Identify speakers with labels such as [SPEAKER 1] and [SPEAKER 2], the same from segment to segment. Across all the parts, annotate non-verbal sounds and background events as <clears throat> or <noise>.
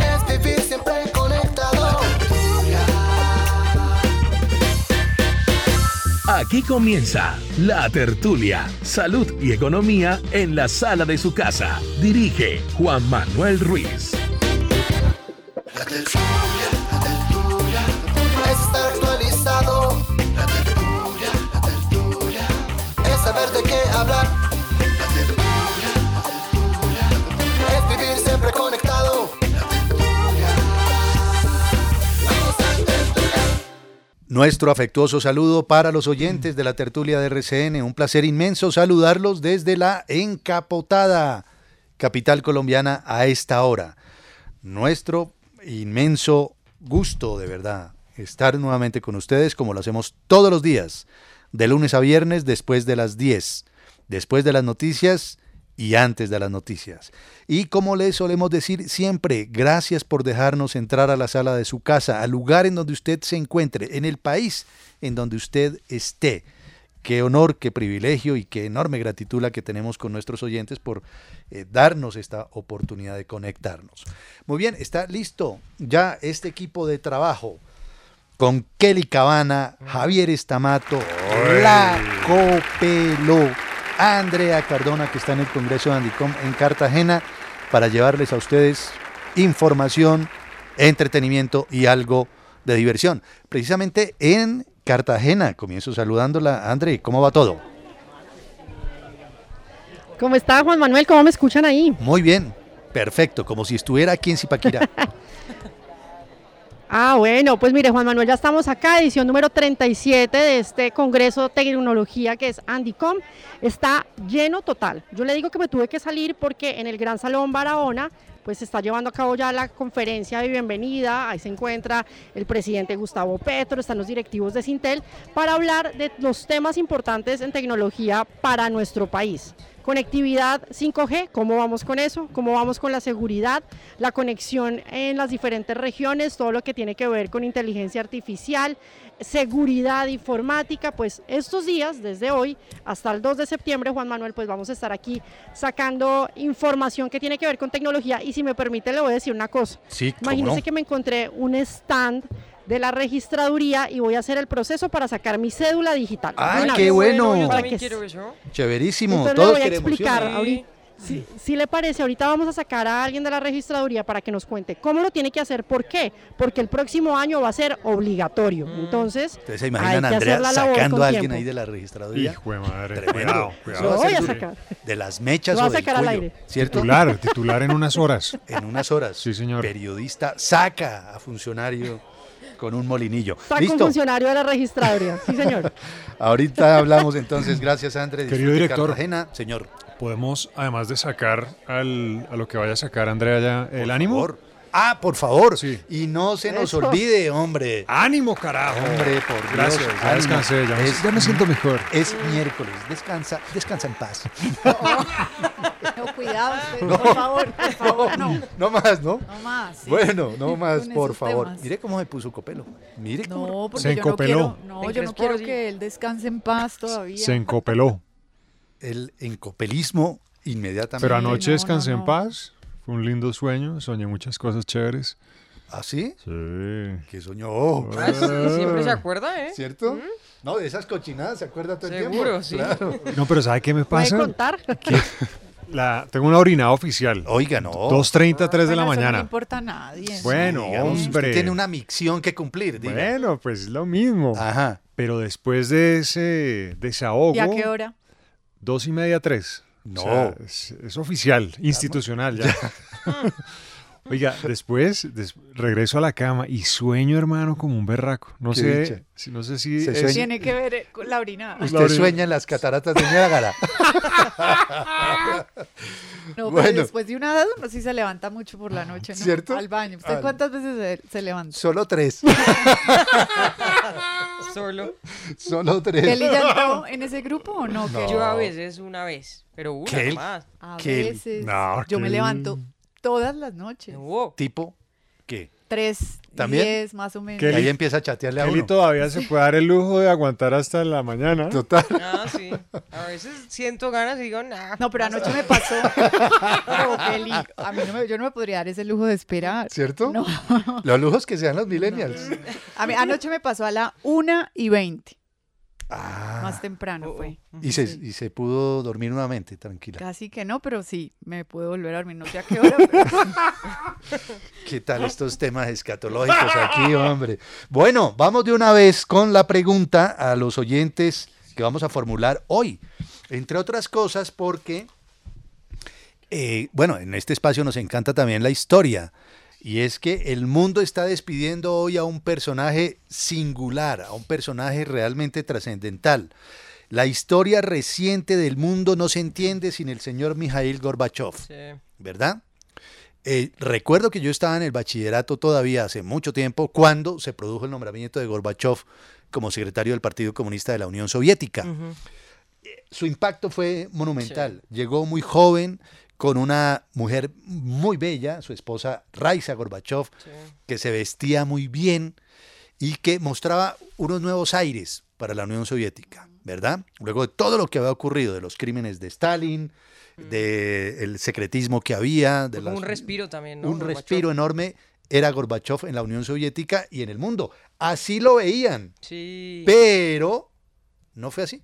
[SPEAKER 1] Es vivir siempre conectado.
[SPEAKER 2] Aquí comienza La Tertulia, Salud y Economía en la sala de su casa. Dirige Juan Manuel Ruiz.
[SPEAKER 1] Es estar actualizado. Es saber de qué hablar. Es vivir siempre conectado. Vamos a tertulia.
[SPEAKER 3] Nuestro afectuoso saludo para los oyentes de la tertulia de RCN. Un placer inmenso saludarlos desde la encapotada capital colombiana a esta hora. Nuestro inmenso gusto, de verdad, estar nuevamente con ustedes como lo hacemos todos los días, de lunes a viernes después de las 10, después de las noticias y antes de las noticias. Y como les solemos decir siempre, gracias por dejarnos entrar a la sala de su casa, al lugar en donde usted se encuentre, en el país en donde usted esté. Qué honor, qué privilegio y qué enorme gratitud la que tenemos con nuestros oyentes por eh, darnos esta oportunidad de conectarnos. Muy bien, está listo ya este equipo de trabajo con Kelly Cabana, Javier Estamato, La Copelo, Andrea Cardona, que está en el Congreso de Andicom en Cartagena, para llevarles a ustedes información, entretenimiento y algo de diversión. Precisamente en Cartagena, comienzo saludándola. André, ¿cómo va todo?
[SPEAKER 4] ¿Cómo está Juan Manuel? ¿Cómo me escuchan ahí?
[SPEAKER 3] Muy bien, perfecto, como si estuviera aquí en
[SPEAKER 4] <laughs>
[SPEAKER 3] Zipaquirá.
[SPEAKER 4] Ah, bueno, pues mire Juan Manuel, ya estamos acá, edición número 37 de este Congreso de Tecnología que es Andicom. Está lleno total. Yo le digo que me tuve que salir porque en el Gran Salón Barahona pues se está llevando a cabo ya la conferencia de bienvenida, ahí se encuentra el presidente Gustavo Petro, están los directivos de Sintel, para hablar de los temas importantes en tecnología para nuestro país. Conectividad 5G, ¿cómo vamos con eso? ¿Cómo vamos con la seguridad? La conexión en las diferentes regiones, todo lo que tiene que ver con inteligencia artificial, seguridad informática, pues estos días, desde hoy hasta el 2 de septiembre, Juan Manuel, pues vamos a estar aquí sacando información que tiene que ver con tecnología. Y si me permite, le voy a decir una cosa.
[SPEAKER 3] Sí, cómo
[SPEAKER 4] Imagínese
[SPEAKER 3] no.
[SPEAKER 4] que me encontré un stand de la registraduría y voy a hacer el proceso para sacar mi cédula digital.
[SPEAKER 3] ¡Ay,
[SPEAKER 4] De una
[SPEAKER 3] Ah, qué
[SPEAKER 4] vez.
[SPEAKER 3] bueno!
[SPEAKER 4] Para
[SPEAKER 3] Yo
[SPEAKER 4] que
[SPEAKER 5] también
[SPEAKER 4] s-
[SPEAKER 5] quiero eso.
[SPEAKER 3] Chéverísimo,
[SPEAKER 4] entonces le
[SPEAKER 3] todos
[SPEAKER 4] voy a
[SPEAKER 3] queremos. ¿sí o no?
[SPEAKER 4] explicar ahorita. Si, si le parece, ahorita vamos a sacar a alguien de la registraduría para que nos cuente cómo lo tiene que hacer, por qué, porque el próximo año va a ser obligatorio. Entonces,
[SPEAKER 3] Ustedes Mm. se imaginan
[SPEAKER 4] hay
[SPEAKER 3] a
[SPEAKER 4] que
[SPEAKER 3] Andrea
[SPEAKER 4] hacer la labor
[SPEAKER 3] sacando
[SPEAKER 4] con
[SPEAKER 3] a alguien
[SPEAKER 4] tiempo.
[SPEAKER 3] ahí de la registraduría.
[SPEAKER 6] Hijo de madre,
[SPEAKER 3] Tremendo.
[SPEAKER 6] cuidado,
[SPEAKER 3] Eso va
[SPEAKER 4] Lo
[SPEAKER 6] cuidado.
[SPEAKER 3] a
[SPEAKER 4] voy
[SPEAKER 3] ser
[SPEAKER 4] a
[SPEAKER 3] du-
[SPEAKER 4] sacar.
[SPEAKER 3] De las mechas
[SPEAKER 4] Lo va
[SPEAKER 3] o
[SPEAKER 4] a
[SPEAKER 3] del
[SPEAKER 4] sacar al
[SPEAKER 3] cuello,
[SPEAKER 4] aire.
[SPEAKER 3] ¿cierto?
[SPEAKER 6] Titular, titular en unas horas.
[SPEAKER 3] <laughs> En unas horas.
[SPEAKER 6] Sí, señor.
[SPEAKER 3] Periodista saca a funcionario con un molinillo.
[SPEAKER 4] Saca un
[SPEAKER 3] ¿Listo?
[SPEAKER 4] funcionario de la registraduría. Sí,
[SPEAKER 3] <laughs>
[SPEAKER 4] señor.
[SPEAKER 3] Ahorita hablamos entonces. Gracias, Andrés.
[SPEAKER 6] Querido director.
[SPEAKER 3] Cartagena, señor.
[SPEAKER 6] Podemos, además de sacar al, a lo que vaya a sacar Andrea ya, el
[SPEAKER 3] por
[SPEAKER 6] ánimo.
[SPEAKER 3] favor. Ah, por favor.
[SPEAKER 6] Sí.
[SPEAKER 3] Y no se nos
[SPEAKER 4] Eso.
[SPEAKER 3] olvide, hombre.
[SPEAKER 6] ¡Ánimo, carajo!
[SPEAKER 3] Hombre, por Dios,
[SPEAKER 6] Gracias,
[SPEAKER 3] ánimo.
[SPEAKER 6] ya descansé, ya me,
[SPEAKER 3] Es-
[SPEAKER 6] ya me siento mejor.
[SPEAKER 3] Es miércoles. Descansa, descansa en paz.
[SPEAKER 7] No, cuidado,
[SPEAKER 5] <laughs>
[SPEAKER 3] <laughs>
[SPEAKER 7] usted,
[SPEAKER 3] No.
[SPEAKER 7] <laughs> por favor, por favor, no.
[SPEAKER 3] No más, ¿no?
[SPEAKER 7] No más. sí.
[SPEAKER 3] Bueno, no
[SPEAKER 7] Con
[SPEAKER 3] más, por
[SPEAKER 7] esos
[SPEAKER 3] favor.
[SPEAKER 7] temas.
[SPEAKER 3] Mire cómo me puso copelo. Mire cómo.
[SPEAKER 7] No, porque
[SPEAKER 6] Se
[SPEAKER 7] yo
[SPEAKER 6] encopeló.
[SPEAKER 7] no quiero,
[SPEAKER 5] Se
[SPEAKER 7] no, yo no
[SPEAKER 5] encrespó,
[SPEAKER 7] quiero
[SPEAKER 5] sí.
[SPEAKER 7] que él descanse en paz todavía.
[SPEAKER 6] Se encopeló.
[SPEAKER 3] El encopelismo inmediatamente.
[SPEAKER 6] Pero
[SPEAKER 7] Sí, no,
[SPEAKER 6] anoche descansé
[SPEAKER 7] no,
[SPEAKER 6] en
[SPEAKER 7] no.
[SPEAKER 6] paz. Fue un lindo sueño. Soñé muchas cosas chéveres.
[SPEAKER 3] ¿Ah, sí?
[SPEAKER 6] Sí.
[SPEAKER 3] ¿Qué soñó?
[SPEAKER 5] Ah, sí, siempre se acuerda, ¿eh?
[SPEAKER 3] ¿Cierto? No, de esas cochinadas se acuerda todo
[SPEAKER 5] Seguro,
[SPEAKER 3] el tiempo.
[SPEAKER 5] sí.
[SPEAKER 3] Claro.
[SPEAKER 6] No, pero ¿sabe qué me
[SPEAKER 4] ¿Puede
[SPEAKER 6] pasa?
[SPEAKER 4] contar?
[SPEAKER 6] Que la, tengo una orinada oficial.
[SPEAKER 3] Oiga, no.
[SPEAKER 6] 2.30, 3 de la
[SPEAKER 7] Bueno, eso No le
[SPEAKER 6] mañana.
[SPEAKER 7] importa a nadie.
[SPEAKER 6] Bueno,
[SPEAKER 3] Digamos, usted
[SPEAKER 6] hombre.
[SPEAKER 3] tiene una misión que cumplir, diga.
[SPEAKER 6] Bueno, pues es lo mismo.
[SPEAKER 3] Ajá.
[SPEAKER 6] Pero después de ese desahogo,
[SPEAKER 7] ¿Y a qué hora?
[SPEAKER 6] dos y media, tres.
[SPEAKER 3] No.
[SPEAKER 6] es, es oficial, institucional ya. <laughs> Oiga, después des- regreso a la cama y sueño, hermano, como un berraco. No
[SPEAKER 3] Qué dicha.
[SPEAKER 6] sé, si, no sé si
[SPEAKER 3] Se
[SPEAKER 6] es-
[SPEAKER 3] sueña-
[SPEAKER 7] Tiene que ver eh, con la orinada.
[SPEAKER 3] Usted
[SPEAKER 6] Laura-
[SPEAKER 3] sueña en las cataratas de
[SPEAKER 7] <laughs>
[SPEAKER 3] Niágara. <laughs>
[SPEAKER 7] No,
[SPEAKER 3] Ah. Bueno. Ah,
[SPEAKER 7] pero después de una edad uno sí se levanta mucho por la noche, ¿no?
[SPEAKER 3] ¿Cierto?
[SPEAKER 7] Al baño. ¿Usted
[SPEAKER 3] Al-
[SPEAKER 7] cuántas veces se, se levanta?
[SPEAKER 3] Solo tres.
[SPEAKER 7] <laughs>
[SPEAKER 5] Solo.
[SPEAKER 3] Solo tres.
[SPEAKER 7] ¿Kelly ya entró en ese grupo o no? Kelly?
[SPEAKER 5] Yo a veces una vez, pero una
[SPEAKER 3] ¿Qué?
[SPEAKER 5] más.
[SPEAKER 7] A
[SPEAKER 3] Kelly.
[SPEAKER 7] veces.
[SPEAKER 6] No,
[SPEAKER 7] yo me
[SPEAKER 6] Kelly.
[SPEAKER 7] levanto
[SPEAKER 3] Mm.
[SPEAKER 7] todas las noches.
[SPEAKER 5] Wow.
[SPEAKER 3] ¿Tipo qué?
[SPEAKER 7] Tres,
[SPEAKER 3] ¿También?
[SPEAKER 7] diez,
[SPEAKER 5] Ah,
[SPEAKER 7] más o menos.
[SPEAKER 3] Y
[SPEAKER 6] Kelly.
[SPEAKER 3] ahí empieza a chatearle a
[SPEAKER 6] Kelly
[SPEAKER 3] uno.
[SPEAKER 6] todavía se puede dar el lujo de aguantar hasta la mañana.
[SPEAKER 3] Total.
[SPEAKER 5] Ah,
[SPEAKER 7] <laughs>
[SPEAKER 5] sí. A veces siento ganas y digo, nah.
[SPEAKER 7] No, pero anoche me pasó.
[SPEAKER 5] <laughs>
[SPEAKER 7] No, Kelly, a mí no me, yo no me podría dar ese lujo de esperar.
[SPEAKER 3] ¿Cierto?
[SPEAKER 7] No.
[SPEAKER 3] Los lujos que sean los millennials.
[SPEAKER 7] A mí, anoche me pasó a la 1 y 20.
[SPEAKER 3] Ah,
[SPEAKER 7] Más temprano
[SPEAKER 5] Oh,
[SPEAKER 7] fue.
[SPEAKER 3] Y se, y se pudo dormir nuevamente, tranquila.
[SPEAKER 7] Casi que no, pero sí, me puedo volver a dormir. No sé a qué hora. pero-
[SPEAKER 3] <laughs> ¿Qué tal estos temas escatológicos aquí, hombre? Bueno, vamos de una vez con la pregunta a los oyentes que vamos a formular hoy. Entre otras cosas porque, eh, bueno, en este espacio nos encanta también la historia. Y es que el mundo está despidiendo hoy a un personaje singular, a un personaje realmente trascendental. La historia reciente del mundo no se entiende sin el señor Mijail Gorbachev.
[SPEAKER 5] Sí.
[SPEAKER 3] ¿verdad? Eh, recuerdo que yo estaba en el bachillerato todavía hace mucho tiempo cuando se produjo el nombramiento de Gorbachev como secretario del Partido Comunista de la Unión Soviética. Eh, Su impacto fue monumental. Llegó muy joven con una mujer muy bella, su esposa Raisa Gorbachev, que se vestía muy bien y que mostraba unos nuevos aires para la Unión Soviética, ¿verdad? Luego de todo lo que había ocurrido, de los crímenes de Stalin, del secretismo que había, de
[SPEAKER 5] Fue como
[SPEAKER 3] las-
[SPEAKER 5] un respiro también, ¿no?
[SPEAKER 3] un
[SPEAKER 5] Gorbachev.
[SPEAKER 3] respiro enorme era Gorbachev en la Unión Soviética y en el mundo. Así lo veían,
[SPEAKER 5] Sí.
[SPEAKER 3] pero no fue así.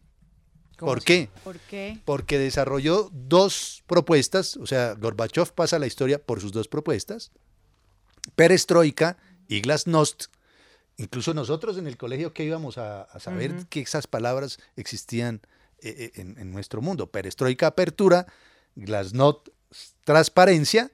[SPEAKER 5] ¿Cómo
[SPEAKER 3] ¿Por
[SPEAKER 5] así?
[SPEAKER 3] qué?
[SPEAKER 7] ¿Por qué?
[SPEAKER 3] Porque desarrolló dos propuestas, o sea, Gorbachev pasa la historia por sus dos propuestas, perestroika y glasnost. Incluso nosotros en el colegio que íbamos a, a saber que esas palabras existían eh, eh, en, en nuestro mundo. Perestroika, apertura, glasnost, transparencia.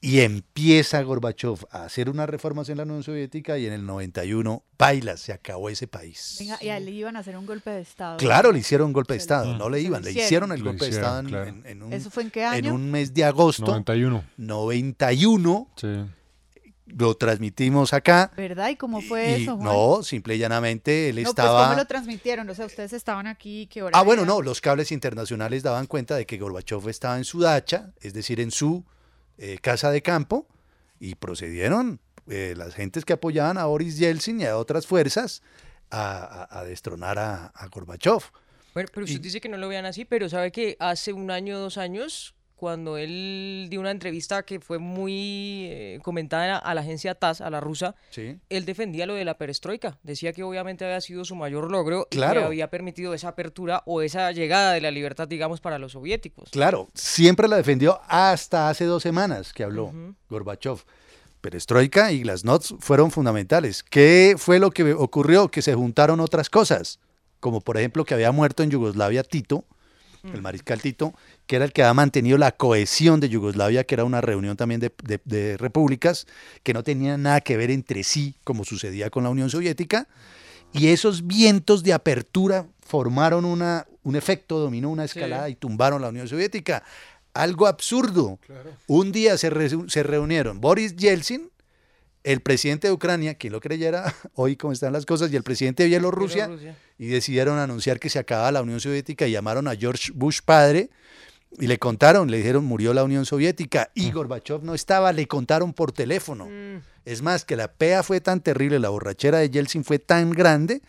[SPEAKER 3] Y empieza Gorbachev a hacer unas reformas en la Unión Soviética y en el 91, baila, se acabó ese país.
[SPEAKER 7] Venga, y a él le iban a hacer un golpe de Estado.
[SPEAKER 3] Claro, le hicieron un golpe de
[SPEAKER 7] Se lo-
[SPEAKER 3] Estado.
[SPEAKER 7] Ujú.
[SPEAKER 3] No le
[SPEAKER 7] se lo
[SPEAKER 3] iban, le
[SPEAKER 7] hicieron.
[SPEAKER 3] hicieron el
[SPEAKER 6] Lo
[SPEAKER 3] golpe de
[SPEAKER 6] hicieron,
[SPEAKER 3] Estado en-
[SPEAKER 6] claro.
[SPEAKER 3] en, en un,
[SPEAKER 7] ¿Eso fue en qué
[SPEAKER 3] en
[SPEAKER 7] año?
[SPEAKER 3] un mes de agosto,
[SPEAKER 6] 91.
[SPEAKER 3] 91.
[SPEAKER 6] Sí.
[SPEAKER 3] Lo transmitimos acá.
[SPEAKER 7] ¿Verdad? ¿Y cómo
[SPEAKER 3] y-
[SPEAKER 7] fue eso, Juan?
[SPEAKER 3] No, simple y llanamente él
[SPEAKER 7] No, pues,
[SPEAKER 3] estaba.
[SPEAKER 7] ¿cómo lo transmitieron? O sea, ustedes estaban aquí, ¿qué hora
[SPEAKER 3] ah, bueno,
[SPEAKER 7] era?
[SPEAKER 3] no, los cables internacionales daban cuenta de que Gorbachev estaba en su dacha, es decir, en su eh, casa de campo, y procedieron eh, las gentes que apoyaban a Boris Yeltsin y a otras fuerzas a, a- a destronar a, a Gorbachev.
[SPEAKER 5] Bueno, pero usted
[SPEAKER 3] Y-
[SPEAKER 5] dice que no lo vean así, pero sabe que hace un año, dos años, cuando él dio una entrevista que fue muy eh, comentada a la, a la agencia TASS, a la rusa,
[SPEAKER 3] Sí.
[SPEAKER 5] él defendía lo de la perestroika. Decía que obviamente había sido su mayor logro y
[SPEAKER 3] Claro.
[SPEAKER 5] que había permitido esa apertura o esa llegada de la libertad, digamos, para los soviéticos.
[SPEAKER 3] Claro, siempre la defendió hasta hace dos semanas que habló Gorbachev. Perestroika y Glasnost fueron fundamentales. ¿Qué fue lo que ocurrió? Que se juntaron otras cosas, como por ejemplo que había muerto en Yugoslavia Tito, el mariscal Tito, que era el que había mantenido la cohesión de Yugoslavia, que era una reunión también de, de- de repúblicas que no tenían nada que ver entre sí, como sucedía con la Unión Soviética. Y esos vientos de apertura formaron una, un efecto dominó, una escalada y tumbaron la Unión Soviética. Algo absurdo. Un día se, re- se reunieron Boris Yeltsin, el presidente de Ucrania, quien lo creyera <laughs> hoy cómo están las cosas, y el presidente de Bielorrusia,
[SPEAKER 5] Bielorrusia.
[SPEAKER 3] y decidieron anunciar que se acababa la Unión Soviética y llamaron a George Bush padre y le contaron, le dijeron murió la Unión Soviética y Gorbachev no estaba, le contaron por
[SPEAKER 5] Mm.
[SPEAKER 3] teléfono. Es más, que la pea fue tan terrible, la borrachera de Yeltsin fue tan grande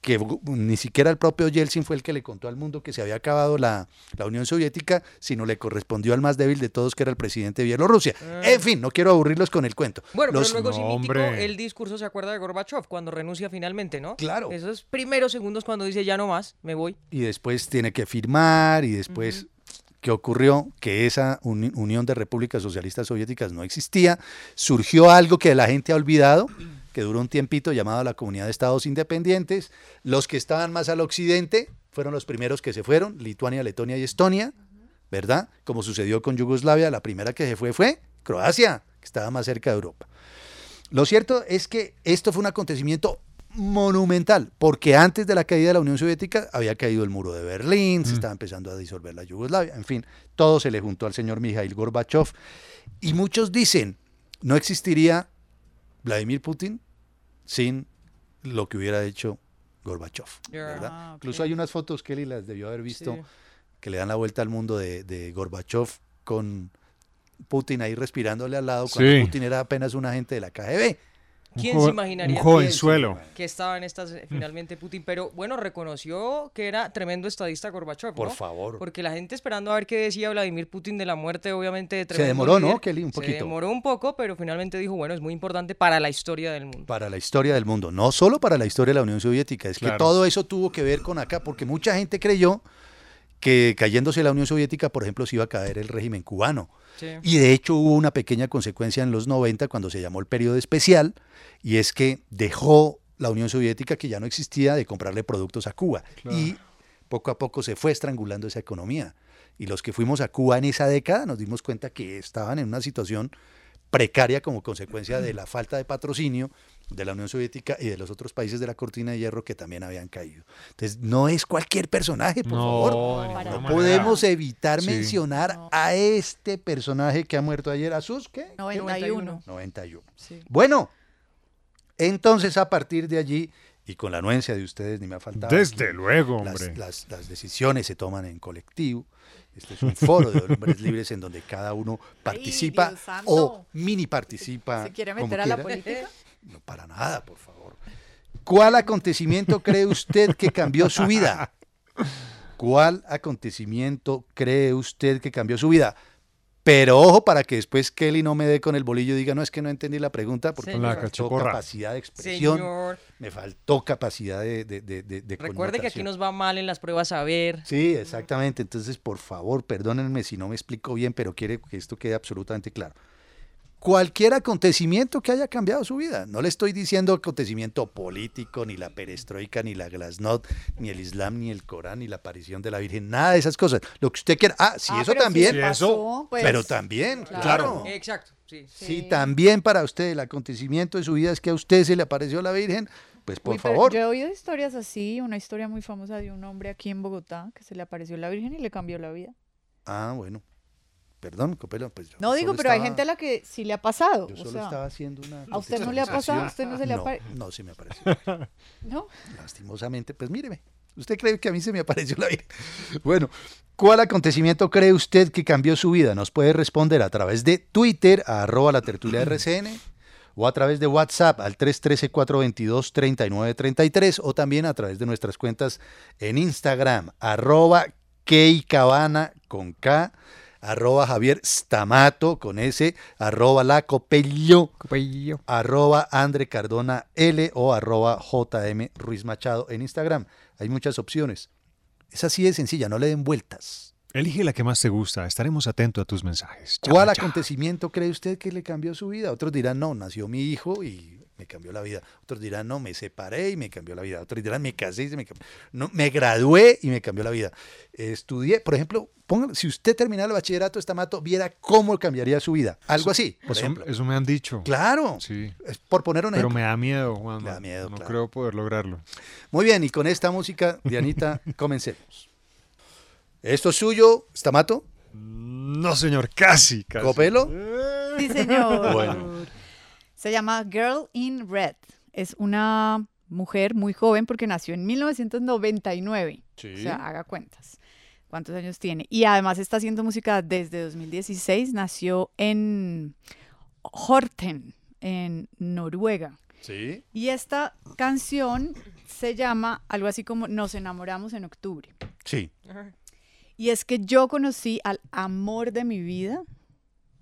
[SPEAKER 3] que gu- ni siquiera el propio Yeltsin fue el que le contó al mundo que se había acabado la, la Unión Soviética, sino le correspondió al más débil de todos, que era el presidente de Bielorrusia. En fin, no quiero aburrirlos con el cuento.
[SPEAKER 5] Ah. Bueno,
[SPEAKER 3] Los-
[SPEAKER 5] pero luego sí mítico el discurso se acuerda de Gorbachev cuando renuncia finalmente, ¿no? Claro. Esos primeros segundos cuando dice ya no más, me voy.
[SPEAKER 3] y después tiene que firmar y después qué ocurrió que esa uni- unión de repúblicas socialistas soviéticas no existía surgió algo que la gente ha olvidado que duró un tiempito llamado la comunidad de estados independientes los que estaban más al occidente fueron los primeros que se fueron Lituania Letonia y Estonia verdad como sucedió con Yugoslavia la primera que se fue fue Croacia que estaba más cerca de Europa lo cierto es que esto fue un acontecimiento monumental, porque antes de la caída de la Unión Soviética había caído el muro de Berlín, se estaba empezando a disolver la Yugoslavia, en fin, todo se le juntó al señor Mikhail Gorbachev. Y muchos dicen, no existiría Vladimir Putin sin lo que hubiera hecho Gorbachev. ¿verdad?
[SPEAKER 7] Ah, ok.
[SPEAKER 3] Incluso hay unas fotos, Kelly las debió haber visto,
[SPEAKER 7] Sí.
[SPEAKER 3] que le dan la vuelta al mundo de, de Gorbachev con Putin ahí respirándole al lado, cuando
[SPEAKER 6] Sí.
[SPEAKER 3] Putin era apenas un agente de la KGB.
[SPEAKER 5] ¿Quién se imaginaría
[SPEAKER 6] un jovenzuelo.
[SPEAKER 5] que estaba en estas eh, finalmente Putin? Pero bueno, reconoció que era tremendo estadista Gorbachev.
[SPEAKER 3] Por
[SPEAKER 5] ¿no?
[SPEAKER 3] favor.
[SPEAKER 5] Porque la gente esperando a ver qué decía Vladimir Putin de la muerte, obviamente. De tremendo
[SPEAKER 3] demoró, ¿no,
[SPEAKER 5] líder.
[SPEAKER 3] Kelly? Un poquito.
[SPEAKER 5] Se demoró un poco, pero finalmente dijo, bueno, es muy importante para la historia del mundo.
[SPEAKER 3] Para la historia del mundo, no solo para la historia de la Unión Soviética, es
[SPEAKER 6] Claro.
[SPEAKER 3] que todo eso tuvo que ver con acá, porque mucha gente creyó que cayéndose la Unión Soviética, por ejemplo, se iba a caer el régimen cubano.
[SPEAKER 5] Sí.
[SPEAKER 3] Y de hecho hubo una pequeña consecuencia en los 90 cuando se llamó el periodo especial, y es que dejó la Unión Soviética, que ya no existía, de comprarle productos a Cuba. Y poco a poco se fue estrangulando esa economía. Y los que fuimos a Cuba en esa década nos dimos cuenta que estaban en una situación precaria como consecuencia de la falta de patrocinio de la Unión Soviética y de los otros países de la cortina de hierro que también habían caído. Entonces, no es cualquier personaje, por
[SPEAKER 6] No, de
[SPEAKER 3] favor.
[SPEAKER 6] ninguna
[SPEAKER 3] No
[SPEAKER 6] manera.
[SPEAKER 3] podemos evitar
[SPEAKER 6] Sí.
[SPEAKER 3] mencionar a este personaje que ha muerto ayer, a sus ¿qué?
[SPEAKER 7] 91.
[SPEAKER 3] 91.
[SPEAKER 7] Sí.
[SPEAKER 3] Bueno, entonces a partir de allí, y con la anuencia de ustedes, ni me ha faltado.
[SPEAKER 6] Desde
[SPEAKER 3] aquí,
[SPEAKER 6] luego,
[SPEAKER 3] las-
[SPEAKER 6] hombre.
[SPEAKER 3] Las, las decisiones se toman en colectivo. Este es un foro de hombres libres en donde cada uno participa
[SPEAKER 7] Dios santo.
[SPEAKER 3] o mini participa.
[SPEAKER 7] ¿Se quiere
[SPEAKER 3] como
[SPEAKER 7] meter a la
[SPEAKER 3] quiera.
[SPEAKER 7] política?
[SPEAKER 3] No, para nada, por favor. ¿Cuál
[SPEAKER 7] <laughs>
[SPEAKER 3] acontecimiento cree usted que cambió su vida? ¿Cuál acontecimiento cree usted que cambió su vida? Pero ojo para que después Kelly no me dé con el bolillo y diga, no, es que no entendí la pregunta porque
[SPEAKER 5] Señor. La
[SPEAKER 3] me faltó
[SPEAKER 6] cachiporra.
[SPEAKER 3] capacidad de expresión,
[SPEAKER 5] Señor,
[SPEAKER 3] me faltó capacidad de... de, de, de- de
[SPEAKER 5] recuerde que aquí
[SPEAKER 3] connotación".
[SPEAKER 5] nos va mal en las pruebas a ver.
[SPEAKER 3] Sí, exactamente. Entonces, por favor, perdónenme si no me explico bien, pero quiero que esto quede absolutamente claro. Cualquier acontecimiento que haya cambiado su vida. No le estoy diciendo acontecimiento político, ni la perestroika, ni la glasnost, ni el Islam, ni el Corán, ni la aparición de la Virgen, nada de esas cosas. Lo que usted quiera. Ah, si
[SPEAKER 7] Ah,
[SPEAKER 3] eso
[SPEAKER 7] pero si
[SPEAKER 3] también.
[SPEAKER 7] pasó, Sí, eso. pues,
[SPEAKER 3] pero también,
[SPEAKER 7] claro.
[SPEAKER 3] claro.
[SPEAKER 5] Exacto, sí.
[SPEAKER 3] Si también para usted el acontecimiento de su vida es que a usted se le apareció la Virgen, pues por
[SPEAKER 7] Uy, pero
[SPEAKER 3] favor.
[SPEAKER 7] Yo he oído historias así, una historia muy famosa de un hombre aquí en Bogotá que se le apareció la Virgen y le cambió la vida.
[SPEAKER 3] Ah, bueno. Perdón, Copelo, pues yo
[SPEAKER 7] No digo,
[SPEAKER 3] solo
[SPEAKER 7] pero hay
[SPEAKER 3] estaba-
[SPEAKER 7] gente a la que sí le ha pasado.
[SPEAKER 3] Yo
[SPEAKER 7] o
[SPEAKER 3] solo
[SPEAKER 7] sea,
[SPEAKER 3] estaba haciendo una.
[SPEAKER 7] ¿A usted no le ha pasado? ¿A usted no se le ha
[SPEAKER 3] No,
[SPEAKER 7] pare-
[SPEAKER 3] no se me apareció.
[SPEAKER 7] ¿No?
[SPEAKER 3] Lastimosamente, pues míreme. ¿Usted cree que a mí se me <laughs> apareció la vida? Bueno, ¿cuál acontecimiento cree usted que cambió su vida? Nos puede responder a través de Twitter, a arroba la tertulia RCN, o a través de WhatsApp al 313-422-3933, o también a través de nuestras cuentas en Instagram, arroba keicabana con K, arroba Javier Stamato con S, arroba la Copello, arroba Andre Cardona L o arroba JM Ruiz Machado en Instagram. Hay muchas opciones. Es así de sencilla, no le den vueltas.
[SPEAKER 6] Elige la que más te gusta. Estaremos atentos a tus mensajes. Llama
[SPEAKER 3] ¿Cuál
[SPEAKER 6] ya.
[SPEAKER 3] acontecimiento cree usted que le cambió su vida? Otros dirán, no, nació mi hijo y me cambió la vida. Otros dirán, no, me separé y me cambió la vida. Otros dirán, me casé y se me cambió. No, me gradué y me cambió la vida. Estudié, por ejemplo, ponga- si usted terminara el bachillerato, esta mato, viera cómo cambiaría su vida. Algo así, por
[SPEAKER 6] Eso,
[SPEAKER 3] ejemplo.
[SPEAKER 6] eso me han dicho.
[SPEAKER 3] Claro,
[SPEAKER 6] Sí.
[SPEAKER 3] es por poner un
[SPEAKER 6] Pero
[SPEAKER 3] ejemplo.
[SPEAKER 6] me da miedo, Juan.
[SPEAKER 3] Le da miedo,
[SPEAKER 6] No
[SPEAKER 3] claro.
[SPEAKER 6] creo poder lograrlo.
[SPEAKER 3] Muy bien, y con esta música,
[SPEAKER 6] <laughs>
[SPEAKER 3] Dianita, comencemos. Esto es suyo, Stamato,
[SPEAKER 6] No, señor, casi, casi. Eh.
[SPEAKER 3] Copelo.
[SPEAKER 7] Sí, señor.
[SPEAKER 3] Bueno.
[SPEAKER 7] Se llama Girl in Red. Es una mujer muy joven porque nació en 1999. O sea, haga cuentas. ¿Cuántos años tiene? Y además está haciendo música desde 2016. Nació en Horten, en Noruega.
[SPEAKER 3] Sí.
[SPEAKER 7] Y esta canción se llama algo así como Nos enamoramos en octubre.
[SPEAKER 3] Sí.
[SPEAKER 7] Y es que yo conocí al amor de mi vida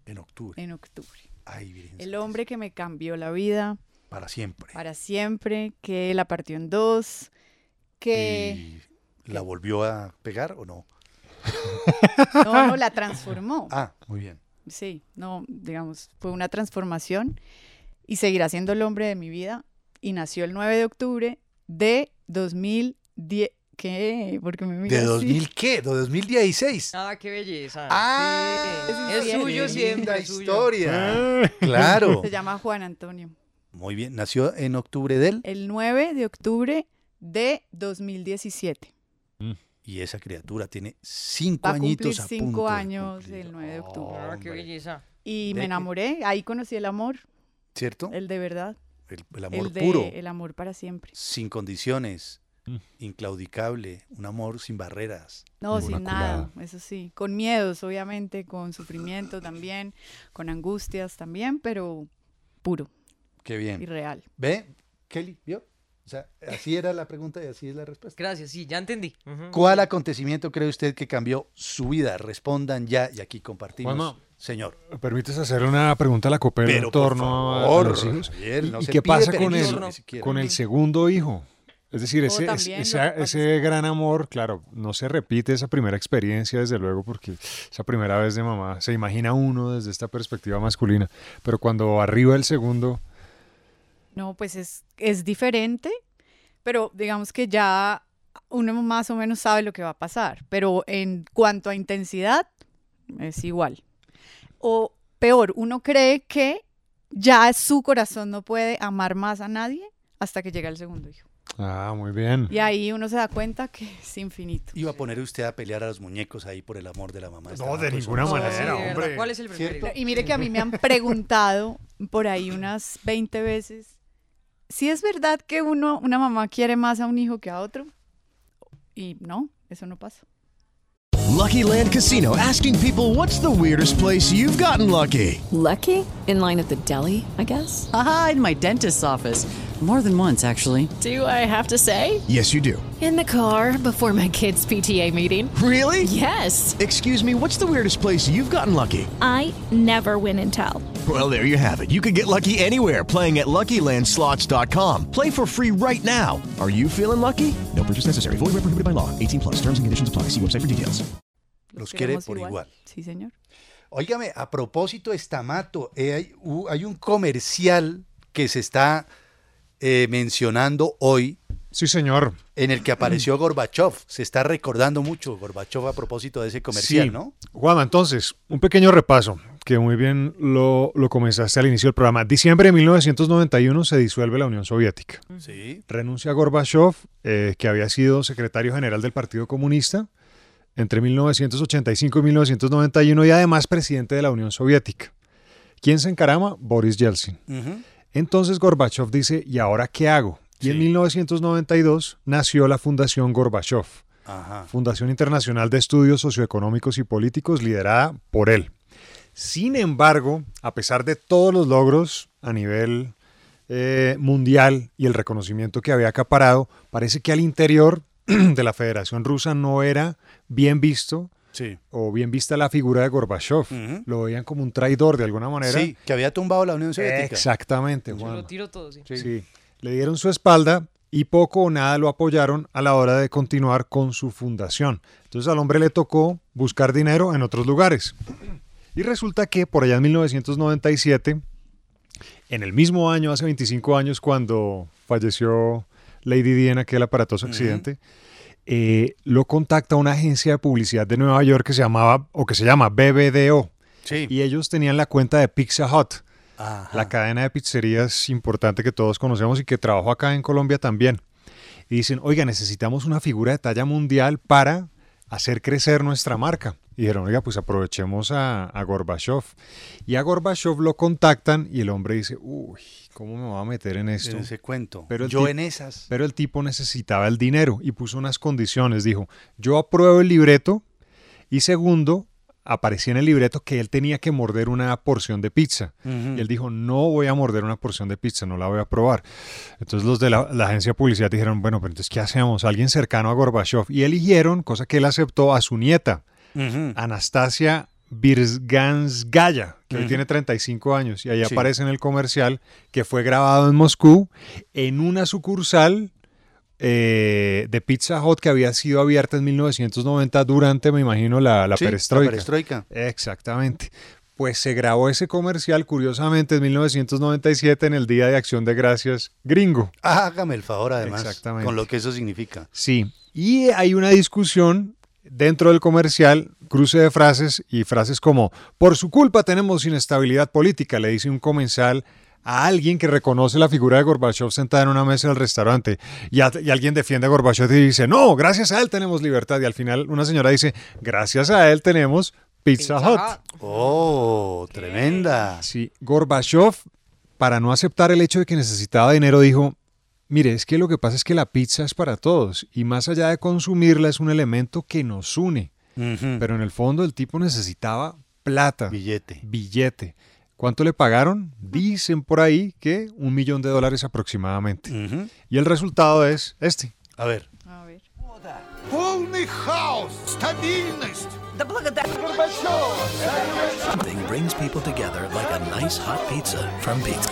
[SPEAKER 3] En octubre.
[SPEAKER 7] en octubre.
[SPEAKER 3] Ay, Virgen
[SPEAKER 7] El hombre que me cambió la vida
[SPEAKER 3] Santa, Para siempre.
[SPEAKER 7] para siempre, que la partió en dos, que
[SPEAKER 3] ¿La volvió a pegar
[SPEAKER 6] <laughs>
[SPEAKER 3] o no?
[SPEAKER 7] no, no, la transformó.
[SPEAKER 3] Ah, muy bien.
[SPEAKER 7] Sí, no, digamos, fue una transformación y seguirá siendo el hombre de mi vida. Y nació el 9 de octubre de 2010. ¿Qué? Porque me mira
[SPEAKER 3] ¿De
[SPEAKER 7] así?
[SPEAKER 3] 2000 qué? ¿De 2016?
[SPEAKER 5] Ah, qué belleza.
[SPEAKER 3] Ah,
[SPEAKER 5] Sí, es
[SPEAKER 7] sí,
[SPEAKER 5] suyo
[SPEAKER 7] linda
[SPEAKER 5] siempre. es suyo.
[SPEAKER 3] historia. Claro.
[SPEAKER 7] Se llama Juan Antonio.
[SPEAKER 3] Muy bien. Nació en octubre del.
[SPEAKER 7] El 9 de octubre de 2017.
[SPEAKER 6] Mm.
[SPEAKER 3] Y esa criatura tiene cinco
[SPEAKER 7] Va a cumplir
[SPEAKER 3] añitos a punto
[SPEAKER 7] cinco
[SPEAKER 3] de
[SPEAKER 7] años
[SPEAKER 3] cumplir. Oh,
[SPEAKER 7] el 9 de octubre.
[SPEAKER 5] Ah, qué
[SPEAKER 3] Hombre,
[SPEAKER 5] belleza.
[SPEAKER 7] Y
[SPEAKER 3] De-
[SPEAKER 7] me enamoré, ahí conocí el amor,
[SPEAKER 3] ¿Cierto? El,
[SPEAKER 7] el de verdad,
[SPEAKER 3] el amor
[SPEAKER 7] el de
[SPEAKER 3] puro,
[SPEAKER 7] el amor para siempre.
[SPEAKER 3] sin condiciones,
[SPEAKER 6] Mm.
[SPEAKER 3] inclaudicable, un amor sin barreras.
[SPEAKER 7] No,
[SPEAKER 6] Ninguna
[SPEAKER 7] sin nada, eso sí, con miedos obviamente, con sufrimiento también, con angustias también, pero puro
[SPEAKER 3] Qué
[SPEAKER 7] y
[SPEAKER 3] bien.
[SPEAKER 7] real.
[SPEAKER 3] ¿Ve? Kelly, ¿vio? O sea, <laughs> así era la pregunta y así es la respuesta.
[SPEAKER 5] Gracias, sí, ya entendí. Ujú.
[SPEAKER 3] ¿Cuál acontecimiento cree usted que cambió su vida? Respondan ya y aquí compartimos.
[SPEAKER 6] Juanma.
[SPEAKER 3] Señor.
[SPEAKER 6] ¿Me ¿Permites hacer una pregunta a la copela
[SPEAKER 3] Pero,
[SPEAKER 6] en
[SPEAKER 3] por
[SPEAKER 6] torno a-
[SPEAKER 3] favor,
[SPEAKER 6] a los hijos?
[SPEAKER 3] Javier,
[SPEAKER 6] ¿Y,
[SPEAKER 3] no
[SPEAKER 6] y
[SPEAKER 3] se
[SPEAKER 6] qué pasa
[SPEAKER 3] pide
[SPEAKER 6] con
[SPEAKER 3] permiso
[SPEAKER 6] el,
[SPEAKER 3] ni siquiera.
[SPEAKER 6] con el segundo hijo? Es decir,
[SPEAKER 7] O
[SPEAKER 6] ese, es-
[SPEAKER 7] también lo
[SPEAKER 6] ese-
[SPEAKER 7] que pasa es
[SPEAKER 6] ese gran amor, claro, no se repite esa primera experiencia, desde luego, porque esa primera vez de mamá se imagina uno desde esta perspectiva masculina, pero cuando arriba el segundo,
[SPEAKER 7] No, pues es, es diferente, pero digamos que ya uno más o menos sabe lo que va a pasar, pero en cuanto a intensidad es igual. O peor, uno cree que ya su corazón no puede amar más a nadie hasta que llega el segundo hijo.
[SPEAKER 6] ah, muy bien.
[SPEAKER 7] Y ahí uno se da cuenta que es infinito.
[SPEAKER 3] Iba a poner usted a pelear a los muñecos ahí por el amor de la mamá.
[SPEAKER 6] No, de ninguna
[SPEAKER 3] ninguna
[SPEAKER 5] No, sí,
[SPEAKER 6] manera,
[SPEAKER 5] de verdad,
[SPEAKER 6] hombre.
[SPEAKER 5] ¿Cuál es el
[SPEAKER 3] ¿Cierto?
[SPEAKER 5] preferido?
[SPEAKER 7] Y mire que a mí me han preguntado por ahí unas 20 veces si es verdad que uno, una mamá quiere más a un hijo que a otro. Y no, eso no pasa.
[SPEAKER 8] Lucky Land Casino asking people what's the weirdest place you've gotten lucky?
[SPEAKER 9] Lucky? In line at the deli, I guess?
[SPEAKER 10] Aha, in my dentist's office. More than once, actually.
[SPEAKER 8] Do I have to say? Yes, you do.
[SPEAKER 10] In the car before my kids' PTA meeting.
[SPEAKER 8] Really?
[SPEAKER 10] Yes.
[SPEAKER 8] Excuse me, what's the weirdest place you've gotten lucky?
[SPEAKER 11] I never win and tell.
[SPEAKER 8] Well, there you have it. You can get lucky anywhere playing at LuckyLandSlots.com. Play for free right now. Are you feeling lucky? No purchase necessary. Void where prohibited by law. 18 plus. Terms and conditions apply. See website for details.
[SPEAKER 3] Los quiere
[SPEAKER 7] queremos
[SPEAKER 3] por igual.
[SPEAKER 7] Sí, señor.
[SPEAKER 3] Óigame, a propósito de Stamato, eh, hay, u- hay un comercial que se está eh, mencionando hoy
[SPEAKER 6] Sí, señor.
[SPEAKER 3] en el que apareció Gorbachev. Se está recordando mucho Gorbachev a propósito de ese comercial,
[SPEAKER 6] Sí.
[SPEAKER 3] ¿no?
[SPEAKER 6] Juanma, entonces, un pequeño repaso, que muy bien lo, lo comenzaste al inicio del programa. Diciembre de 1991 se disuelve la Unión Soviética.
[SPEAKER 3] Sí.
[SPEAKER 6] Renuncia Gorbachev, eh, que había sido secretario general del Partido Comunista entre 1985 y 1991 y además presidente de la Unión Soviética. ¿Quién se encarama? Boris Yeltsin. Entonces Gorbachev dice, ¿y ahora qué hago? Y en
[SPEAKER 3] Sí.
[SPEAKER 6] 1992 nació la Fundación Gorbachev,
[SPEAKER 3] Ajá.
[SPEAKER 6] Fundación Internacional de Estudios Socioeconómicos y Políticos liderada por él. Sin embargo, a pesar de todos los logros a nivel eh, mundial y el reconocimiento que había acaparado, parece que al interior <clears throat> de la Federación Rusa no era bien visto
[SPEAKER 3] Sí.
[SPEAKER 6] o bien vista la figura de Gorbachev.
[SPEAKER 3] Ujú.
[SPEAKER 6] Lo veían como un traidor de alguna manera.
[SPEAKER 3] Sí, que había tumbado la Unión Soviética.
[SPEAKER 6] Exactamente,
[SPEAKER 5] Yo
[SPEAKER 6] Juan.
[SPEAKER 5] lo tiro todo, sí.
[SPEAKER 6] Sí. Le dieron su espalda y poco o nada lo apoyaron a la hora de continuar con su fundación. Entonces al hombre le tocó buscar dinero en otros lugares. Y resulta que por allá en 1997, en el mismo año, hace 25 años, cuando falleció Lady Di en aquel aparatoso accidente, eh, lo contacta una agencia de publicidad de Nueva York que se llamaba o que se llama BBDO.
[SPEAKER 3] Sí.
[SPEAKER 6] Y ellos tenían la cuenta de Pizza Hut.
[SPEAKER 3] Ajá.
[SPEAKER 6] La cadena de pizzerías importante que todos conocemos y que trabajó acá en Colombia también. Y dicen, oiga, necesitamos una figura de talla mundial para hacer crecer nuestra marca. Y dijeron, oiga, pues aprovechemos a, a Gorbachev. Y a Gorbachev lo contactan y el hombre dice, uy, ¿cómo me voy a meter en esto?
[SPEAKER 3] En ese cuento.
[SPEAKER 6] Pero el
[SPEAKER 3] Yo
[SPEAKER 6] tip-
[SPEAKER 3] en esas.
[SPEAKER 6] Pero el tipo necesitaba el dinero y puso unas condiciones. Dijo, yo apruebo el libreto y segundo, aparecía en el libreto que él tenía que morder una porción de pizza. Y él dijo, no voy a morder una porción de pizza, no la voy a probar. Entonces los de la, la agencia de publicidad dijeron, bueno, pero entonces, ¿qué hacemos? Alguien cercano a Gorbachev. Y eligieron, cosa que él aceptó, a su nieta, Anastasia Birzganskaya, que hoy
[SPEAKER 3] Ujú.
[SPEAKER 6] tiene 35 años. Y ahí
[SPEAKER 3] Sí.
[SPEAKER 6] aparece en el comercial que fue grabado en Moscú, en una sucursal eh, de Pizza Hut que había sido abierta en 1990 durante, me imagino, la, la
[SPEAKER 3] Sí, la
[SPEAKER 6] perestroika.
[SPEAKER 3] perestroika.
[SPEAKER 6] Exactamente. Pues se grabó ese comercial, curiosamente, en 1997, en el Día de Acción de Gracias gringo.
[SPEAKER 3] Hágame el favor, además,
[SPEAKER 6] Exactamente.
[SPEAKER 3] con lo que eso significa.
[SPEAKER 6] Sí, y hay una discusión dentro del comercial, cruce de frases y frases como, por su culpa tenemos inestabilidad política, le dice un comensal a alguien que reconoce la figura de Gorbachev sentada en una mesa del restaurante y, a- y alguien defiende a Gorbachev y dice, no, gracias a él tenemos libertad y al final una señora dice, gracias a él tenemos Pizza, Hut.
[SPEAKER 3] Oh, tremenda.
[SPEAKER 6] Sí, Gorbachev, para no aceptar el hecho de que necesitaba dinero, dijo, mire, es que lo que pasa es que la pizza es para todos y más allá de consumirla es un elemento que nos une. Pero en el fondo el tipo necesitaba plata.
[SPEAKER 3] Billete.
[SPEAKER 6] Billete. ¿Cuánto le pagaron? Dicen por ahí que un millón de dólares aproximadamente. Y el resultado es este.
[SPEAKER 3] A ver.
[SPEAKER 1] Полный хаос, стабильность. э, Да благодарю.
[SPEAKER 12] Something brings people together like a nice hot pizza from Pizza.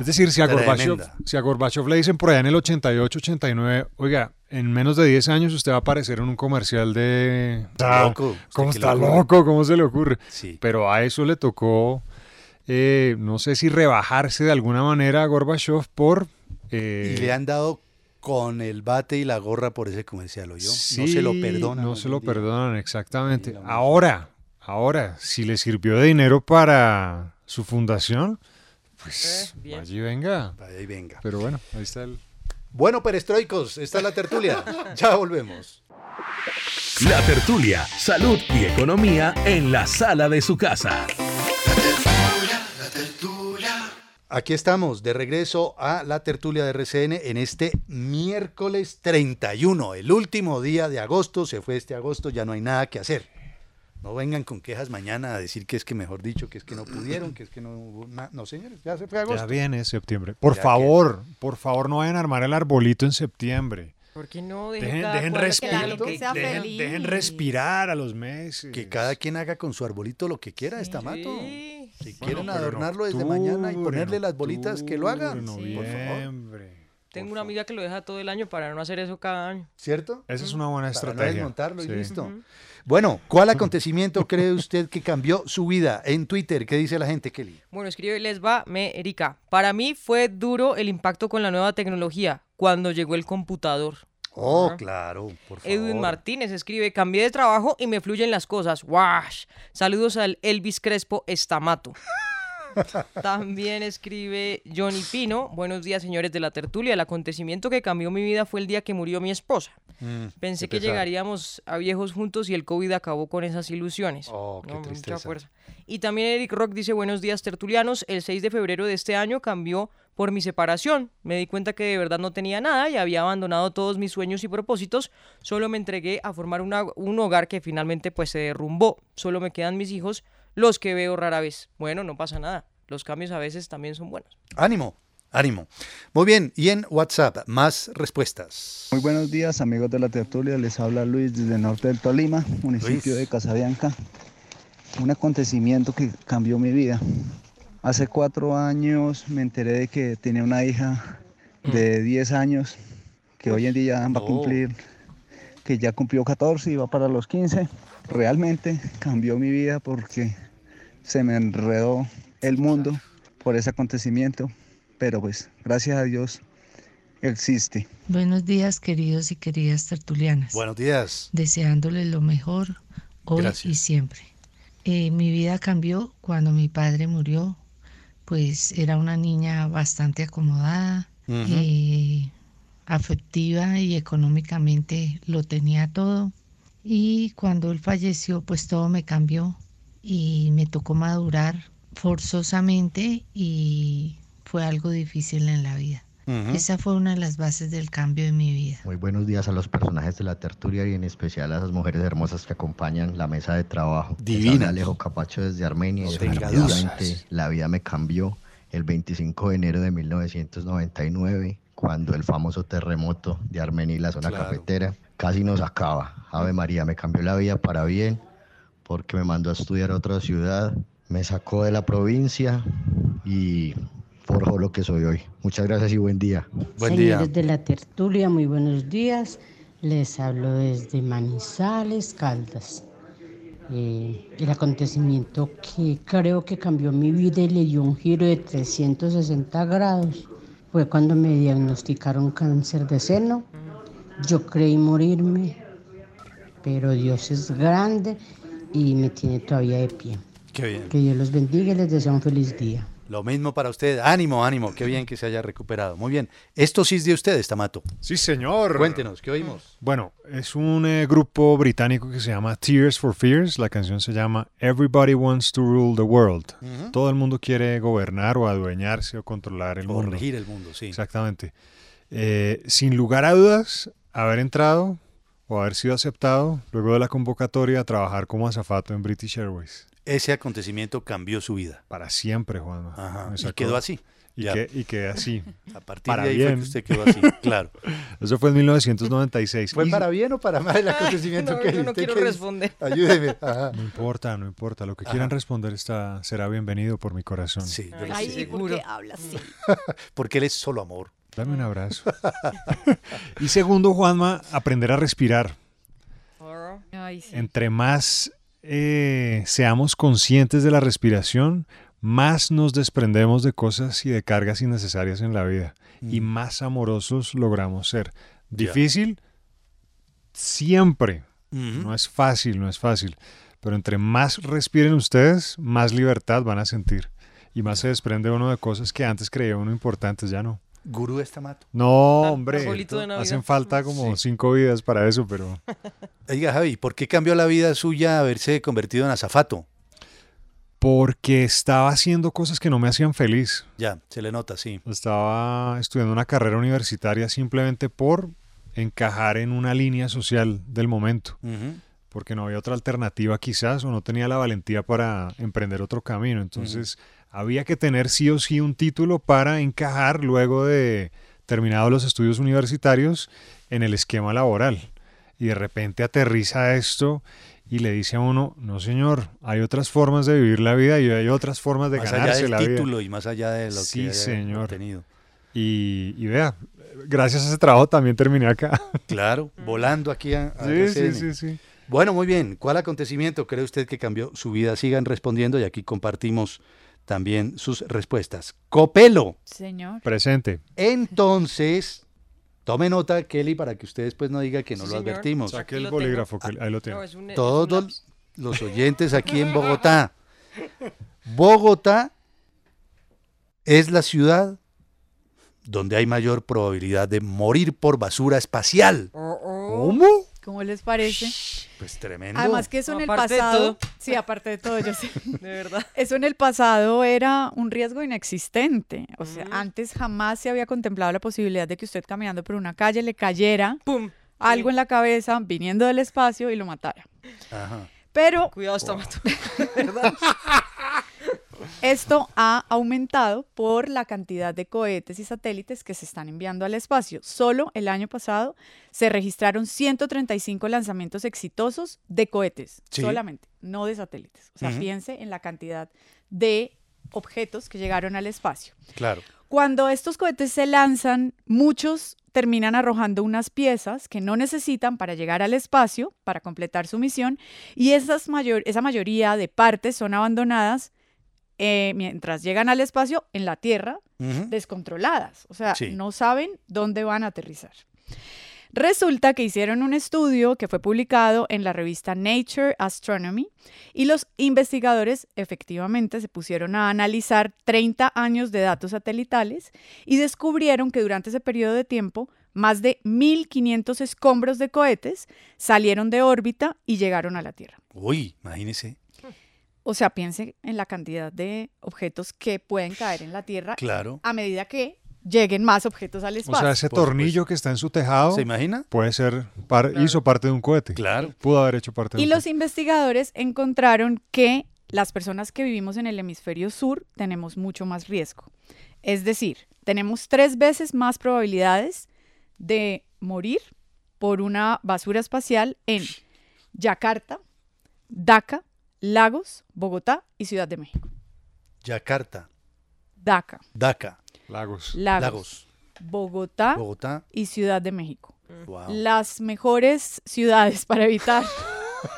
[SPEAKER 6] Es decir, si a, Gorbachev,
[SPEAKER 3] Tremenda.
[SPEAKER 6] si a Gorbachev le dicen por allá en el 88, 89, oiga, en menos de 10 años usted va a aparecer en un comercial de...
[SPEAKER 3] Está loco, ¿usted
[SPEAKER 6] ¿Cómo
[SPEAKER 3] qué le
[SPEAKER 6] está
[SPEAKER 3] ocurre?
[SPEAKER 6] loco? ¿Cómo se le ocurre?
[SPEAKER 3] Sí.
[SPEAKER 6] Pero a eso le tocó, eh, no sé si rebajarse de alguna manera a Gorbachev por... eh,
[SPEAKER 3] Y le han dado con el bate y la gorra por ese comercial, ¿oyó? no se lo
[SPEAKER 6] sí,
[SPEAKER 3] perdonan.
[SPEAKER 6] No se lo perdonan, exactamente. Ahora, ahora, si le sirvió de dinero para su fundación, pues allí venga.
[SPEAKER 3] Ahí venga.
[SPEAKER 6] Pero bueno, ahí está el...
[SPEAKER 3] Bueno, perestroicos, esta es la tertulia. ya volvemos.
[SPEAKER 2] La tertulia, salud y economía en la sala de su casa.
[SPEAKER 3] Aquí estamos, de regreso a la tertulia de RCN en este miércoles 31, el último día de agosto. Se fue este agosto, ya no hay nada que hacer. No vengan con quejas mañana a decir que es que, mejor dicho, que es que no pudieron, que es que no hubo na- No, señores, ya se fue agosto.
[SPEAKER 6] Ya viene septiembre. Por
[SPEAKER 3] Ya que-
[SPEAKER 6] favor, por favor, no vayan a armar el arbolito en septiembre.
[SPEAKER 5] ¿Por qué no
[SPEAKER 6] Dejen-
[SPEAKER 5] dejen, cada
[SPEAKER 6] dejen
[SPEAKER 5] cual
[SPEAKER 6] respirar.
[SPEAKER 5] hacer lo que-
[SPEAKER 6] Claro, que sea
[SPEAKER 5] dejen-
[SPEAKER 6] feliz.
[SPEAKER 5] dejen
[SPEAKER 6] respirar a los meses.
[SPEAKER 3] Que cada quien haga con su arbolito lo que quiera, esta mato. Si quieren
[SPEAKER 6] pero en
[SPEAKER 3] adornarlo desde
[SPEAKER 6] octubre,
[SPEAKER 3] mañana y
[SPEAKER 6] en
[SPEAKER 3] ponerle las bolitas, que lo hagan.
[SPEAKER 6] octubre,
[SPEAKER 3] Por favor.
[SPEAKER 5] Tengo una amiga que lo deja todo el año para no hacer eso cada año.
[SPEAKER 3] ¿Cierto?
[SPEAKER 6] Esa es una buena
[SPEAKER 3] Para no
[SPEAKER 6] estrategia.
[SPEAKER 3] desmontarlo y
[SPEAKER 6] Sí.
[SPEAKER 3] listo. Bueno, ¿cuál acontecimiento cree usted que cambió su vida en Twitter? ¿Qué dice la gente, Kelly?
[SPEAKER 5] Bueno, escribe Les va me Erika. Para mí fue duro el impacto con la nueva tecnología cuando llegó el computador.
[SPEAKER 3] Oh,
[SPEAKER 5] Ajá.
[SPEAKER 3] claro, por favor.
[SPEAKER 5] Edwin Martínez escribe, cambié de trabajo y me fluyen las cosas. ¡Wash! Saludos al Elvis Crespo
[SPEAKER 3] <laughs>
[SPEAKER 5] Estamato. También escribe Johnny Pino, buenos días señores de la tertulia, el acontecimiento que cambió mi vida fue el día que murió mi esposa.
[SPEAKER 3] Mm,
[SPEAKER 5] Pensé que llegaríamos a viejos juntos y el COVID acabó con esas ilusiones.
[SPEAKER 3] Oh, qué
[SPEAKER 5] No, mucha
[SPEAKER 3] tristeza.
[SPEAKER 5] fuerza. Y también Eric Rock dice, buenos días tertulianos, el 6 de febrero de este año cambió por mi separación. Me di cuenta que de verdad no tenía nada y había abandonado todos mis sueños y propósitos. Solo me entregué a formar una- un hogar que finalmente pues se derrumbó. Solo me quedan mis hijos, los que veo rara vez. Bueno, no pasa nada. Los cambios a veces también son buenos.
[SPEAKER 3] Ánimo, ánimo. Muy bien, y en WhatsApp, más respuestas.
[SPEAKER 13] Muy buenos días, amigos de la tertulia. Les habla Luis desde el norte del Tolima, municipio
[SPEAKER 3] Luis.
[SPEAKER 13] de Casabianca. Un acontecimiento que cambió mi vida. Hace cuatro años me enteré de que tenía una hija de 10 años que hoy en día va a cumplir, que ya cumplió 14 y va para los 15. Realmente cambió mi vida porque se me enredó el mundo por ese acontecimiento, pero pues gracias a Dios existe.
[SPEAKER 14] Buenos días, queridos y queridas tertulianas.
[SPEAKER 3] Buenos días.
[SPEAKER 14] Deseándoles lo mejor hoy
[SPEAKER 3] Gracias.
[SPEAKER 14] y siempre. Eh, mi vida cambió cuando mi padre murió, pues era una niña bastante acomodada,
[SPEAKER 15] Ujú.
[SPEAKER 14] eh, afectiva y económicamente lo tenía todo. Y cuando él falleció, pues todo me cambió y me tocó madurar forzosamente y fue algo difícil en la vida.
[SPEAKER 15] Ujú.
[SPEAKER 14] Esa fue una de las bases del cambio de mi vida.
[SPEAKER 15] Muy buenos días a los personajes de la tertulia y en especial a esas mujeres hermosas que acompañan la mesa de trabajo. Les habla
[SPEAKER 3] Divinas.
[SPEAKER 15] Alejo Capacho desde Armenia.
[SPEAKER 3] No
[SPEAKER 15] y
[SPEAKER 3] tenga
[SPEAKER 15] definitivamente
[SPEAKER 3] dudas.
[SPEAKER 15] la vida me cambió el 25 de enero de 1999 cuando el famoso terremoto de Armenia y la zona
[SPEAKER 3] Claro.
[SPEAKER 15] cafetera casi nos acaba. Ave María, me cambió la vida para bien porque me mandó a estudiar a otra ciudad, me sacó de la provincia y forjó lo que soy hoy. Muchas gracias y buen día.
[SPEAKER 16] Señores de la tertulia, muy buenos días. Les hablo desde Manizales, Caldas. Eh, el acontecimiento que creo que cambió mi vida y le dio un giro de 360 grados fue cuando me diagnosticaron cáncer de seno. Yo creí morirme, pero Dios es grande y me tiene todavía de pie.
[SPEAKER 3] Qué bien.
[SPEAKER 16] Que Dios los bendiga y les deseo un feliz día.
[SPEAKER 3] Lo mismo para usted. Ánimo, ánimo. Qué bien que se haya recuperado. Muy bien. Esto sí es de ustedes, Tamato.
[SPEAKER 6] Sí, señor.
[SPEAKER 3] Cuéntenos, ¿qué oímos?
[SPEAKER 6] Bueno, es un eh, grupo británico que se llama Tears for Fears. La canción se llama Everybody Wants to Rule the World. Todo el mundo quiere gobernar o adueñarse o controlar el mundo.
[SPEAKER 3] Corregir el mundo, sí.
[SPEAKER 6] Exactamente. Eh, sin lugar a dudas, haber entrado o haber sido aceptado luego de la convocatoria a trabajar como azafato en British Airways.
[SPEAKER 3] Ese acontecimiento cambió su vida.
[SPEAKER 6] Para siempre, Juanma.
[SPEAKER 3] Ajá.
[SPEAKER 6] Me
[SPEAKER 3] Y
[SPEAKER 6] sacó-
[SPEAKER 3] quedó así.
[SPEAKER 6] Y,
[SPEAKER 3] Ya.
[SPEAKER 6] que- y quedé así.
[SPEAKER 3] A partir de ahí fue que usted quedó
[SPEAKER 6] <laughs>
[SPEAKER 3] así, claro.
[SPEAKER 6] Eso fue en 1996.
[SPEAKER 3] ¿Fue
[SPEAKER 6] Y-
[SPEAKER 3] para bien o para mal el acontecimiento
[SPEAKER 5] no,
[SPEAKER 3] que
[SPEAKER 5] yo no
[SPEAKER 3] ¿Usted
[SPEAKER 5] quiero
[SPEAKER 3] qué dice?
[SPEAKER 5] responder.
[SPEAKER 3] Ayúdeme.
[SPEAKER 6] No importa, no importa. Lo que
[SPEAKER 3] Ajá.
[SPEAKER 6] quieran responder está, será bienvenido por mi corazón.
[SPEAKER 3] Sí, yo lo
[SPEAKER 7] Ay,
[SPEAKER 3] sé.
[SPEAKER 7] ¿por qué habla así?
[SPEAKER 3] <laughs> Porque él es solo amor.
[SPEAKER 6] Dame un
[SPEAKER 3] <laughs>
[SPEAKER 6] abrazo. y segundo, Juanma, aprender a respirar.
[SPEAKER 7] Ay, sí.
[SPEAKER 6] Entre más eh, seamos conscientes de la respiración, más nos desprendemos de cosas y de cargas innecesarias en la vida y más amorosos logramos ser.
[SPEAKER 3] Mm. Ya.
[SPEAKER 6] Difícil, siempre.
[SPEAKER 3] Ujú.
[SPEAKER 6] No es fácil, no es fácil. Pero entre más respiren ustedes, más libertad van a sentir. Y más se desprende uno de cosas que antes creía uno importantes, ya no.
[SPEAKER 3] Gurú es Tamato.
[SPEAKER 6] No,
[SPEAKER 3] Tan-
[SPEAKER 6] hombre.
[SPEAKER 3] arbolito de Navidad.
[SPEAKER 6] Hacen falta como cinco vidas para eso, pero
[SPEAKER 3] Oiga, Javi, ¿por qué cambió la vida suya haberse convertido en azafato?
[SPEAKER 6] porque estaba haciendo cosas que no me hacían feliz.
[SPEAKER 3] Ya, se le nota, sí.
[SPEAKER 6] Estaba estudiando una carrera universitaria simplemente por encajar en una línea social del momento,
[SPEAKER 3] Ujú.
[SPEAKER 6] porque no había otra alternativa quizás o no tenía la valentía para emprender otro camino. Entonces había que tener sí o sí un título para encajar luego de terminados los estudios universitarios en el esquema laboral. Y de repente aterriza esto y le dice a uno, no señor, hay otras formas de vivir la vida y hay otras formas de
[SPEAKER 3] Más allá
[SPEAKER 6] ganarse
[SPEAKER 3] del
[SPEAKER 6] la vida.
[SPEAKER 3] título y más allá de lo
[SPEAKER 6] Sí,
[SPEAKER 3] que haya
[SPEAKER 6] señor.
[SPEAKER 3] obtenido.
[SPEAKER 6] Y, y vea, gracias a ese trabajo también terminé acá.
[SPEAKER 3] Claro, volando aquí a, a
[SPEAKER 6] Sí,
[SPEAKER 3] RCN.
[SPEAKER 6] sí, sí, sí.
[SPEAKER 3] Bueno, muy bien. ¿Cuál acontecimiento cree usted que cambió su vida? Sigan respondiendo y aquí compartimos también sus respuestas. Copelo.
[SPEAKER 7] Señor.
[SPEAKER 6] Presente.
[SPEAKER 3] Entonces, tome nota, Kelly, para que ustedes pues no diga que no
[SPEAKER 6] Sí,
[SPEAKER 3] lo
[SPEAKER 6] señor.
[SPEAKER 3] advertimos.
[SPEAKER 6] Saque el Aquí lo bolígrafo, tengo. que ahí lo tengo. No, es un- es un
[SPEAKER 3] Todos los oyentes aquí en Bogotá. Bogotá es la ciudad donde hay mayor probabilidad de morir por basura espacial.
[SPEAKER 6] Oh.
[SPEAKER 3] ¿Cómo?
[SPEAKER 7] ¿Cómo les parece?
[SPEAKER 3] Pues tremendo.
[SPEAKER 7] Además que eso en el
[SPEAKER 5] Aparte de
[SPEAKER 7] pasado,
[SPEAKER 5] todo.
[SPEAKER 7] sí, aparte de todo, yo sé.
[SPEAKER 5] <laughs> De verdad.
[SPEAKER 7] Eso en el pasado era un riesgo inexistente. O sea,
[SPEAKER 5] Mm.
[SPEAKER 7] antes jamás se había contemplado la posibilidad de que usted caminando por una calle le cayera algo en la cabeza viniendo del espacio y lo matara.
[SPEAKER 3] Ajá.
[SPEAKER 7] Pero
[SPEAKER 5] Cuidado, está mato.
[SPEAKER 7] <laughs> Esto ha aumentado por la cantidad de cohetes y satélites que se están enviando al espacio. Solo el año pasado se registraron 135 lanzamientos exitosos de cohetes,
[SPEAKER 17] Sí.
[SPEAKER 7] solamente, no de satélites. O sea,
[SPEAKER 17] Ujú.
[SPEAKER 7] piense en la cantidad de objetos que llegaron al espacio.
[SPEAKER 3] Claro.
[SPEAKER 7] Cuando estos cohetes se lanzan, muchos terminan arrojando unas piezas que no necesitan para llegar al espacio, para completar su misión, y esas mayor- esa mayoría de partes son abandonadas eh, mientras llegan al espacio en la Tierra,
[SPEAKER 17] Ujú.
[SPEAKER 7] descontroladas, o sea,
[SPEAKER 17] Sí.
[SPEAKER 7] no saben dónde van a aterrizar. Resulta que hicieron un estudio que fue publicado en la revista Nature Astronomy y los investigadores efectivamente se pusieron a analizar 30 años de datos satelitales y descubrieron que durante ese periodo de tiempo más de 1.500 escombros de cohetes salieron de órbita y llegaron a la Tierra.
[SPEAKER 3] Uy, imagínese.
[SPEAKER 7] O sea, piensen en la cantidad de objetos que pueden caer en la Tierra
[SPEAKER 3] Claro.
[SPEAKER 7] a medida que lleguen más objetos al espacio.
[SPEAKER 6] O sea, ese tornillo que está en su tejado.
[SPEAKER 3] ¿Se imagina?
[SPEAKER 6] Puede ser, par- hizo parte de un cohete. Claro. Pudo haber hecho parte de
[SPEAKER 7] Y
[SPEAKER 6] un
[SPEAKER 7] los investigadores encontraron que las personas que vivimos en el hemisferio sur tenemos mucho más riesgo. Es decir, tenemos tres veces más probabilidades de morir por una basura espacial en Yakarta, Dhaka, Lagos, Bogotá y Ciudad de México.
[SPEAKER 3] Yakarta,
[SPEAKER 7] Dhaka,
[SPEAKER 3] Dhaka,
[SPEAKER 6] Lagos. Mm.
[SPEAKER 7] Lagos, Bogotá,
[SPEAKER 3] Bogotá.
[SPEAKER 7] y Ciudad de México.
[SPEAKER 3] Wow.
[SPEAKER 7] Las mejores ciudades
[SPEAKER 6] <laughs>
[SPEAKER 7] para evitar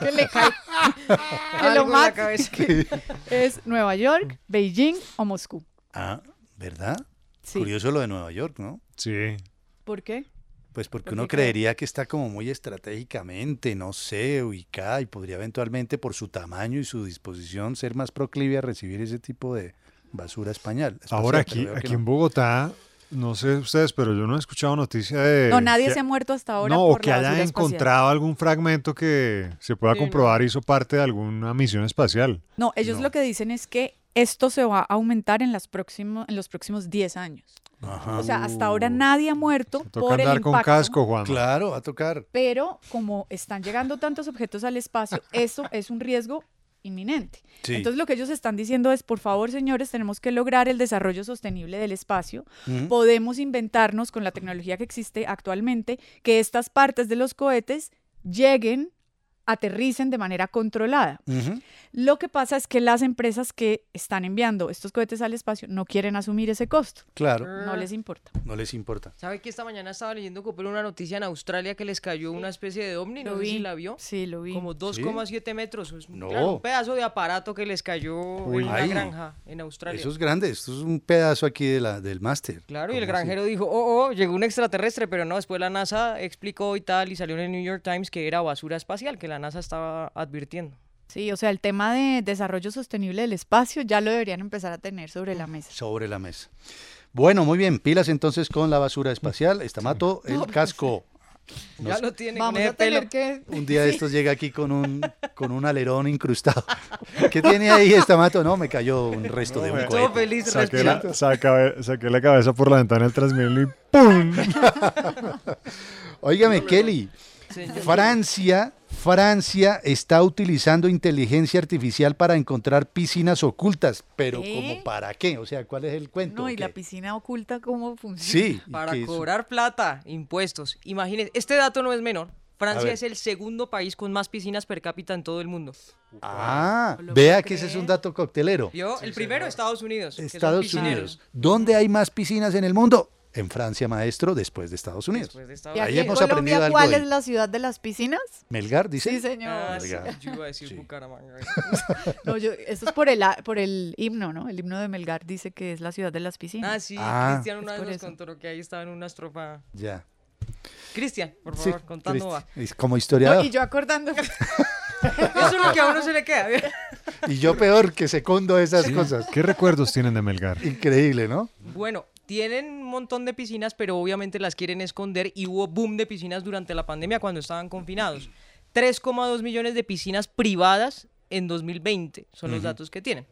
[SPEAKER 7] que
[SPEAKER 5] <laughs>
[SPEAKER 7] le caiga que
[SPEAKER 5] Algo
[SPEAKER 7] lo
[SPEAKER 5] en la
[SPEAKER 7] maten
[SPEAKER 5] cabeza.
[SPEAKER 7] es Nueva York, Beijing o Moscú.
[SPEAKER 3] Ah, ¿verdad?
[SPEAKER 7] Sí.
[SPEAKER 3] Curioso lo de Nueva York, ¿no?
[SPEAKER 6] Sí.
[SPEAKER 7] ¿Por qué?
[SPEAKER 3] Pues porque
[SPEAKER 7] Porque
[SPEAKER 3] uno
[SPEAKER 7] creo-
[SPEAKER 3] creería que está como muy estratégicamente, no sé, ubicada y podría eventualmente por su tamaño y su disposición ser más proclive a recibir ese tipo de basura español.
[SPEAKER 6] Ahora
[SPEAKER 3] espacial,
[SPEAKER 6] aquí,
[SPEAKER 3] pero veo que
[SPEAKER 6] aquí
[SPEAKER 3] no.
[SPEAKER 6] en Bogotá, no sé ustedes, pero yo no he escuchado noticia de...
[SPEAKER 7] No, nadie
[SPEAKER 6] Eh, que-
[SPEAKER 7] se ha muerto hasta ahora
[SPEAKER 6] No, o
[SPEAKER 7] por
[SPEAKER 6] que
[SPEAKER 7] la
[SPEAKER 6] haya
[SPEAKER 7] basura espacial.
[SPEAKER 6] encontrado algún fragmento que se pueda
[SPEAKER 7] Sí, no.
[SPEAKER 6] comprobar hizo parte de alguna misión espacial.
[SPEAKER 7] No, ellos lo que dicen es que esto se va a aumentar en, las próximo- en los próximos 10 años.
[SPEAKER 3] Ajá.
[SPEAKER 7] O sea, hasta ahora nadie ha muerto
[SPEAKER 6] Uh. Toca
[SPEAKER 7] por el
[SPEAKER 6] andar
[SPEAKER 7] impacto.
[SPEAKER 6] con casco, Juan.
[SPEAKER 3] Claro, va a tocar.
[SPEAKER 7] Pero como están llegando tantos objetos al
[SPEAKER 3] <laughs>
[SPEAKER 7] espacio, eso es un riesgo inminente.
[SPEAKER 3] Sí.
[SPEAKER 7] Entonces lo que ellos están diciendo es, por favor, señores, tenemos que lograr el desarrollo sostenible del espacio.
[SPEAKER 3] Ujú.
[SPEAKER 7] Podemos inventarnos con la tecnología que existe actualmente que estas partes de los cohetes lleguen, aterricen de manera controlada.
[SPEAKER 3] Ujú.
[SPEAKER 7] Lo que pasa es que las empresas que están enviando estos cohetes al espacio no quieren asumir ese costo.
[SPEAKER 3] Claro.
[SPEAKER 7] No les importa.
[SPEAKER 3] No les importa.
[SPEAKER 5] ¿Sabe que esta mañana estaba leyendo Copelo una noticia en Australia que les cayó una especie de ovni?
[SPEAKER 7] Lo
[SPEAKER 5] no sé si
[SPEAKER 7] vi.
[SPEAKER 5] la vio.
[SPEAKER 7] Sí, lo vi.
[SPEAKER 5] Como 2,7 metros. Es un-
[SPEAKER 3] No.
[SPEAKER 5] claro, un pedazo de aparato que les cayó
[SPEAKER 3] Uy.
[SPEAKER 5] en una
[SPEAKER 3] Ay.
[SPEAKER 5] granja en Australia.
[SPEAKER 3] Eso es grande, esto es un pedazo aquí de la, del máster.
[SPEAKER 5] Claro, y
[SPEAKER 3] ¿Cómo
[SPEAKER 5] el
[SPEAKER 3] así?
[SPEAKER 5] granjero dijo, oh, oh, llegó un extraterrestre, pero no, después la NASA explicó y tal, y salió en el New York Times que era basura espacial, que la NASA estaba advirtiendo.
[SPEAKER 7] Sí, o sea, el tema de desarrollo sostenible del espacio ya lo deberían empezar a tener sobre la mesa.
[SPEAKER 3] Sobre la mesa. Bueno, muy bien, pilas entonces con la basura
[SPEAKER 5] Mm.
[SPEAKER 3] espacial, estamato, el casco.
[SPEAKER 5] pues, ya lo tiene.
[SPEAKER 7] Vamos
[SPEAKER 5] con
[SPEAKER 7] a
[SPEAKER 5] ese
[SPEAKER 7] tener
[SPEAKER 5] pelo.
[SPEAKER 7] que...
[SPEAKER 3] Un día de estos llega aquí con
[SPEAKER 5] <laughs>
[SPEAKER 3] un, con un alerón incrustado. ¿Qué tiene ahí Estamato? No, me cayó un resto de un
[SPEAKER 6] Todo
[SPEAKER 3] cohete.
[SPEAKER 5] feliz
[SPEAKER 6] Saqué la, saca- saqué la cabeza por la ventana del Transmilenio y ¡pum!
[SPEAKER 3] <laughs> Óigame, Kelly.
[SPEAKER 5] Señor.
[SPEAKER 3] Francia, Francia está utilizando inteligencia artificial para encontrar piscinas ocultas, pero
[SPEAKER 7] ¿Qué?
[SPEAKER 5] ¿Eh?
[SPEAKER 3] ¿como para qué? O sea, ¿cuál es el cuento?
[SPEAKER 7] No, y
[SPEAKER 3] ¿Qué?
[SPEAKER 7] la piscina oculta, ¿cómo funciona?
[SPEAKER 3] Sí. ¿y
[SPEAKER 5] Para
[SPEAKER 3] qué es?
[SPEAKER 5] cobrar plata, impuestos. Imagínense, este dato no es menor. Francia
[SPEAKER 3] ver.
[SPEAKER 5] es el segundo país con más piscinas per cápita en todo el mundo.
[SPEAKER 3] Ah,
[SPEAKER 5] No lo
[SPEAKER 3] vea
[SPEAKER 5] puedo
[SPEAKER 3] que ese es un
[SPEAKER 5] creer.
[SPEAKER 3] dato coctelero.
[SPEAKER 5] Yo, el primero, Estados Unidos. que son
[SPEAKER 3] Estados
[SPEAKER 5] piscineros.
[SPEAKER 3] Unidos. ¿Dónde hay más piscinas en el mundo? En Francia, maestro, después de Estados Unidos.
[SPEAKER 5] Después de Estados
[SPEAKER 7] ¿Y
[SPEAKER 3] Ahí
[SPEAKER 7] aquí en
[SPEAKER 3] hemos aprendido
[SPEAKER 7] Colombia
[SPEAKER 3] algo
[SPEAKER 7] cuál
[SPEAKER 3] hoy.
[SPEAKER 7] es la ciudad de las piscinas?
[SPEAKER 3] Melgar, dice.
[SPEAKER 7] Sí, señor.
[SPEAKER 5] Ah, sí,
[SPEAKER 3] Verga.
[SPEAKER 5] yo iba a decir
[SPEAKER 3] <laughs>
[SPEAKER 5] Bucaramanga.
[SPEAKER 7] No, yo- eso es por el, a- por el himno, ¿no? El himno de Melgar dice que es la ciudad de las piscinas.
[SPEAKER 5] Ah, sí,
[SPEAKER 3] Ah.
[SPEAKER 5] Cristian una
[SPEAKER 7] Es
[SPEAKER 5] vez
[SPEAKER 7] por
[SPEAKER 5] nos
[SPEAKER 7] eso.
[SPEAKER 5] contó que ahí estaba en una estrofa.
[SPEAKER 3] Ya.
[SPEAKER 5] Cristian, por
[SPEAKER 3] Sí,
[SPEAKER 5] favor, contando va.
[SPEAKER 3] Cristi- es Como
[SPEAKER 7] No,
[SPEAKER 3] historiador.
[SPEAKER 7] y yo acordando.
[SPEAKER 5] <laughs> Eso es lo que a uno se le
[SPEAKER 7] <laughs>
[SPEAKER 5] queda.
[SPEAKER 3] Y yo peor que secundo esas cosas.
[SPEAKER 6] ¿Qué recuerdos tienen de Melgar?
[SPEAKER 3] Increíble, ¿no?
[SPEAKER 5] Bueno, tienen un montón de piscinas, pero obviamente las quieren esconder y hubo boom de piscinas durante la pandemia cuando estaban confinados. 3,2 millones de piscinas privadas en 2020 son los
[SPEAKER 3] Ujú.
[SPEAKER 5] datos que tienen.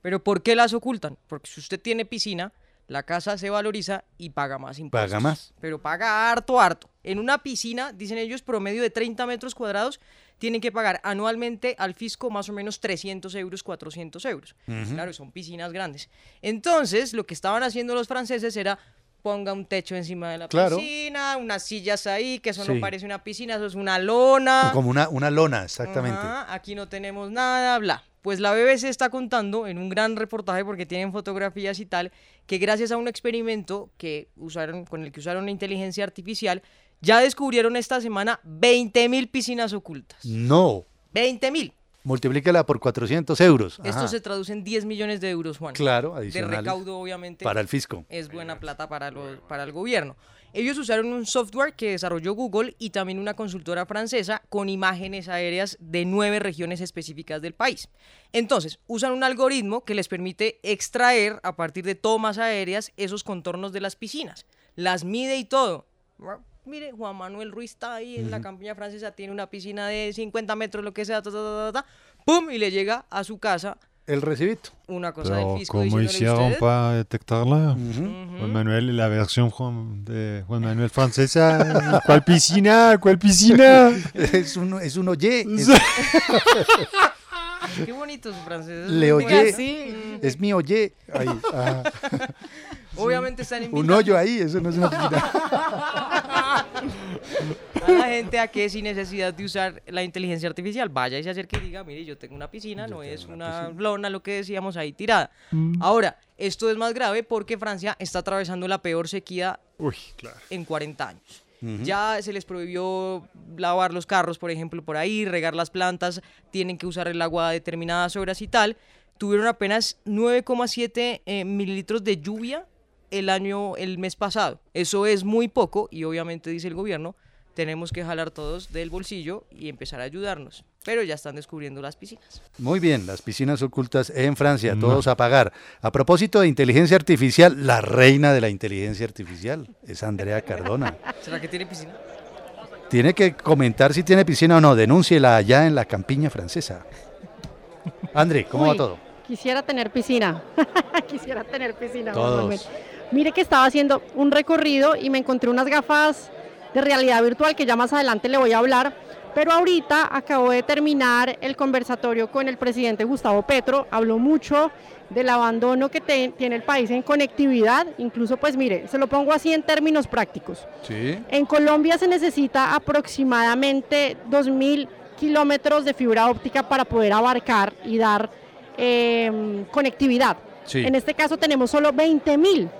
[SPEAKER 5] Pero ¿por qué las ocultan? Porque si usted tiene piscina, la casa se valoriza y paga más impuestos.
[SPEAKER 3] Paga más.
[SPEAKER 5] Pero paga harto, harto. En una piscina, dicen ellos, promedio de 30 metros cuadrados, tienen que pagar anualmente al fisco más o menos 300 euros, 400 euros.
[SPEAKER 3] Ujú.
[SPEAKER 5] Claro, son piscinas grandes. Entonces, lo que estaban haciendo los franceses era ponga un techo encima de la
[SPEAKER 3] Claro.
[SPEAKER 5] piscina, unas sillas ahí, que eso
[SPEAKER 3] Sí.
[SPEAKER 5] no parece una piscina, eso es una lona.
[SPEAKER 3] Como una, una lona, exactamente.
[SPEAKER 5] Ah. Ajá, aquí no tenemos nada, bla. Pues la BBC está contando en un gran reportaje porque tienen fotografías y tal que gracias a un experimento que usaron con el que usaron la inteligencia artificial ya descubrieron esta semana 20.000 piscinas ocultas.
[SPEAKER 3] No.
[SPEAKER 5] 20.000.
[SPEAKER 3] Multiplícala por 400 euros. Ajá.
[SPEAKER 5] Esto se traduce en 10 millones de euros, Juan.
[SPEAKER 3] Claro,
[SPEAKER 5] De
[SPEAKER 3] adicionales.
[SPEAKER 5] recaudo, obviamente.
[SPEAKER 3] Para el fisco.
[SPEAKER 5] Es buena plata para, los- para el gobierno. Ellos usaron un software que desarrolló Google y también una consultora francesa con imágenes aéreas de nueve regiones específicas del país. Entonces, usan un algoritmo que les permite extraer a partir de tomas aéreas esos contornos de las piscinas. Las mide y todo. Bueno, Mire, Juan Manuel Ruiz está ahí en la campaña francesa, tiene una piscina de 50 metros, lo que sea, ta, ta, ta, ta, ta, pum, y le llega a su casa
[SPEAKER 3] el recibito.
[SPEAKER 5] Una cosa
[SPEAKER 6] Pero
[SPEAKER 5] del fisco
[SPEAKER 6] ¿cómo
[SPEAKER 5] diciéndole a
[SPEAKER 6] hicieron
[SPEAKER 5] usted?
[SPEAKER 6] para detectarla?
[SPEAKER 5] Ujú.
[SPEAKER 6] Juan Manuel, la versión Juan- de Juan Manuel francesa. ¿Cuál piscina? ¿Cuál piscina?
[SPEAKER 3] Es un, es un oye. es-
[SPEAKER 5] <laughs> Qué bonitos franceses.
[SPEAKER 3] Le
[SPEAKER 5] Oiga,
[SPEAKER 3] oye.
[SPEAKER 5] sí.
[SPEAKER 3] Es mi oye. Ahí, ah.
[SPEAKER 5] <laughs> Obviamente están
[SPEAKER 3] Un
[SPEAKER 5] invitando
[SPEAKER 3] hoyo ahí, eso no es una piscina.
[SPEAKER 5] <laughs> a la gente a que sin necesidad de usar la inteligencia artificial vaya y se acerque y diga, mire, yo tengo una piscina, no es una lona, lo que decíamos ahí tirada.
[SPEAKER 6] Mm.
[SPEAKER 5] Ahora, esto es más grave porque Francia está atravesando la peor sequía
[SPEAKER 6] Uy, claro.
[SPEAKER 5] en 40 años.
[SPEAKER 6] Ujú.
[SPEAKER 5] Ya se les prohibió lavar los carros, por ejemplo, por ahí, regar las plantas, tienen que usar el agua a determinadas horas y tal. Tuvieron apenas 9,7 eh, mililitros de lluvia el año, el mes pasado. Eso es muy poco y obviamente dice el gobierno, tenemos que jalar todos del bolsillo y empezar a ayudarnos. Pero ya están descubriendo las piscinas.
[SPEAKER 3] Muy bien, las piscinas ocultas en Francia,
[SPEAKER 6] Mm.
[SPEAKER 3] todos a pagar. A propósito de inteligencia artificial, la reina de la inteligencia artificial es Andrea Cardona.
[SPEAKER 5] ¿Será que tiene piscina?
[SPEAKER 3] Tiene que comentar si tiene piscina o no. Denúnciela allá en la campiña francesa. André, ¿cómo va
[SPEAKER 4] Uy,
[SPEAKER 3] todo?
[SPEAKER 4] Quisiera tener piscina. <laughs> quisiera tener piscina. Juan
[SPEAKER 3] Todos.
[SPEAKER 4] Manuel. Mire que estaba haciendo un recorrido y me encontré unas gafas de realidad virtual que ya más adelante le voy a hablar. Pero ahorita acabo de terminar el conversatorio con el presidente Gustavo Petro. Habló mucho del abandono que te- tiene el país en conectividad. Incluso, pues mire, se lo pongo así en términos prácticos.
[SPEAKER 3] Sí.
[SPEAKER 4] En Colombia se necesita aproximadamente 2.000 kilómetros de fibra óptica para poder abarcar y dar eh, conectividad.
[SPEAKER 17] Sí.
[SPEAKER 4] En este caso tenemos solo 20.000.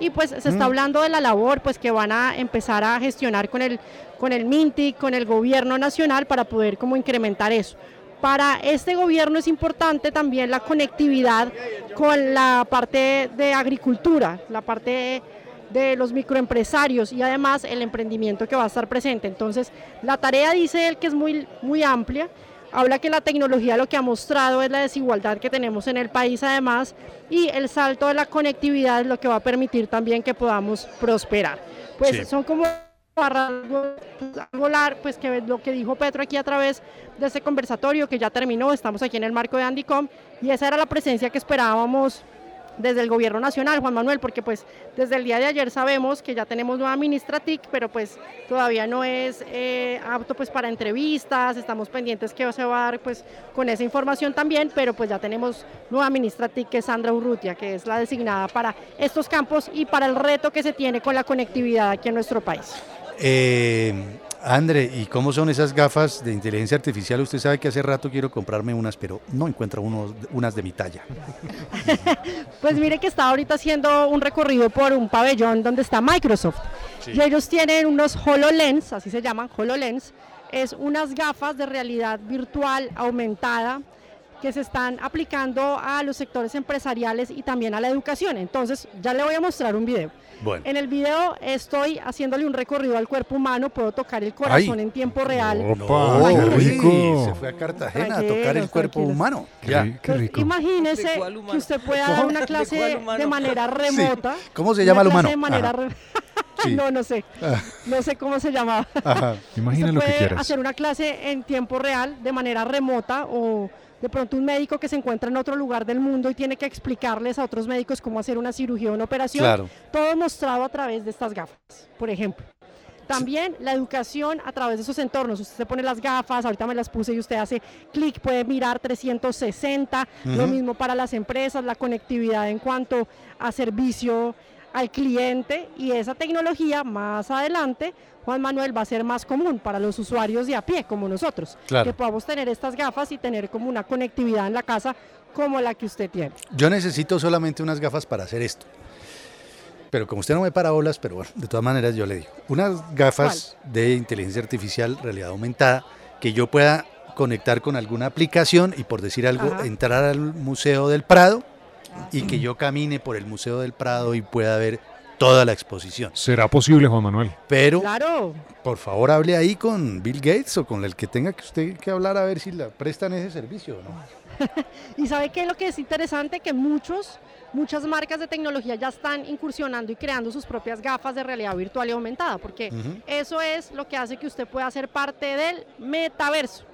[SPEAKER 4] Y pues se está
[SPEAKER 17] Mm.
[SPEAKER 4] hablando de la labor pues que van a empezar a gestionar con el, con el MINTIC, con el gobierno nacional para poder como incrementar eso. Para este gobierno es importante también la conectividad con la parte de agricultura, la parte de los microempresarios y además el emprendimiento que va a estar presente. Entonces, la tarea dice él que es muy, muy amplia. Habla que la tecnología lo que ha mostrado es la desigualdad que tenemos en el país además y el salto de la conectividad es lo que va a permitir también que podamos prosperar. Pues
[SPEAKER 17] Sí.
[SPEAKER 4] son como algo volar, pues que lo que dijo Petro aquí a través de este conversatorio que ya terminó, estamos aquí en el marco de Andicom y esa era la presencia que esperábamos desde el gobierno nacional, Juan Manuel, porque pues desde el día de ayer sabemos que ya tenemos nueva ministra TIC, pero pues todavía no es eh, apto pues para entrevistas, estamos pendientes que se va a dar pues con esa información también, pero pues ya tenemos nueva ministra TIC que es Sandra Urrutia, que es la designada para estos campos y para el reto que se tiene con la conectividad aquí en nuestro país.
[SPEAKER 3] Eh, André, ¿y cómo son esas gafas de inteligencia artificial? Usted sabe que hace rato quiero comprarme unas, pero no encuentro unos- unas de mi talla.
[SPEAKER 4] Pues mire que está ahorita haciendo un recorrido por un pabellón donde está Microsoft.
[SPEAKER 3] Sí.
[SPEAKER 4] Y ellos tienen unos HoloLens, así se llaman, HoloLens. Es unas gafas de realidad virtual aumentada que se están aplicando a los sectores empresariales y también a la educación. Entonces, ya le voy a mostrar un video.
[SPEAKER 17] Bueno.
[SPEAKER 4] En el video estoy haciéndole un recorrido al cuerpo humano, puedo tocar el corazón en tiempo real.
[SPEAKER 3] No,
[SPEAKER 6] qué
[SPEAKER 3] uy,
[SPEAKER 6] rico.
[SPEAKER 3] Se fue a Cartagena a tocar el cuerpo humano.
[SPEAKER 6] Qué
[SPEAKER 3] Ya.
[SPEAKER 6] ri- qué rico.
[SPEAKER 4] Imagínese que usted pueda dar una clase de manera remota.
[SPEAKER 3] ¿Cómo se
[SPEAKER 4] Una
[SPEAKER 3] llama el
[SPEAKER 4] clase
[SPEAKER 3] humano?
[SPEAKER 4] de manera
[SPEAKER 3] Ajá.
[SPEAKER 4] re-
[SPEAKER 6] <laughs>
[SPEAKER 3] Sí.
[SPEAKER 4] no, no sé.
[SPEAKER 3] Ah.
[SPEAKER 4] No sé cómo se llamaba.
[SPEAKER 3] Ajá. Imagina
[SPEAKER 4] Usted
[SPEAKER 3] lo que
[SPEAKER 4] puede
[SPEAKER 3] quieras.
[SPEAKER 4] hacer una clase en tiempo real, de manera remota, o de pronto un médico que se encuentra en otro lugar del mundo y tiene que explicarles a otros médicos cómo hacer una cirugía o una operación.
[SPEAKER 17] Claro.
[SPEAKER 4] Todo mostrado a través de estas gafas, por ejemplo. También la educación a través de esos entornos. Usted se pone las gafas, ahorita me las puse y usted hace clic, puede mirar 360. Lo
[SPEAKER 17] Ujú.
[SPEAKER 4] mismo para las empresas, la conectividad en cuanto a servicio al cliente y esa tecnología más adelante, Juan Manuel, va a ser más común para los usuarios de a pie como nosotros,
[SPEAKER 3] Claro.
[SPEAKER 4] que podamos tener estas gafas y tener como una conectividad en la casa como la que usted tiene.
[SPEAKER 3] Yo necesito solamente unas gafas para hacer esto. Pero como usted no me para olas, pero bueno, de todas maneras yo le digo, unas gafas de inteligencia artificial, realidad aumentada, que yo pueda conectar con alguna aplicación y por decir algo,
[SPEAKER 18] Ajá.
[SPEAKER 3] entrar al Museo del Prado y que yo camine por el Museo del Prado y pueda ver toda la exposición.
[SPEAKER 6] ¿Será posible, Juan Manuel?
[SPEAKER 3] Pero,
[SPEAKER 4] Claro.
[SPEAKER 3] por favor, hable ahí con Bill Gates o con el que tenga que usted que hablar a ver si la prestan ese servicio o no.
[SPEAKER 4] Y sabe qué es lo que es interesante que muchos muchas marcas de tecnología ya están incursionando y creando sus propias gafas de realidad virtual y aumentada, porque
[SPEAKER 17] Ujú.
[SPEAKER 4] eso es lo que hace que usted pueda ser parte del metaverso,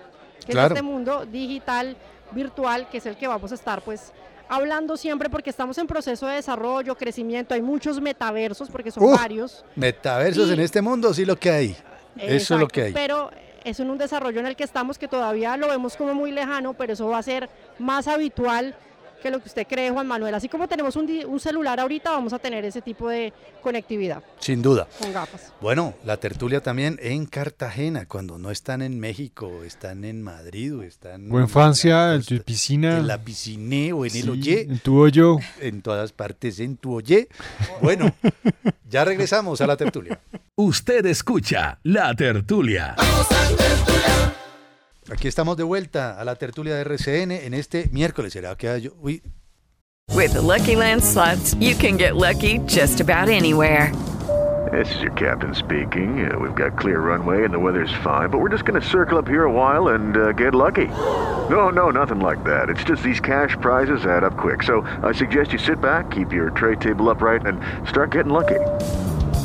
[SPEAKER 4] que
[SPEAKER 17] Claro.
[SPEAKER 4] es este mundo digital virtual, que es el que vamos a estar pues hablando siempre porque estamos en proceso de desarrollo, crecimiento, hay muchos metaversos porque son
[SPEAKER 3] Uh,
[SPEAKER 4] varios.
[SPEAKER 3] Metaversos en este mundo, sí lo que hay. Eso es lo
[SPEAKER 4] Exacto,
[SPEAKER 3] que hay.
[SPEAKER 4] Pero es en un desarrollo en el que estamos que todavía lo vemos como muy lejano, pero eso va a ser más habitual que lo que usted cree, Juan Manuel. Así como tenemos un, di- un celular ahorita, vamos a tener ese tipo de conectividad
[SPEAKER 3] Sin duda.
[SPEAKER 4] con gafas.
[SPEAKER 3] Bueno, la tertulia también en Cartagena, cuando no están en México, están en Madrid o están
[SPEAKER 6] O en Francia, en tu piscina.
[SPEAKER 3] en la piscina o en el
[SPEAKER 6] Sí,
[SPEAKER 3] Oye.
[SPEAKER 6] en tu hoyo.
[SPEAKER 3] En todas partes, en tu Oye. Bueno, ya regresamos a la tertulia.
[SPEAKER 2] Usted escucha La Tertulia.
[SPEAKER 3] Aquí estamos de vuelta a la tertulia de RCN en este miércoles. ¿Será que hay- uy,
[SPEAKER 9] With the Lucky Land slots, you can get lucky just about anywhere.
[SPEAKER 19] This is your captain speaking. Uh, we've got clear runway and the weather's fine, but we're just going to circle up here a while and uh, get lucky. No, no, nothing like that. It's just these cash prizes add up quick. So I suggest you sit back, keep your tray table upright, and start getting lucky.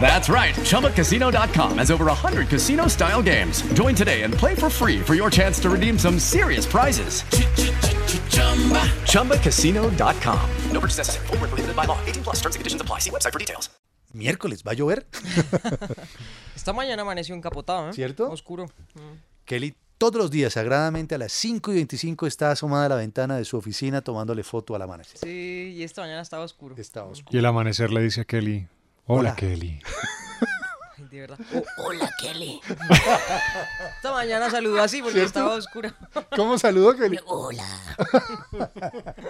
[SPEAKER 17] That's right, ChumbaCasino.com has over 100 casino style games. Join today and play for free for your chance to redeem some serious prizes. ChumbaCasino.com. No purchase necessary, Void where prohibited by law, 18 plus terms and conditions apply. See website for details.
[SPEAKER 3] miércoles, ¿va a llover?
[SPEAKER 5] Esta mañana amaneció encapotado, ¿eh?
[SPEAKER 3] ¿Cierto?
[SPEAKER 5] Oscuro. Mm.
[SPEAKER 3] Kelly todos los días, sagradamente, a las 5 y 25 está asomada a la ventana de su oficina tomándole foto al amanecer.
[SPEAKER 5] Sí, y esta mañana estaba oscuro.
[SPEAKER 3] Estaba oscuro.
[SPEAKER 6] Y el amanecer le dice a Kelly, hola,
[SPEAKER 3] Hola.
[SPEAKER 6] Kelly.
[SPEAKER 5] de verdad.
[SPEAKER 3] Oh,
[SPEAKER 1] hola, Kelly.
[SPEAKER 5] Esta mañana saludó así porque
[SPEAKER 3] ¿Cierto?
[SPEAKER 5] estaba oscura.
[SPEAKER 3] ¿Cómo saludó, Kelly? <laughs>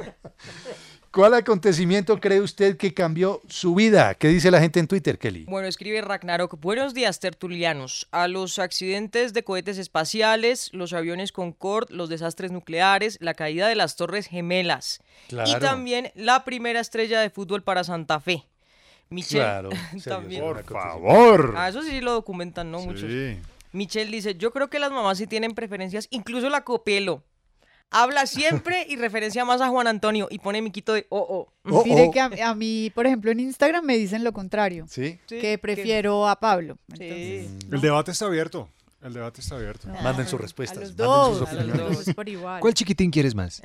[SPEAKER 3] ¿Cuál acontecimiento cree usted que cambió su vida? ¿Qué dice la gente en Twitter, Kelly?
[SPEAKER 5] Bueno, escribe Ragnarok. Buenos días, tertulianos. A los accidentes de cohetes espaciales, los aviones Concorde, los desastres nucleares, la caída de las Torres Gemelas. Y
[SPEAKER 3] Claro.
[SPEAKER 5] también la primera estrella de fútbol para Santa Fe. Michelle.
[SPEAKER 3] Claro,
[SPEAKER 5] <laughs>
[SPEAKER 3] serio,
[SPEAKER 5] también.
[SPEAKER 3] Por favor.
[SPEAKER 5] Ah, eso sí lo documentan, ¿no? Muchos. Michelle dice, yo creo que las mamás sí tienen preferencias, incluso la Copelo. Habla siempre y referencia más a Juan Antonio y pone miquito de oh, oh.
[SPEAKER 7] Mire que a, a mí, por ejemplo, en Instagram me dicen lo contrario.
[SPEAKER 3] Sí.
[SPEAKER 7] que prefiero a Pablo.
[SPEAKER 6] El debate está abierto. El debate está abierto.
[SPEAKER 3] Manden sus respuestas.
[SPEAKER 7] los manden sus dos, a los opiniones. dos por igual. ¿Cuál
[SPEAKER 6] chiquitín quieres más?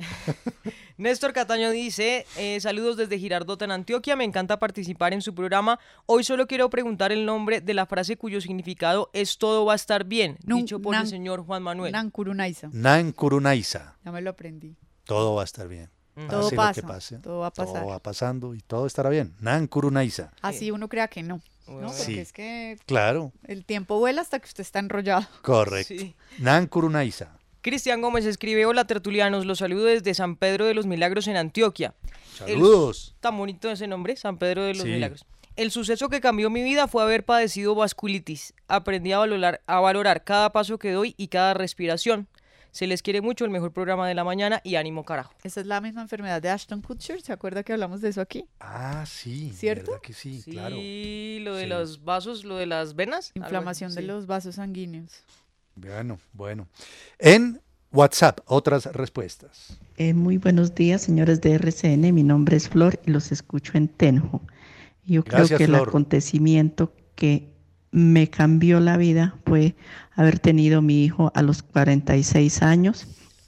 [SPEAKER 5] Néstor Cataño dice, eh, saludos desde Girardota en Antioquia, me encanta participar en su programa. Hoy solo quiero preguntar el nombre de la frase cuyo significado es todo va a estar bien,
[SPEAKER 7] Nun-
[SPEAKER 5] dicho por
[SPEAKER 7] nan-
[SPEAKER 5] el señor Juan Manuel.
[SPEAKER 7] Nancurunaiza.
[SPEAKER 3] Nan Kurunaiza.
[SPEAKER 7] Ya me lo aprendí.
[SPEAKER 3] Todo va a estar bien. Pase
[SPEAKER 7] Mm. Todo
[SPEAKER 3] lo
[SPEAKER 7] pasa,
[SPEAKER 3] que pase,
[SPEAKER 7] todo va a pasar.
[SPEAKER 3] Todo va pasando y todo estará bien. Nan Kurunaiza.
[SPEAKER 7] Así uno crea que no. ¿no?
[SPEAKER 3] Sí.
[SPEAKER 7] Porque es que
[SPEAKER 3] Claro.
[SPEAKER 7] el tiempo vuela hasta que usted está enrollado.
[SPEAKER 3] Correcto. Nan Kurunaiza.
[SPEAKER 5] Cristian Gómez escribe, hola tertulianos, los saludo desde San Pedro de los Milagros en Antioquia. El-
[SPEAKER 3] Saludos.
[SPEAKER 5] tan bonito ese nombre, San Pedro de los
[SPEAKER 3] Sí.
[SPEAKER 5] Milagros. El suceso que cambió mi vida fue haber padecido vasculitis. Aprendí a valorar, a valorar cada paso que doy y cada respiración. Se les quiere mucho, el mejor programa de la mañana y ánimo carajo.
[SPEAKER 7] Esa es la misma enfermedad de Ashton Kutcher. ¿Se acuerda que hablamos de eso aquí?
[SPEAKER 3] Ah, sí.
[SPEAKER 7] ¿Cierto?
[SPEAKER 3] ¿Verdad que sí? Claro.
[SPEAKER 5] Y lo de
[SPEAKER 3] Sí.
[SPEAKER 5] los vasos, lo de las venas. algo así,
[SPEAKER 7] Inflamación de
[SPEAKER 5] sí.
[SPEAKER 7] los vasos sanguíneos.
[SPEAKER 3] Bueno, bueno. En WhatsApp, otras respuestas.
[SPEAKER 20] Eh, muy buenos días, señores de RCN. Mi nombre es Flor y los escucho en Tenjo. Yo
[SPEAKER 3] Gracias,
[SPEAKER 20] creo que
[SPEAKER 3] Flor.
[SPEAKER 20] el acontecimiento que me cambió la vida fue haber tenido mi hijo a los 46 años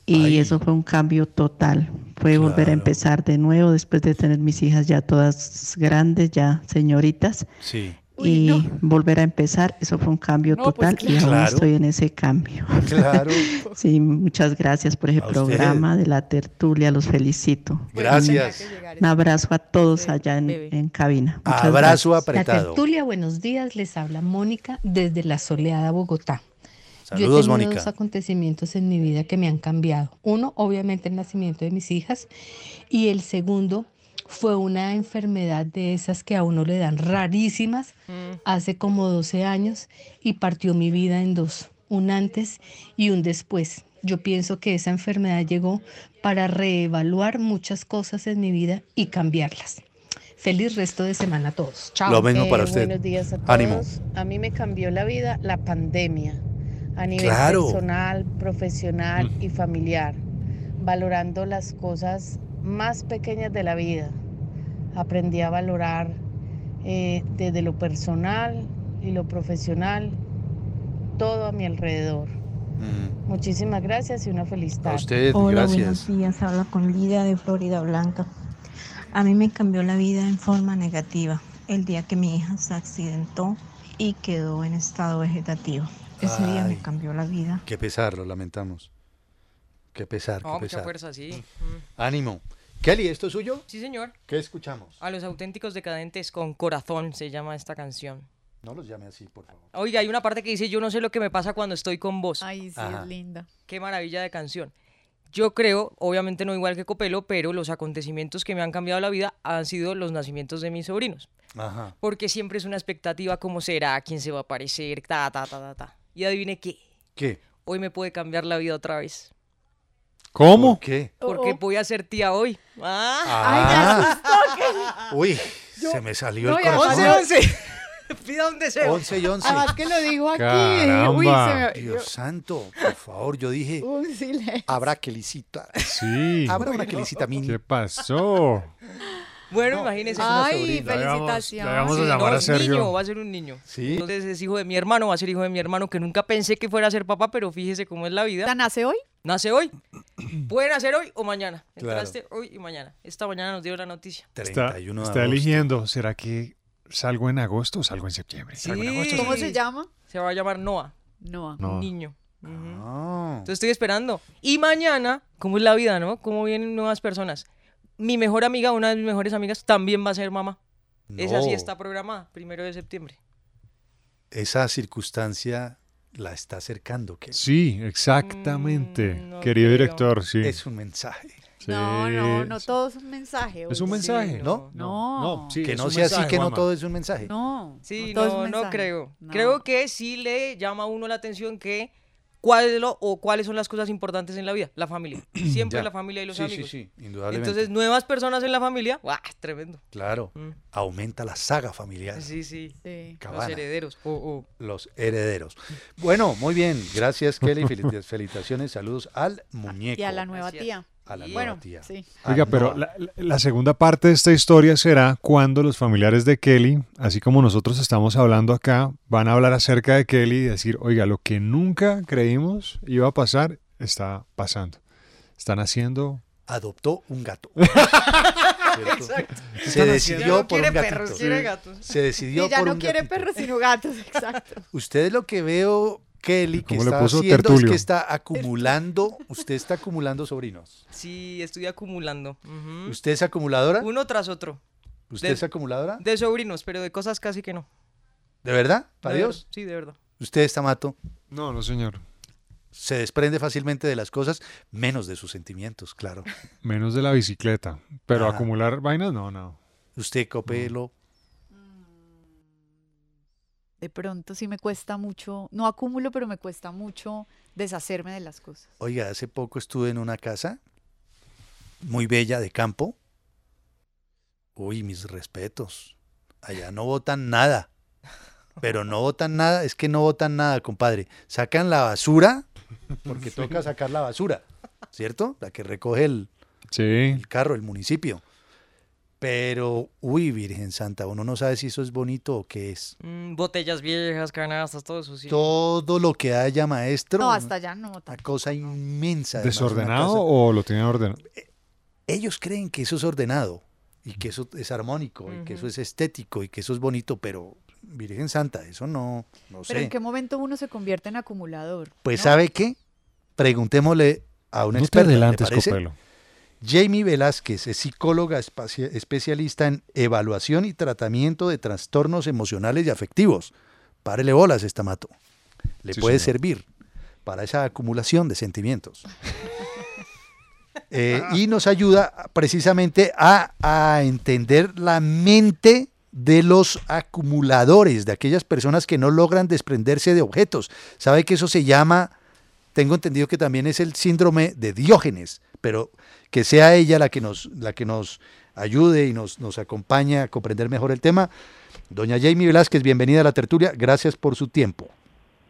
[SPEAKER 20] y eso fue un cambio total. Fue volver a empezar de nuevo después de tener mis hijas ya todas grandes, ya señoritas.
[SPEAKER 3] Sí.
[SPEAKER 20] y volver a empezar, eso fue un cambio No, pues, total y aún claro. estoy en ese cambio.
[SPEAKER 3] Claro.
[SPEAKER 20] <laughs> Sí, muchas gracias por ese
[SPEAKER 3] A ustedes.
[SPEAKER 20] programa de la tertulia, los felicito.
[SPEAKER 3] Gracias.
[SPEAKER 20] Un abrazo a todos allá en, en cabina. Muchas
[SPEAKER 3] Abrazo
[SPEAKER 20] gracias.
[SPEAKER 3] apretado.
[SPEAKER 21] Tertulia, buenos días. Les habla Mónica desde la soleada Bogotá. Yo he
[SPEAKER 3] Saludos,
[SPEAKER 21] tenido
[SPEAKER 3] Mónica.
[SPEAKER 21] dos acontecimientos en mi vida que me han cambiado. Uno, obviamente, el nacimiento de mis hijas. Y el segundo fue una enfermedad de esas que a uno le dan rarísimas hace como 12 años y partió mi vida en dos, un antes y un después. Yo pienso que esa enfermedad llegó para reevaluar muchas cosas en mi vida y cambiarlas. Feliz resto de semana a todos. Chao.
[SPEAKER 3] Lo mismo para usted.
[SPEAKER 22] Buenos días a todos.
[SPEAKER 3] Ánimo.
[SPEAKER 22] A mí me cambió la vida la pandemia a nivel
[SPEAKER 3] Claro.
[SPEAKER 22] personal, profesional
[SPEAKER 3] Mm.
[SPEAKER 22] y familiar, valorando las cosas más pequeñas de la vida. Aprendí a valorar eh, desde lo personal y lo profesional todo a mi alrededor. Muchísimas gracias y una feliz tarde.
[SPEAKER 3] Mm. usted,
[SPEAKER 23] Hola, buenos
[SPEAKER 3] gracias.
[SPEAKER 23] días. Habla con Lidia de Florida Blanca. A mí me cambió la vida en forma negativa el día que mi hija se accidentó y quedó en estado vegetativo. Ese día me
[SPEAKER 3] Ay.
[SPEAKER 23] cambió la vida.
[SPEAKER 3] Qué pesar, lo lamentamos. Qué pesar,
[SPEAKER 5] No,
[SPEAKER 3] qué
[SPEAKER 5] mucha
[SPEAKER 3] pesar. Mm.
[SPEAKER 5] fuerza, sí.
[SPEAKER 7] Mm.
[SPEAKER 3] Ánimo. Kelly, ¿esto es suyo?
[SPEAKER 5] Sí, señor.
[SPEAKER 3] ¿Qué escuchamos?
[SPEAKER 5] A los auténticos decadentes con corazón se llama esta canción.
[SPEAKER 3] No los llame así, por favor.
[SPEAKER 5] Oiga, hay una parte que dice, yo no sé lo que me pasa cuando estoy con vos.
[SPEAKER 7] Ay,
[SPEAKER 3] sí, es Ajá.
[SPEAKER 7] linda.
[SPEAKER 5] Qué maravilla de canción. Yo creo, obviamente no igual que Copelo, pero los acontecimientos que me han cambiado la vida han sido los nacimientos de mis sobrinos.
[SPEAKER 3] Ajá.
[SPEAKER 5] Porque siempre es una expectativa, cómo será, quién se va a aparecer, ta, ta, ta, ta, ta. Y adivine qué,
[SPEAKER 3] ¿Qué?
[SPEAKER 5] hoy me puede cambiar la vida otra vez.
[SPEAKER 6] ¿Cómo?
[SPEAKER 3] ¿Qué?
[SPEAKER 7] Oh,
[SPEAKER 5] Porque voy a ser tía hoy.
[SPEAKER 3] Ah. Uy, se me salió el corazón.
[SPEAKER 5] 11, 11. <laughs> Pida un deseo.
[SPEAKER 3] 11 y 11.
[SPEAKER 7] Además que lo digo aquí. Uy, se
[SPEAKER 3] Caramba.
[SPEAKER 7] me-
[SPEAKER 3] Dios santo, por favor, yo dije,
[SPEAKER 7] Uy, sí, le-
[SPEAKER 3] habrá que licitar.
[SPEAKER 6] Sí.
[SPEAKER 3] Habrá una que licita a mí.
[SPEAKER 6] ¿Qué pasó?
[SPEAKER 5] Bueno, imagínense.
[SPEAKER 7] es una Ay, sobrina. felicitaciones.
[SPEAKER 6] Ya vamos a
[SPEAKER 5] Sí,
[SPEAKER 6] llamar
[SPEAKER 5] no,
[SPEAKER 6] a
[SPEAKER 5] es
[SPEAKER 6] Sergio.
[SPEAKER 5] niño, va a ser un niño.
[SPEAKER 6] Sí.
[SPEAKER 5] Entonces es hijo de mi hermano, va a ser hijo de mi hermano, que nunca pensé que fuera a ser papá, pero fíjese cómo es la vida.
[SPEAKER 7] ¿Nace hoy?
[SPEAKER 5] Nace hoy. <clears throat> Pueden hacer hoy o mañana.
[SPEAKER 6] Claro.
[SPEAKER 5] Entraste hoy y mañana. Esta mañana nos dio la noticia.
[SPEAKER 6] Está,
[SPEAKER 3] 31 de
[SPEAKER 6] está
[SPEAKER 3] agosto.
[SPEAKER 6] eligiendo, ¿será que salgo en agosto o salgo en septiembre?
[SPEAKER 5] Sí.
[SPEAKER 7] ¿Cómo se llama?
[SPEAKER 5] Se va a llamar Noah.
[SPEAKER 7] Noah.
[SPEAKER 6] Noah.
[SPEAKER 5] Niño. Ujú. Entonces estoy esperando. Y mañana, ¿cómo es la vida, no? ¿Cómo vienen nuevas personas? Mi mejor amiga, una de mis mejores amigas, también va a ser mamá. Esa sí
[SPEAKER 3] No.
[SPEAKER 5] está programada, primero de septiembre.
[SPEAKER 3] Esa circunstancia la está acercando. Kelly.
[SPEAKER 6] Sí, exactamente. Querido director, sí.
[SPEAKER 3] Es un mensaje.
[SPEAKER 6] Sí.
[SPEAKER 7] Mm, No, no, no todo es un mensaje.
[SPEAKER 6] Es
[SPEAKER 7] uy,
[SPEAKER 6] un
[SPEAKER 7] sí.
[SPEAKER 6] mensaje.
[SPEAKER 3] ¿No?
[SPEAKER 7] No.
[SPEAKER 6] No, sí,
[SPEAKER 3] que
[SPEAKER 6] es
[SPEAKER 3] no
[SPEAKER 6] un
[SPEAKER 3] sea así,
[SPEAKER 6] mensaje,
[SPEAKER 3] que no
[SPEAKER 6] Juanma.
[SPEAKER 3] todo es un mensaje.
[SPEAKER 7] No.
[SPEAKER 5] Sí,
[SPEAKER 7] todo es
[SPEAKER 5] no,
[SPEAKER 7] un
[SPEAKER 5] no
[SPEAKER 7] mensaje.
[SPEAKER 5] creo.
[SPEAKER 7] No.
[SPEAKER 5] Creo que sí le llama a uno la atención que cuál es lo- o cuáles son las cosas importantes en la vida.
[SPEAKER 3] <clears throat>
[SPEAKER 5] La familia. Siempre
[SPEAKER 3] Ya.
[SPEAKER 5] la familia y los
[SPEAKER 3] Sí, sí,
[SPEAKER 5] amigos.
[SPEAKER 3] sí, indudablemente.
[SPEAKER 5] Entonces, nuevas personas en la familia, ¡guau! Tremendo.
[SPEAKER 3] Claro, aumenta la saga familiar.
[SPEAKER 5] Sí, sí. Los
[SPEAKER 3] Cabana.
[SPEAKER 5] herederos.
[SPEAKER 3] Oh,
[SPEAKER 5] o- o-
[SPEAKER 3] Los herederos. Bueno, muy bien.
[SPEAKER 6] <laughs>
[SPEAKER 3] Gracias, Kelly. Felici- Felicitaciones. Saludos al muñeco.
[SPEAKER 7] Y a la nueva tía.
[SPEAKER 3] A la
[SPEAKER 7] bueno,
[SPEAKER 3] nueva tía.
[SPEAKER 7] sí.
[SPEAKER 6] Oiga,
[SPEAKER 3] Ah,
[SPEAKER 6] pero
[SPEAKER 3] no.
[SPEAKER 6] la, la- la segunda parte de esta historia será cuando los familiares de Kelly, así como nosotros estamos hablando acá, van a hablar acerca de Kelly y decir, oiga, lo que nunca creímos iba a pasar, está pasando. Están haciendo...
[SPEAKER 3] Adoptó un
[SPEAKER 5] <laughs>
[SPEAKER 3] gato.
[SPEAKER 5] <laughs> Exacto.
[SPEAKER 3] Se decidió por
[SPEAKER 5] quiere
[SPEAKER 3] un gatito.
[SPEAKER 5] perros, quiere gatos.
[SPEAKER 3] Se decidió
[SPEAKER 7] Y ya
[SPEAKER 3] por
[SPEAKER 7] no
[SPEAKER 3] un
[SPEAKER 7] quiere
[SPEAKER 3] gatito.
[SPEAKER 7] perros sino gatos, <laughs> exacto.
[SPEAKER 3] Usted lo que veo, Kelly, que
[SPEAKER 6] ¿Cómo le
[SPEAKER 3] está
[SPEAKER 6] puso?
[SPEAKER 3] haciendo es
[SPEAKER 6] Tertulio.
[SPEAKER 3] que está acumulando, usted está acumulando sobrinos.
[SPEAKER 5] Sí, estoy acumulando. Ujú.
[SPEAKER 3] ¿Usted es acumuladora?
[SPEAKER 5] Uno tras otro.
[SPEAKER 3] ¿Usted
[SPEAKER 5] de-
[SPEAKER 3] es acumuladora?
[SPEAKER 5] De sobrinos, pero de cosas casi que no.
[SPEAKER 3] ¿De verdad?
[SPEAKER 5] De
[SPEAKER 3] ¿Para Dios?
[SPEAKER 5] verdad, Sí, de verdad.
[SPEAKER 3] ¿Usted está mato?
[SPEAKER 6] No, no, señor.
[SPEAKER 3] Se desprende fácilmente de las cosas, menos de sus sentimientos, claro.
[SPEAKER 6] Menos de la bicicleta, pero
[SPEAKER 3] Ajá.
[SPEAKER 6] acumular vainas, no, no.
[SPEAKER 3] Usted, Copelo,
[SPEAKER 7] De pronto sí me cuesta mucho, no acumulo, pero me cuesta mucho deshacerme de las cosas.
[SPEAKER 3] Oiga, hace poco estuve en una casa muy bella de campo. Uy, mis respetos. Allá no votan nada. Pero no votan nada, es que no votan nada, compadre. Sacan la basura, porque toca sacar la basura, ¿cierto? La que recoge el,
[SPEAKER 6] Sí.
[SPEAKER 3] el carro, el municipio. Pero, uy, Virgen Santa, uno no sabe si eso es bonito o qué es.
[SPEAKER 5] Mm, botellas viejas, canastas, todo eso sí.
[SPEAKER 3] Todo lo que haya, maestro,
[SPEAKER 7] No, hasta allá no.
[SPEAKER 3] una cosa inmensa. además, una
[SPEAKER 6] ¿Desordenado
[SPEAKER 3] casa-
[SPEAKER 6] o lo tienen ordenado?
[SPEAKER 3] ellos creen que eso es ordenado y que eso es armónico y que eso es estético y que eso es bonito, pero Virgen Santa, eso no, no
[SPEAKER 7] Pero
[SPEAKER 3] sé.
[SPEAKER 7] en qué momento uno se convierte en acumulador.
[SPEAKER 3] Pues ¿sabe qué? Preguntémosle a un
[SPEAKER 6] No te
[SPEAKER 3] experto,
[SPEAKER 6] adelantes,
[SPEAKER 3] ¿le parece?
[SPEAKER 6] Copelo.
[SPEAKER 3] Jamie Velázquez es psicóloga espacia- especialista en evaluación y tratamiento de trastornos emocionales y afectivos. Párele bolas, Estamato. Le
[SPEAKER 6] Sí,
[SPEAKER 3] puede
[SPEAKER 6] señor.
[SPEAKER 3] servir para esa acumulación de sentimientos. Eh, y nos ayuda precisamente a, a entender la mente de los acumuladores, de aquellas personas que no logran desprenderse de objetos. ¿Sabe que eso se llama tengo entendido que también es el síndrome de Diógenes, pero que sea ella la que nos, la que nos ayude y nos, nos acompañe a comprender mejor el tema. Doña Jamie Velázquez, bienvenida a la tertulia, gracias por su tiempo.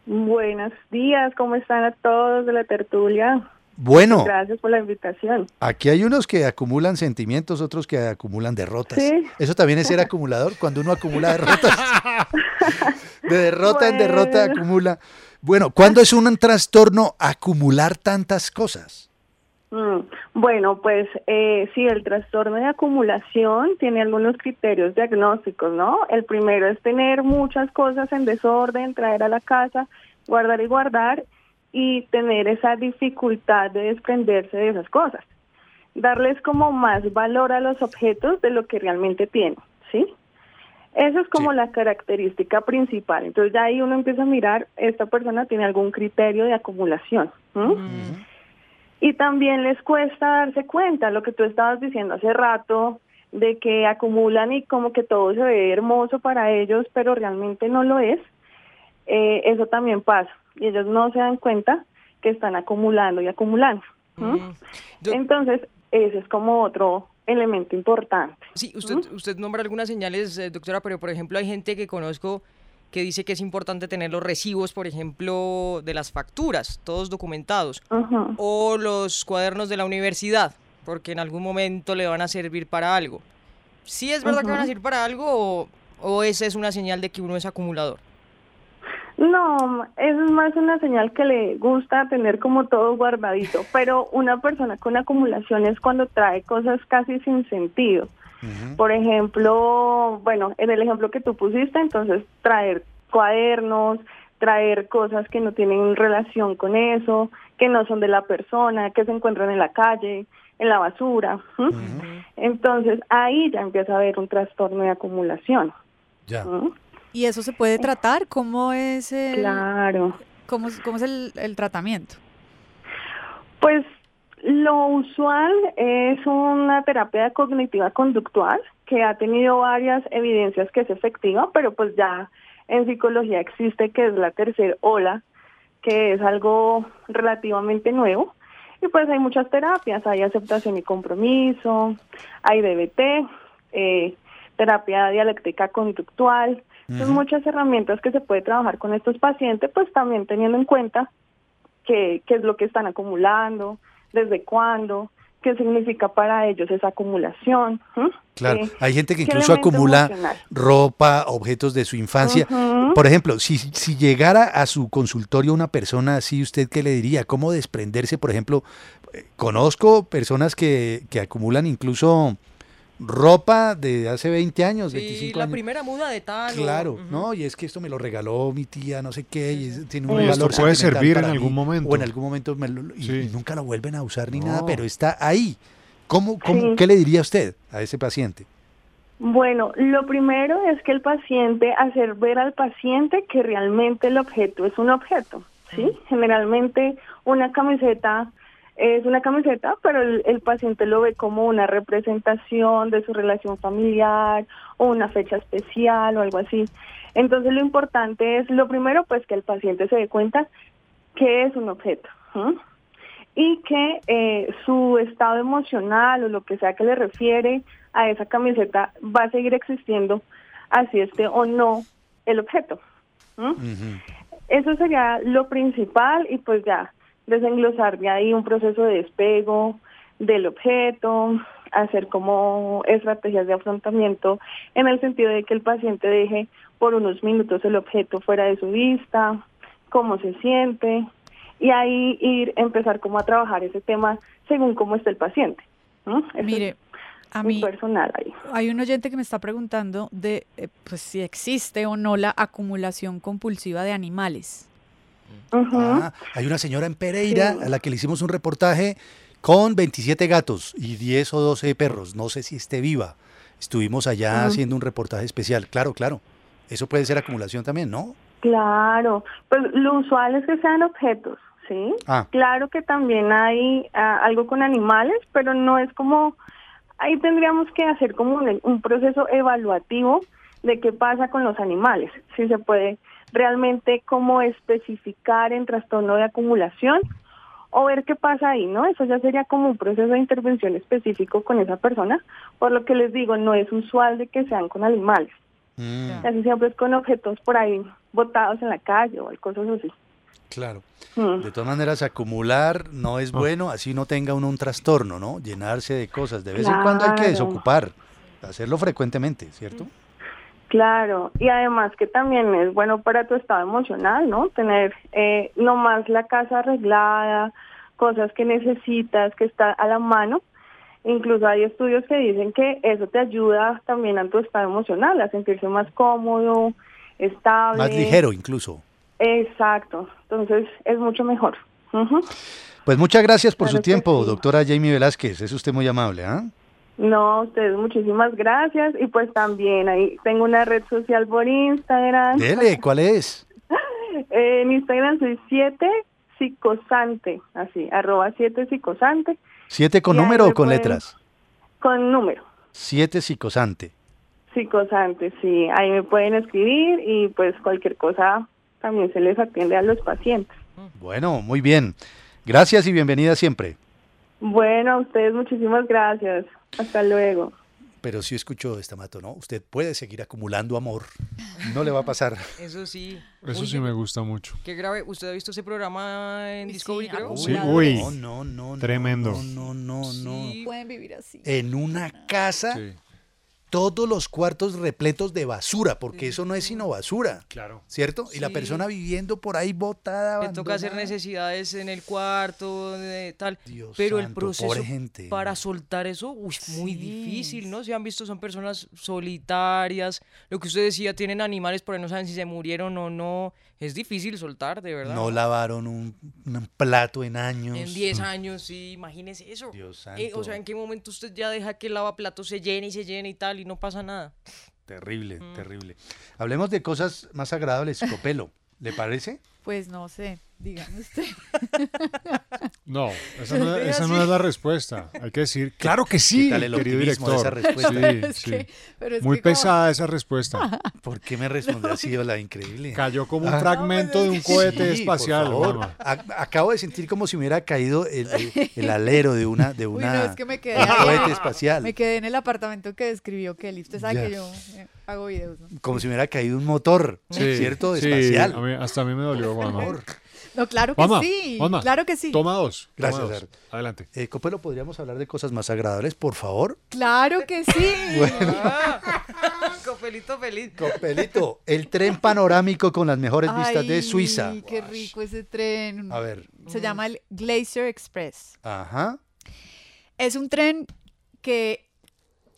[SPEAKER 8] Buenos días, ¿cómo están a todos de la tertulia?
[SPEAKER 3] Bueno.
[SPEAKER 8] Gracias por la invitación.
[SPEAKER 3] Aquí hay unos que acumulan sentimientos, otros que acumulan derrotas.
[SPEAKER 8] Sí.
[SPEAKER 3] Eso también es ser acumulador, cuando uno acumula
[SPEAKER 8] <laughs>
[SPEAKER 3] derrotas. De derrota en derrota
[SPEAKER 8] Bueno.
[SPEAKER 3] acumula. Bueno, ¿cuándo es un trastorno acumular tantas cosas?
[SPEAKER 8] Mm, Bueno, pues eh, sí, el trastorno de acumulación tiene algunos criterios diagnósticos, ¿no? El primero es tener muchas cosas en desorden, traer a la casa, guardar y guardar y tener esa dificultad de desprenderse de esas cosas. Darles como más valor a los objetos de lo que realmente tienen, ¿sí? Esa es como la característica principal. Entonces ya ahí uno empieza a mirar, esta persona tiene algún criterio de acumulación. ¿Mm? ¿m? Y también les cuesta darse cuenta, lo que tú estabas diciendo hace rato, de que acumulan y como que todo se ve hermoso para ellos, pero realmente no lo es. Eh, eso también pasa. Y ellos no se dan cuenta que están acumulando y acumulando. ¿m? Entonces, ese es como otro elemento importante.
[SPEAKER 5] Sí, usted, usted nombra algunas señales, eh, doctora, pero por ejemplo hay gente que conozco que dice que es importante tener los recibos, por ejemplo, de las facturas, todos documentados,
[SPEAKER 8] Ujú.
[SPEAKER 5] o los cuadernos de la universidad, porque en algún momento le van a servir para algo. ¿Sí es verdad que van a
[SPEAKER 8] Ujú.
[SPEAKER 5] servir para algo o, o esa es una señal de que uno es acumulador?
[SPEAKER 8] No, eso es más una señal que le gusta tener como todo guardadito, pero una persona con acumulación es cuando trae cosas casi sin sentido. Por ejemplo, bueno, en el ejemplo que tú pusiste, entonces traer cuadernos, traer cosas que no tienen relación con eso, que no son de la persona, que se encuentran en la calle, en la basura. ¿m? Entonces ahí ya empieza a haber un trastorno de acumulación.
[SPEAKER 3] Ya.
[SPEAKER 8] ¿m?
[SPEAKER 7] ¿Y eso se puede tratar? ¿Cómo es el,
[SPEAKER 8] Claro.
[SPEAKER 7] cómo, es- cómo es el, el tratamiento?
[SPEAKER 8] Pues lo usual es una terapia cognitiva conductual que ha tenido varias evidencias que es efectiva, pero pues ya en psicología existe que es la tercera ola, que es algo relativamente nuevo. Y pues hay muchas terapias, hay aceptación y compromiso, hay DBT, eh, terapia dialéctica conductual, son
[SPEAKER 10] Ujú.
[SPEAKER 8] muchas herramientas que se puede trabajar con estos pacientes, pues también teniendo en cuenta qué, qué es lo que están acumulando, desde cuándo, qué significa para ellos esa acumulación. ¿m?
[SPEAKER 3] Claro,
[SPEAKER 8] Eh,
[SPEAKER 3] hay gente que
[SPEAKER 8] ¿qué
[SPEAKER 3] incluso
[SPEAKER 8] elemento
[SPEAKER 3] acumula
[SPEAKER 8] emocional?
[SPEAKER 3] ropa, objetos de su infancia.
[SPEAKER 8] Ujú.
[SPEAKER 3] Por ejemplo, si, si llegara a su consultorio una persona así, ¿usted qué le diría? ¿Cómo desprenderse? Por ejemplo, eh, conozco personas que, que acumulan incluso ropa de hace 20 años,
[SPEAKER 5] Y
[SPEAKER 3] 25
[SPEAKER 5] la
[SPEAKER 3] años.
[SPEAKER 5] primera muda de tal. o-
[SPEAKER 3] Claro,
[SPEAKER 5] Ujú.
[SPEAKER 3] no, y es que esto me lo regaló mi tía, no sé qué, y es-
[SPEAKER 8] Mm.
[SPEAKER 3] tiene un
[SPEAKER 6] Y esto
[SPEAKER 3] valor
[SPEAKER 6] puede
[SPEAKER 3] sentimental
[SPEAKER 6] servir
[SPEAKER 3] para
[SPEAKER 6] en algún
[SPEAKER 3] mí,
[SPEAKER 6] momento.
[SPEAKER 3] <laughs> O en algún momento me lo- y, y nunca lo vuelven a usar ni nada,
[SPEAKER 8] No.
[SPEAKER 3] pero está ahí. ¿Cómo, cómo,
[SPEAKER 8] Sí.
[SPEAKER 3] ¿Qué le diría usted a ese paciente?
[SPEAKER 8] Bueno, lo primero es que el paciente, hacer ver al paciente que realmente el objeto es un objeto, ¿sí? Generalmente una camiseta es una camiseta, pero el, el paciente lo ve como una representación de su relación familiar o una fecha especial o algo así. Entonces lo importante es, lo primero, pues que el paciente se dé cuenta que es un objeto. ¿sí? y que eh, su estado emocional o lo que sea que le refiere a esa camiseta va a seguir existiendo, así esté o no el objeto. ¿m? Eso sería lo principal y pues ya desenglosar de ahí un proceso de despego del objeto, hacer como estrategias de afrontamiento en el sentido de que el paciente deje por unos minutos el objeto fuera de su vista, cómo se siente, y ahí ir empezar como a trabajar ese tema según cómo está el paciente. ¿no? Eso
[SPEAKER 7] Mire,
[SPEAKER 8] es
[SPEAKER 7] a
[SPEAKER 8] muy
[SPEAKER 7] mí-
[SPEAKER 8] personal ahí.
[SPEAKER 7] Hay un oyente que me está preguntando de eh, pues, si existe o no la acumulación compulsiva de animales.
[SPEAKER 3] Ah, hay una señora en Pereira a la que le hicimos un reportaje con 27 gatos y 10 o 12 perros. No sé si esté viva. Estuvimos allá
[SPEAKER 8] Ujú.
[SPEAKER 3] haciendo un reportaje especial. Claro, claro. Eso puede ser acumulación también, ¿no?
[SPEAKER 8] Claro, pues lo usual es que sean objetos, ¿sí?
[SPEAKER 3] Ah.
[SPEAKER 8] Claro que también hay ah, algo con animales, pero no es como, ahí tendríamos que hacer como un, un proceso evaluativo de qué pasa con los animales, si se puede realmente cómo especificar en trastorno de acumulación o ver qué pasa ahí, ¿no? Eso ya sería como un proceso de intervención específico con esa persona, por lo que les digo, no es usual de que sean con animales. Casi siempre es con objetos por ahí botados en la calle o cosas así.
[SPEAKER 3] Claro.
[SPEAKER 8] Mm.
[SPEAKER 3] De todas maneras, acumular no es bueno, así no tenga uno un trastorno, ¿no? Llenarse de cosas. De vez en cuando hay que
[SPEAKER 8] Claro.
[SPEAKER 3] desocupar, hacerlo frecuentemente, ¿cierto?
[SPEAKER 8] Claro, y además que también es bueno para tu estado emocional, ¿no? Tener eh, nomás la casa arreglada, cosas que necesitas, que está a la mano. Incluso hay estudios que dicen que eso te ayuda también a tu estado emocional, a sentirse más cómodo, estable.
[SPEAKER 3] Más ligero incluso.
[SPEAKER 8] Exacto, entonces es mucho mejor. Ujú.
[SPEAKER 3] Pues muchas gracias por
[SPEAKER 8] Claro
[SPEAKER 3] su
[SPEAKER 8] que
[SPEAKER 3] tiempo, doctora Jamie Velázquez. Es usted muy amable, ¿ah?
[SPEAKER 8] No, a ustedes muchísimas gracias y pues también ahí tengo una red social por Instagram.
[SPEAKER 3] Dele, ¿cuál es?
[SPEAKER 8] Eh, <laughs> en Instagram soy 7 psicosante, así, arroba 7 psicosante,
[SPEAKER 3] ¿Siete con
[SPEAKER 8] Y ahí
[SPEAKER 3] número o
[SPEAKER 8] me
[SPEAKER 3] con
[SPEAKER 8] pueden-
[SPEAKER 3] letras?
[SPEAKER 8] con número,
[SPEAKER 3] Siete psicosante.
[SPEAKER 8] psicosante, sí, ahí me pueden escribir y pues cualquier cosa también se les atiende a los pacientes.
[SPEAKER 3] Bueno, muy bien. Gracias y bienvenida siempre.
[SPEAKER 8] Bueno, a ustedes muchísimas gracias. Hasta luego.
[SPEAKER 3] Pero sí escuchó esta mato, ¿no? Usted puede seguir acumulando amor. No le va a pasar.
[SPEAKER 5] Eso sí.
[SPEAKER 6] <laughs> Eso
[SPEAKER 5] Uy,
[SPEAKER 6] sí me gusta mucho.
[SPEAKER 5] Qué grave. ¿Usted ha visto ese programa en Discovery, creo?
[SPEAKER 6] Sí, uy.
[SPEAKER 3] No, no, no.
[SPEAKER 6] Tremendo.
[SPEAKER 3] No, no, no. no.
[SPEAKER 7] Pueden vivir así.
[SPEAKER 3] En una casa, todos los cuartos repletos de basura, porque eso no es sino basura.
[SPEAKER 6] Claro.
[SPEAKER 3] ¿Cierto? Y la
[SPEAKER 5] Sí.
[SPEAKER 3] persona viviendo por ahí botada.
[SPEAKER 5] Le toca hacer
[SPEAKER 3] abandonada.
[SPEAKER 5] necesidades en el cuarto, de tal. pero el
[SPEAKER 3] santo,
[SPEAKER 5] proceso
[SPEAKER 3] pobre gente.
[SPEAKER 5] para soltar eso, uy, es muy difícil, ¿no? Si han visto, son personas solitarias. Lo que usted decía, tienen animales, pero no saben si se murieron o no. Es difícil soltar, de verdad.
[SPEAKER 3] No lavaron un, un plato en años. <laughs>
[SPEAKER 5] En
[SPEAKER 6] Mm.
[SPEAKER 5] 10 años, sí, imagínese eso.
[SPEAKER 3] Dios
[SPEAKER 5] Eh, o
[SPEAKER 3] santo.
[SPEAKER 5] sea, ¿en qué momento usted ya deja que el lavaplato se llene y se llene y tal y no pasa nada?
[SPEAKER 3] Terrible,
[SPEAKER 5] Mm.
[SPEAKER 3] terrible. Hablemos de cosas más agradables,
[SPEAKER 7] <laughs>
[SPEAKER 3] Copelo. ¿Le parece?
[SPEAKER 7] Pues no sé, díganme usted. <laughs>
[SPEAKER 6] No, esa no, esa no es la respuesta. Hay que decir, claro que sí,
[SPEAKER 3] ¿Qué tal el
[SPEAKER 6] querido
[SPEAKER 3] optimismo
[SPEAKER 6] director.
[SPEAKER 3] de esa
[SPEAKER 6] Sí,
[SPEAKER 3] respuesta?
[SPEAKER 6] sí.
[SPEAKER 7] que- pero es
[SPEAKER 6] Muy
[SPEAKER 7] que como-
[SPEAKER 6] pesada esa respuesta.
[SPEAKER 3] ¿Por qué me respondió así, la increíble? Ah.
[SPEAKER 6] Cayó como un fragmento de un
[SPEAKER 7] pues
[SPEAKER 6] cohete
[SPEAKER 3] Sí,
[SPEAKER 6] espacial.
[SPEAKER 3] por favor.
[SPEAKER 6] Juanma.
[SPEAKER 3] A- acabo de sentir como si me hubiera caído el, el- el alero de una de
[SPEAKER 7] <laughs> Uy,
[SPEAKER 3] una
[SPEAKER 7] no, es que me quedé
[SPEAKER 3] de un
[SPEAKER 7] ahí.
[SPEAKER 3] cohete espacial.
[SPEAKER 7] Me quedé en el apartamento que describió Kelly. Usted sabe que
[SPEAKER 3] Ya.
[SPEAKER 7] yo eh, hago videos, ¿no?
[SPEAKER 3] Como si me hubiera caído un motor,
[SPEAKER 6] Sí,
[SPEAKER 3] ¿cierto?
[SPEAKER 6] sí,
[SPEAKER 3] espacial.
[SPEAKER 6] a mí- hasta a mí me dolió, Juanma.
[SPEAKER 7] No, claro que
[SPEAKER 6] Juanma,
[SPEAKER 7] sí.
[SPEAKER 6] Juanma,
[SPEAKER 7] Claro que sí.
[SPEAKER 6] Toma dos. toma
[SPEAKER 3] Gracias,
[SPEAKER 6] dos.
[SPEAKER 3] Aaron.
[SPEAKER 6] Adelante.
[SPEAKER 3] Eh, Copelo, ¿podríamos hablar de cosas más agradables, por favor?
[SPEAKER 7] Claro que
[SPEAKER 3] <laughs>
[SPEAKER 7] sí. Ah.
[SPEAKER 5] Cofelito feliz.
[SPEAKER 3] Copelito, el tren panorámico con las mejores vistas de
[SPEAKER 7] Ay,
[SPEAKER 3] Suiza.
[SPEAKER 7] Qué rico ese tren.
[SPEAKER 3] A ver.
[SPEAKER 7] Se llama el Glacier Express.
[SPEAKER 3] Ajá.
[SPEAKER 7] Es un tren que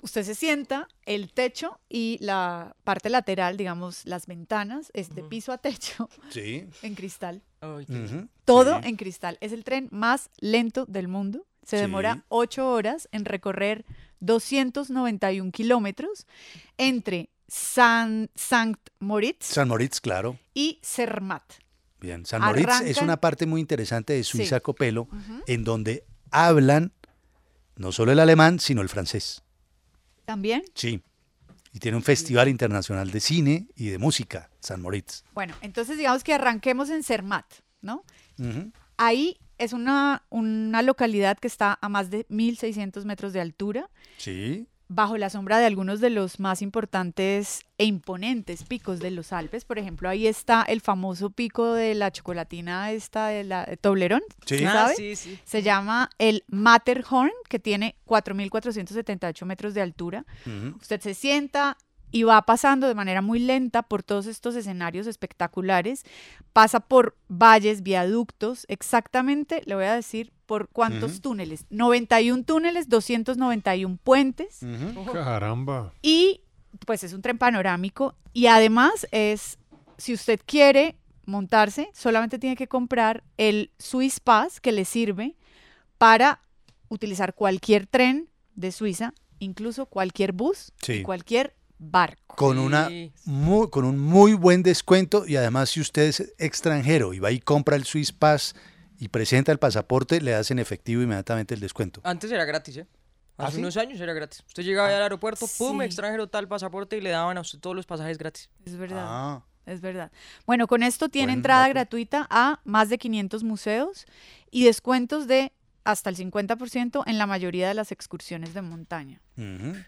[SPEAKER 7] usted se sienta, el techo y la parte lateral, digamos, las ventanas, es de piso a techo, <laughs>
[SPEAKER 3] Sí.
[SPEAKER 7] en cristal.
[SPEAKER 3] Ujú.
[SPEAKER 7] Todo
[SPEAKER 3] Sí.
[SPEAKER 7] en cristal. Es el tren más lento del mundo. Se
[SPEAKER 3] Sí.
[SPEAKER 7] demora 8 horas en recorrer 291 kilómetros entre San, Sankt Moritz
[SPEAKER 3] San Moritz, claro.
[SPEAKER 7] y Zermatt.
[SPEAKER 3] Bien, San Moritz es
[SPEAKER 7] Arrancan-
[SPEAKER 3] una parte muy interesante de Suiza
[SPEAKER 7] Sí.
[SPEAKER 3] Copelo, en donde hablan no solo el alemán, sino el francés.
[SPEAKER 7] ¿También?
[SPEAKER 3] Sí. Y tiene un festival internacional de cine y de música, San Moritz.
[SPEAKER 7] Bueno, entonces digamos que arranquemos en Zermatt, ¿no?
[SPEAKER 3] Ujú.
[SPEAKER 7] Ahí es una, una localidad que está a más de 1600 metros de altura,
[SPEAKER 3] Sí.
[SPEAKER 7] bajo la sombra de algunos de los más importantes e imponentes picos de los Alpes. Por ejemplo, ahí está el famoso pico de la chocolatina esta de la de Toblerón,
[SPEAKER 3] Sí.
[SPEAKER 7] ¿sí
[SPEAKER 3] Ah,
[SPEAKER 7] sabe?
[SPEAKER 3] sí, sí.
[SPEAKER 7] Se llama el Matterhorn, que tiene 4478 metros de altura.
[SPEAKER 3] Ujú.
[SPEAKER 7] Usted se sienta y va pasando de manera muy lenta por todos estos escenarios espectaculares. Pasa por valles, viaductos, exactamente, le voy a decir por cuántos
[SPEAKER 6] Ujú.
[SPEAKER 7] túneles. 91 túneles, 291 puentes
[SPEAKER 6] Caramba.
[SPEAKER 7] y pues es un tren panorámico y además es, si usted quiere montarse, solamente tiene que comprar el Swiss Pass que le sirve para utilizar cualquier tren de Suiza, incluso cualquier bus
[SPEAKER 3] Sí.
[SPEAKER 7] y cualquier barco.
[SPEAKER 3] Con, una muy, con un muy buen descuento y además si usted es extranjero y va y compra el Swiss Pass y presenta el pasaporte, le hacen efectivo inmediatamente el descuento.
[SPEAKER 5] Antes era gratis, ¿eh?
[SPEAKER 3] ¿Ah,
[SPEAKER 5] Hace
[SPEAKER 3] sí?
[SPEAKER 5] unos años era gratis. Usted llegaba al aeropuerto, pum,
[SPEAKER 7] Ah, sí.
[SPEAKER 5] extranjero tal pasaporte y le daban a usted todos los pasajes gratis.
[SPEAKER 7] Es verdad.
[SPEAKER 3] Ah,
[SPEAKER 7] es verdad. Bueno, con esto tiene
[SPEAKER 10] Buen
[SPEAKER 7] entrada
[SPEAKER 10] dato.
[SPEAKER 7] gratuita a más de 500 museos y descuentos de hasta el 50% en la mayoría de las excursiones de montaña.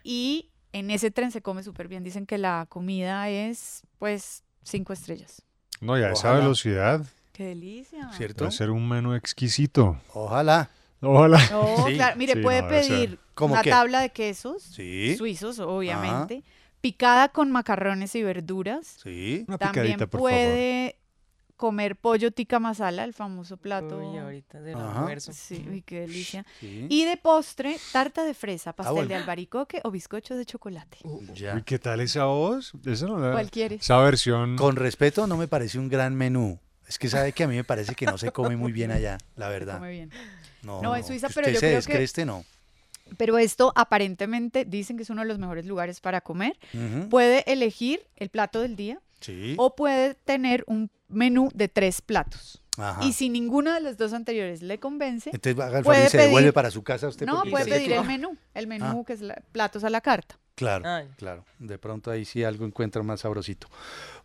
[SPEAKER 7] Y en ese tren se come súper bien. Dicen que la comida es, pues, cinco estrellas.
[SPEAKER 6] No, y a esa
[SPEAKER 3] Ojalá.
[SPEAKER 6] velocidad
[SPEAKER 7] ¡Qué delicia!
[SPEAKER 3] ¿Cierto?
[SPEAKER 6] debe ser un menú exquisito.
[SPEAKER 3] Ojalá.
[SPEAKER 6] Ojalá.
[SPEAKER 3] <laughs>
[SPEAKER 7] No, claro. Mire,
[SPEAKER 6] Sí,
[SPEAKER 7] puede
[SPEAKER 6] no, debe ser.
[SPEAKER 7] pedir una tabla de quesos,
[SPEAKER 3] Sí. Ah.
[SPEAKER 7] suizos, obviamente, picada con macarrones y verduras.
[SPEAKER 3] Sí. Una
[SPEAKER 7] También
[SPEAKER 3] picadita, por favor.
[SPEAKER 7] puede comer pollo tikka masala, el famoso plato.
[SPEAKER 5] Uy, ahorita del
[SPEAKER 3] Ajá.
[SPEAKER 5] almuerzo.
[SPEAKER 7] Sí, uy, qué delicia.
[SPEAKER 3] Sí. Ah,
[SPEAKER 7] Y de postre, tarta de fresa, pastel
[SPEAKER 6] bueno.
[SPEAKER 7] de albaricoque o bizcocho de chocolate.
[SPEAKER 6] Uy, ¿qué tal esa voz? Esa no la-
[SPEAKER 7] ¿Cuál quieres?
[SPEAKER 6] Esa versión.
[SPEAKER 3] Con respeto, no me parece un gran menú. Es que sabe que a mí me parece que no se come muy bien allá, la verdad.
[SPEAKER 7] Come bien.
[SPEAKER 3] No,
[SPEAKER 7] No, en
[SPEAKER 3] no,
[SPEAKER 7] Suiza,
[SPEAKER 3] que
[SPEAKER 7] pero
[SPEAKER 3] usted
[SPEAKER 7] yo
[SPEAKER 3] se
[SPEAKER 7] creo que-
[SPEAKER 3] descreste, no.
[SPEAKER 7] Pero esto aparentemente dicen que es uno de los mejores lugares para comer.
[SPEAKER 3] Ujú.
[SPEAKER 7] Puede elegir el plato del día
[SPEAKER 3] Sí.
[SPEAKER 7] o puede tener un menú de tres platos.
[SPEAKER 3] Ajá.
[SPEAKER 7] Y si ninguno de los dos anteriores le convence,
[SPEAKER 3] Entonces haga el favor
[SPEAKER 7] puede
[SPEAKER 3] y se devuelve
[SPEAKER 7] pedir-
[SPEAKER 3] para su casa usted.
[SPEAKER 7] no,
[SPEAKER 3] porque
[SPEAKER 7] puede
[SPEAKER 3] ya se
[SPEAKER 7] pedir el
[SPEAKER 3] quedó.
[SPEAKER 7] menú, el menú que es la- platos a la carta.
[SPEAKER 3] Ah. Claro,
[SPEAKER 7] Ay.
[SPEAKER 3] claro. De pronto ahí sí algo encuentra más sabrosito.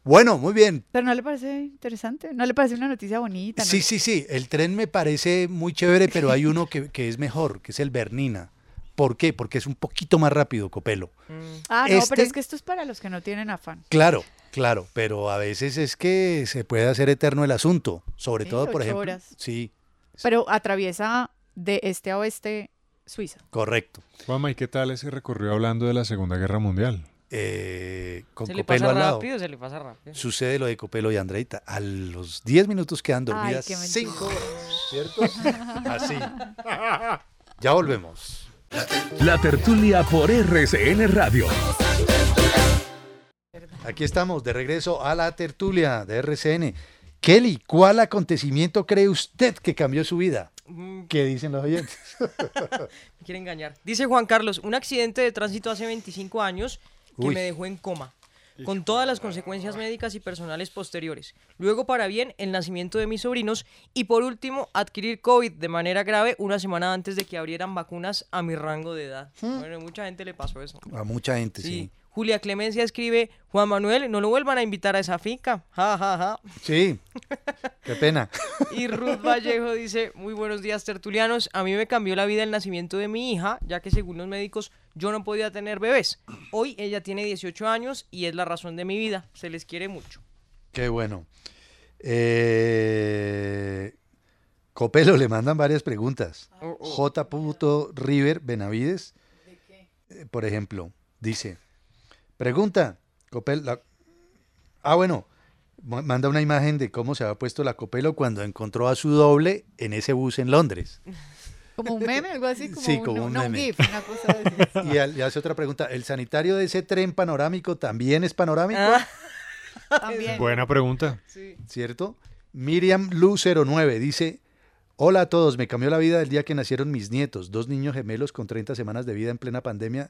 [SPEAKER 3] Bueno, muy bien.
[SPEAKER 7] Pero no le parece interesante, no le parece una noticia bonita. ¿No
[SPEAKER 3] Sí, sí, sí. El tren me parece muy chévere, pero hay uno que, que es mejor, que es el Bernina. ¿Por qué? Porque es un poquito más rápido, Copelo.
[SPEAKER 7] Ah, no,
[SPEAKER 3] Este-
[SPEAKER 7] pero es que esto es para los que no tienen afán.
[SPEAKER 3] Claro, claro, pero a veces es que se puede hacer eterno el asunto, sobre
[SPEAKER 7] Sí,
[SPEAKER 3] todo, por
[SPEAKER 7] ocho
[SPEAKER 3] ejemplo.
[SPEAKER 7] horas.
[SPEAKER 3] Sí,
[SPEAKER 7] Pero atraviesa de este a oeste Suiza.
[SPEAKER 3] correcto.
[SPEAKER 6] Juanma, ¿y qué tal ese recorrido hablando de la Segunda Guerra Mundial?
[SPEAKER 3] Eh, con
[SPEAKER 5] Se le
[SPEAKER 3] Copelo
[SPEAKER 5] pasa
[SPEAKER 3] al lado.
[SPEAKER 5] rápido, se le pasa rápido.
[SPEAKER 3] Sucede lo de Copelo y Andreita. A los 10 minutos quedan dormidas. cinco horas, ¿cierto? <laughs> Así. Ya volvemos.
[SPEAKER 2] La tertulia por RCN Radio.
[SPEAKER 3] Aquí estamos, de regreso a la tertulia de RCN. Kelly, ¿cuál acontecimiento cree usted que cambió su vida? ¿Qué dicen los oyentes?
[SPEAKER 5] Mm. <laughs> Me quiere engañar. Dice Juan Carlos, un accidente de tránsito hace 25 años que
[SPEAKER 3] Uy.
[SPEAKER 5] me dejó en coma, con todas las consecuencias médicas y personales posteriores. Luego, para bien, el nacimiento de mis sobrinos. Y por último, adquirir COVID de manera grave una semana antes de que abrieran vacunas a mi rango de edad.
[SPEAKER 7] ¿Mm?
[SPEAKER 5] Bueno, mucha gente le pasó eso.
[SPEAKER 3] A mucha gente, sí.
[SPEAKER 5] Julia Clemencia escribe, Juan Manuel, no lo vuelvan a invitar a esa finca. Ja,
[SPEAKER 6] <laughs>
[SPEAKER 5] ja, ja.
[SPEAKER 3] Sí, qué pena.
[SPEAKER 5] Y Ruth Vallejo dice, muy buenos días tertulianos, a mí me cambió la vida el nacimiento de mi hija, ya que según los médicos yo no podía tener bebés. Hoy ella tiene 18 años y es la razón de mi vida, se les quiere mucho.
[SPEAKER 3] Qué bueno. Eh, Copelo, le mandan varias preguntas. J. River Benavides, eh, por ejemplo, dice, pregunta, Copelo, la- ah bueno, ma- manda una imagen de cómo se había puesto la Copelo cuando encontró a su doble en ese bus en Londres.
[SPEAKER 7] Como un meme, algo así, como,
[SPEAKER 3] Sí,
[SPEAKER 7] un,
[SPEAKER 3] como un
[SPEAKER 7] no,
[SPEAKER 3] meme.
[SPEAKER 7] GIF, una cosa de esas.
[SPEAKER 3] Y, al- y hace otra pregunta, ¿el sanitario de ese tren panorámico también es panorámico?
[SPEAKER 7] También.
[SPEAKER 6] Buena pregunta.
[SPEAKER 3] ¿Cierto? Miriam Lu09 dice, hola a todos, me cambió la vida el día que nacieron mis nietos, dos niños gemelos con 30 semanas de vida en plena pandemia.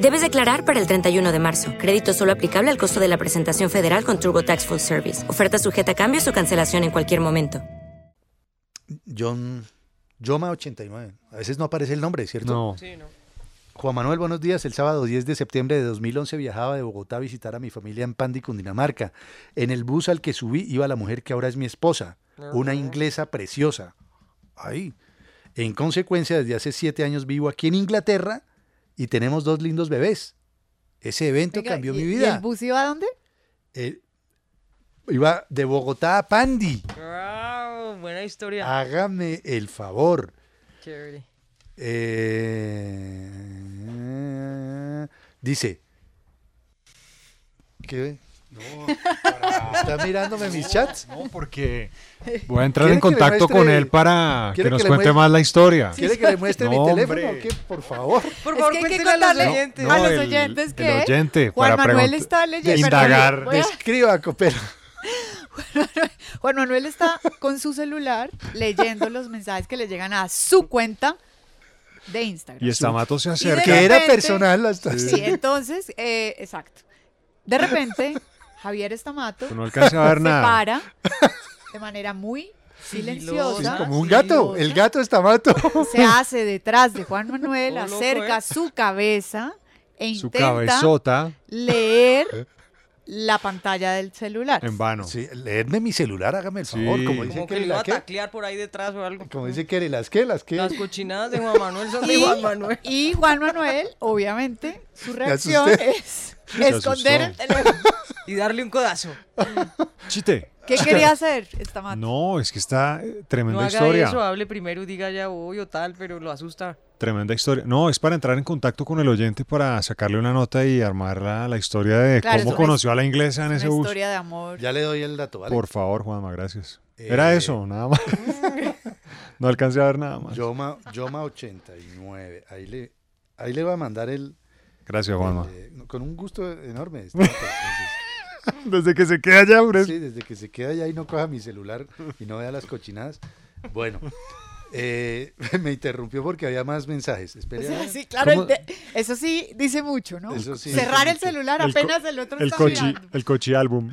[SPEAKER 11] Debes declarar para el 31 de marzo. Crédito solo aplicable al costo de la presentación federal con TurboTax Full Service. Oferta sujeta a cambios o cancelación en cualquier momento.
[SPEAKER 3] John, Yoma89. A veces no aparece el nombre, ¿cierto?
[SPEAKER 6] No.
[SPEAKER 3] Juan Manuel, buenos días. El sábado 10 de septiembre de 2011 viajaba de Bogotá a visitar a mi familia en Pandi, Cundinamarca. En el bus al que subí iba la mujer que ahora es mi esposa,
[SPEAKER 7] Ah,
[SPEAKER 3] una inglesa preciosa. Ahí. En consecuencia, desde hace siete años vivo aquí en Inglaterra y tenemos dos lindos bebés. Ese evento
[SPEAKER 7] Venga,
[SPEAKER 3] cambió
[SPEAKER 7] ¿y-
[SPEAKER 3] mi
[SPEAKER 7] y
[SPEAKER 3] vida.
[SPEAKER 7] el bus iba a dónde?
[SPEAKER 3] Eh, iba de Bogotá a Pandi.
[SPEAKER 5] Wow, buena historia.
[SPEAKER 6] Ah.
[SPEAKER 3] Hágame el favor.
[SPEAKER 5] Chévere.
[SPEAKER 3] Eh, dice. ¿Qué? <laughs> ¿Está mirándome mis chats?
[SPEAKER 6] No, porque. Voy a entrar en
[SPEAKER 3] ¿Quiere que le
[SPEAKER 6] contacto con
[SPEAKER 3] muestre-
[SPEAKER 6] él para que
[SPEAKER 3] quiere
[SPEAKER 6] nos
[SPEAKER 3] le
[SPEAKER 6] cuente
[SPEAKER 3] muestre-
[SPEAKER 6] más la historia.
[SPEAKER 3] ¿Quiere que le muestre mi
[SPEAKER 6] No,
[SPEAKER 3] teléfono?
[SPEAKER 6] hombre.
[SPEAKER 3] o qué? Por favor.
[SPEAKER 5] Por
[SPEAKER 7] favor, es que hay que contarle
[SPEAKER 3] No,
[SPEAKER 7] a
[SPEAKER 3] no,
[SPEAKER 7] los
[SPEAKER 3] el-
[SPEAKER 7] oyentes
[SPEAKER 3] el
[SPEAKER 7] que
[SPEAKER 3] oyente,
[SPEAKER 7] Juan
[SPEAKER 3] para
[SPEAKER 7] Manuel
[SPEAKER 3] preguntar-
[SPEAKER 7] está leyendo.
[SPEAKER 3] Indagar.
[SPEAKER 7] Voy a-
[SPEAKER 3] Describa, Copelo.
[SPEAKER 7] Juan Manuel está con su celular leyendo los mensajes que le llegan a su cuenta de Instagram.
[SPEAKER 6] Y Estamato se
[SPEAKER 7] Y de
[SPEAKER 6] acerca.
[SPEAKER 7] repente- Sí,
[SPEAKER 6] Sí.
[SPEAKER 7] entonces, eh, exacto. De repente, Javier Estamato
[SPEAKER 6] No alcanza a ver
[SPEAKER 7] se
[SPEAKER 6] nada.
[SPEAKER 7] para de manera muy silenciosa.
[SPEAKER 3] Como un gato, el gato está mato.
[SPEAKER 7] Se hace detrás de Juan Manuel,
[SPEAKER 6] Todo loco,
[SPEAKER 7] acerca su cabeza e
[SPEAKER 6] Su
[SPEAKER 7] intenta
[SPEAKER 6] cabezota
[SPEAKER 7] leer la pantalla del celular.
[SPEAKER 6] en vano.
[SPEAKER 3] Sí, leerme mi celular, hágame el favor, como dice
[SPEAKER 5] Como que
[SPEAKER 3] que
[SPEAKER 5] le iba
[SPEAKER 3] la
[SPEAKER 5] a
[SPEAKER 3] que,
[SPEAKER 5] taclear por ahí detrás o algo.
[SPEAKER 3] como dice que las que, las que.
[SPEAKER 5] Las cochinadas de
[SPEAKER 6] <laughs>
[SPEAKER 5] Juan Manuel son de
[SPEAKER 7] Y-
[SPEAKER 5] Juan Manuel.
[SPEAKER 7] Y Juan Manuel, obviamente, su
[SPEAKER 3] Me
[SPEAKER 7] reacción
[SPEAKER 3] asusté. <laughs>
[SPEAKER 7] es
[SPEAKER 3] Se
[SPEAKER 7] esconder el
[SPEAKER 3] asustó.
[SPEAKER 7] teléfono.
[SPEAKER 5] Y darle un codazo.
[SPEAKER 6] Chite.
[SPEAKER 7] ¿Qué
[SPEAKER 6] chite.
[SPEAKER 7] quería hacer esta mata?
[SPEAKER 6] No, es que está eh,
[SPEAKER 5] No
[SPEAKER 6] <laughs> tremenda
[SPEAKER 5] haga
[SPEAKER 6] historia.
[SPEAKER 5] eso, hable primero y diga ya voy o tal, pero lo asusta.
[SPEAKER 6] Tremenda historia. No, es para entrar en contacto con el oyente para sacarle una nota y armar la, la historia de
[SPEAKER 7] Claro, es
[SPEAKER 6] Eh, cómo
[SPEAKER 7] una
[SPEAKER 6] conoció a la
[SPEAKER 7] his-
[SPEAKER 6] inglesa en
[SPEAKER 7] es
[SPEAKER 6] ese
[SPEAKER 7] una
[SPEAKER 6] bus.
[SPEAKER 7] historia de amor.
[SPEAKER 3] Ya le doy el dato, ¿vale?
[SPEAKER 6] Por favor, Juanma, gracias. Era
[SPEAKER 3] Eh,
[SPEAKER 6] eso, nada
[SPEAKER 7] <laughs>
[SPEAKER 6] más. <laughs> no alcancé a ver nada más.
[SPEAKER 3] Yoma, Yoma 89. Ahí le, ahí le va a mandar el.
[SPEAKER 6] Gracias, Juanma.
[SPEAKER 3] eh, con un gusto
[SPEAKER 6] <laughs>
[SPEAKER 3] enorme. este dato, entonces.
[SPEAKER 6] Desde que se queda allá, hombre.
[SPEAKER 3] Sí, desde que se queda allá y no coja mi celular y no vea las cochinadas. Bueno, eh, <laughs> me interrumpió porque había más mensajes. Espere,
[SPEAKER 7] O sea,
[SPEAKER 3] a ver.
[SPEAKER 7] sí, claro,
[SPEAKER 3] ¿Cómo?
[SPEAKER 7] el te- eso sí dice mucho, ¿no?
[SPEAKER 3] Eso sí
[SPEAKER 7] Cerrar el
[SPEAKER 3] dice mucho.
[SPEAKER 7] celular
[SPEAKER 3] El co-
[SPEAKER 7] apenas el otro
[SPEAKER 3] el
[SPEAKER 7] está
[SPEAKER 3] cochi-
[SPEAKER 7] mirando.
[SPEAKER 6] El cochi álbum.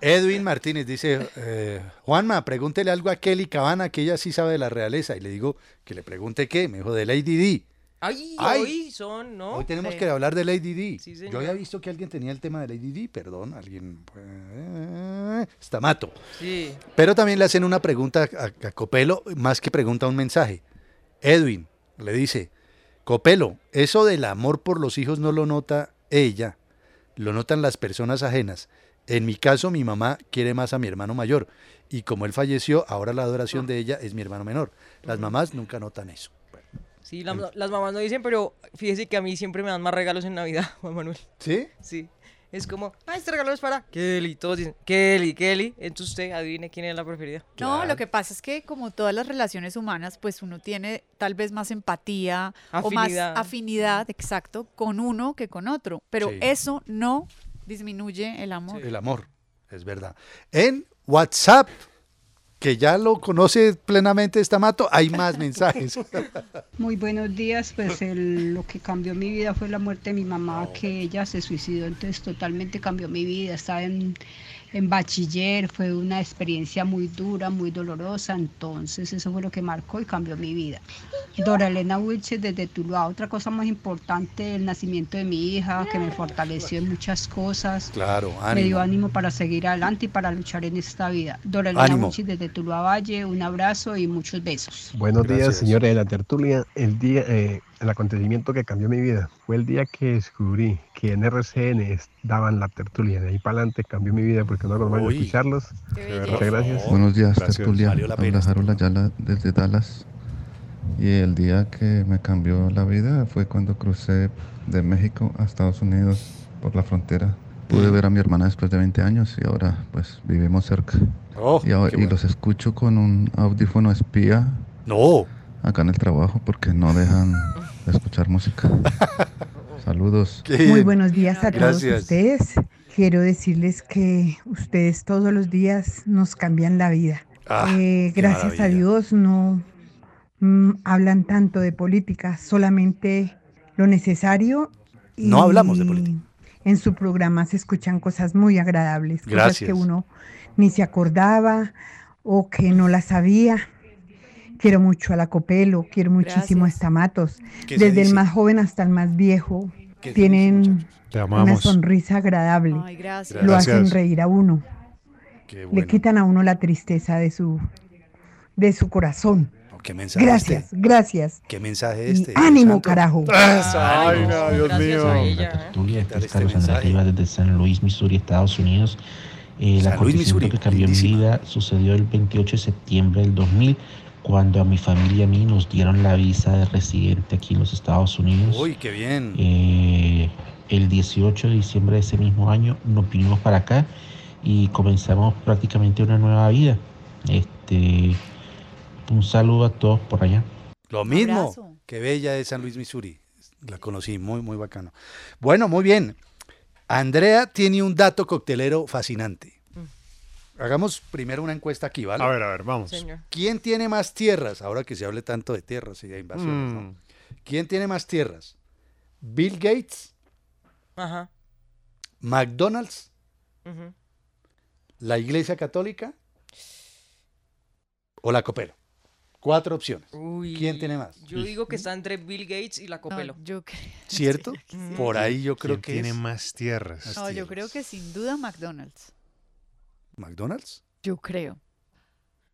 [SPEAKER 3] Edwin Martínez dice, eh, Juanma, pregúntele algo a Kelly Cabana, que ella sí sabe de la realeza. Y le digo, que le pregunte qué. Me dijo, de Lady D.
[SPEAKER 5] Ay,
[SPEAKER 3] Ay.
[SPEAKER 5] hoy son, ¿no?
[SPEAKER 3] Hoy tenemos
[SPEAKER 5] Sí.
[SPEAKER 3] que hablar de Lady D.
[SPEAKER 5] Sí, señor.
[SPEAKER 3] Yo había visto que alguien tenía el tema de Lady D, perdón, alguien... eh, Stamato.
[SPEAKER 5] Sí.
[SPEAKER 3] Pero también le hacen una pregunta a, a Copelo, más que pregunta un mensaje. Edwin le dice, Copelo, eso del amor por los hijos no lo nota ella, lo notan las personas ajenas. En mi caso, mi mamá quiere más a mi hermano mayor. Y como él falleció, ahora la adoración de ella es mi hermano menor. Las mamás nunca notan eso.
[SPEAKER 5] Sí, la- las mamás no dicen, pero fíjese que a mí siempre me dan más regalos en Navidad, <laughs> Juan Manuel.
[SPEAKER 3] ¿Sí?
[SPEAKER 5] Sí. Es como, ah, este regalo es para Kelly. Todos dicen, Kelly, Kelly. Entonces usted adivine quién es la preferida.
[SPEAKER 7] No, lo que pasa es que como todas las relaciones humanas, pues uno tiene tal vez más empatía o
[SPEAKER 5] Afinidad.
[SPEAKER 7] más afinidad, exacto, con uno que con otro. Pero
[SPEAKER 3] Sí.
[SPEAKER 7] eso no disminuye el amor.
[SPEAKER 3] El amor, es verdad. En WhatsApp, que ya lo conoce plenamente esta mato, hay más mensajes.
[SPEAKER 10] <laughs> Muy buenos días, pues el- lo que cambió mi vida fue la muerte de mi mamá, que ella se suicidó, entonces totalmente cambió mi vida. Estaba en, en bachiller, fue una experiencia muy dura, muy dolorosa, entonces eso fue lo que marcó y cambió mi vida. Dora Elena Wilches desde Tuluá, otra cosa más importante, el nacimiento de mi hija, que me fortaleció en muchas cosas.
[SPEAKER 3] <laughs> Claro,
[SPEAKER 10] Me
[SPEAKER 3] ánimo.
[SPEAKER 10] dio ánimo para seguir adelante y para luchar en esta vida. Dora Elena
[SPEAKER 3] Ánimo.
[SPEAKER 10] Wilches desde Tuluá Valle, un abrazo y muchos besos.
[SPEAKER 12] Buenos días,
[SPEAKER 10] Gracias.
[SPEAKER 12] señores de la tertulia. El día, eh, el acontecimiento que cambió mi vida fue el día que descubrí que en RCN es- daban la tertulia. De ahí para adelante cambió mi vida porque no acordaba de
[SPEAKER 13] Uy,
[SPEAKER 12] escucharlos. Muchas gracias.
[SPEAKER 3] Oh,
[SPEAKER 13] Buenos días,
[SPEAKER 12] Gracias.
[SPEAKER 13] Tertulia.
[SPEAKER 12] Valió la pena
[SPEAKER 13] Habla Harold Ayala desde Dallas. Y el día que me cambió la vida fue cuando crucé de México a Estados Unidos por la frontera. Pude ver a mi hermana después de 20 años y ahora pues vivimos cerca.
[SPEAKER 3] Oh,
[SPEAKER 13] y, ahora-
[SPEAKER 3] qué
[SPEAKER 13] y los escucho con un audífono espía.
[SPEAKER 3] No.
[SPEAKER 13] Acá en el trabajo porque no
[SPEAKER 3] <laughs>
[SPEAKER 13] dejan de escuchar música. Saludos.
[SPEAKER 24] Muy buenos días a todos
[SPEAKER 13] Gracias.
[SPEAKER 24] ustedes. Quiero decirles que ustedes todos los días nos cambian la vida.
[SPEAKER 25] Ah,
[SPEAKER 24] Eh,
[SPEAKER 25] qué
[SPEAKER 24] gracias a
[SPEAKER 25] maravilla.
[SPEAKER 24] Dios no mm, hablan tanto de política, solamente lo necesario.
[SPEAKER 3] No hablamos de política.
[SPEAKER 24] En su programa se escuchan cosas muy agradables, cosas
[SPEAKER 3] Gracias.
[SPEAKER 24] que uno ni se acordaba o que no las sabía. Quiero mucho a la Copelo, quiero muchísimo a Estamatos.
[SPEAKER 3] ¿Qué se
[SPEAKER 24] Desde el
[SPEAKER 3] dice?
[SPEAKER 24] más joven hasta el más viejo.
[SPEAKER 3] ¿Qué se
[SPEAKER 24] Tienen
[SPEAKER 6] Te
[SPEAKER 24] una
[SPEAKER 6] amamos.
[SPEAKER 24] sonrisa agradable.
[SPEAKER 7] Ay, gracias.
[SPEAKER 24] Lo
[SPEAKER 6] Gracias.
[SPEAKER 24] hacen reír a uno.
[SPEAKER 3] Qué
[SPEAKER 24] Le quitan a uno la tristeza de su, de su corazón.
[SPEAKER 3] Oh, ¿Qué mensaje
[SPEAKER 24] Gracias,
[SPEAKER 3] este?
[SPEAKER 24] gracias.
[SPEAKER 3] ¿Qué mensaje
[SPEAKER 24] Y
[SPEAKER 3] este?
[SPEAKER 24] ánimo,
[SPEAKER 3] santo? <laughs>
[SPEAKER 24] carajo.
[SPEAKER 3] Esa, ay, no, Dios mío.
[SPEAKER 26] tertulia,
[SPEAKER 3] ¿eh? ¿Qué tal
[SPEAKER 26] es
[SPEAKER 3] este
[SPEAKER 26] Carlos Andrés
[SPEAKER 3] mensaje?
[SPEAKER 26] Rivas desde San Luis, Missouri, Estados Unidos. Eh,
[SPEAKER 3] San
[SPEAKER 26] El
[SPEAKER 3] Luis,
[SPEAKER 26] acontecimiento
[SPEAKER 3] Missouri,
[SPEAKER 26] que cambió mi vida sucedió el 28 de septiembre del 2000, cuando a mi familia y a mí nos dieron la visa de residente aquí en los Estados Unidos.
[SPEAKER 3] Uy, qué bien.
[SPEAKER 26] Eh, el 18 de diciembre de ese mismo año nos vinimos para acá y comenzamos prácticamente una nueva vida. Este, un saludo a todos por allá.
[SPEAKER 3] Lo mismo.
[SPEAKER 7] abrazo.
[SPEAKER 3] Qué bella es San Luis, Missouri. La conocí, muy, muy bacano. Bueno, muy bien. Andrea tiene un dato coctelero fascinante. Hagamos primero una encuesta aquí, ¿vale?
[SPEAKER 6] A ver, a ver, vamos. Señor.
[SPEAKER 3] ¿Quién tiene más tierras? Ahora que se hable tanto de tierras y de invasiones, ¿no?
[SPEAKER 6] Mm.
[SPEAKER 3] ¿Quién tiene más tierras? ¿Bill Gates?
[SPEAKER 5] Ajá.
[SPEAKER 3] ¿McDonald's?
[SPEAKER 5] ujú.
[SPEAKER 3] ¿La Iglesia Católica? ¿O la Copelo? Cuatro opciones. ¿Quién tiene más?
[SPEAKER 5] Yo digo que está entre Bill Gates y la Copelo.
[SPEAKER 7] yo creo.
[SPEAKER 3] ¿Cierto?
[SPEAKER 7] sí.
[SPEAKER 3] Por ahí yo creo
[SPEAKER 6] ¿Quién
[SPEAKER 3] que
[SPEAKER 6] tiene
[SPEAKER 3] es.
[SPEAKER 6] más tierras?
[SPEAKER 7] No, yo creo que sin duda McDonald's.
[SPEAKER 3] ¿McDonald's?
[SPEAKER 7] Yo creo.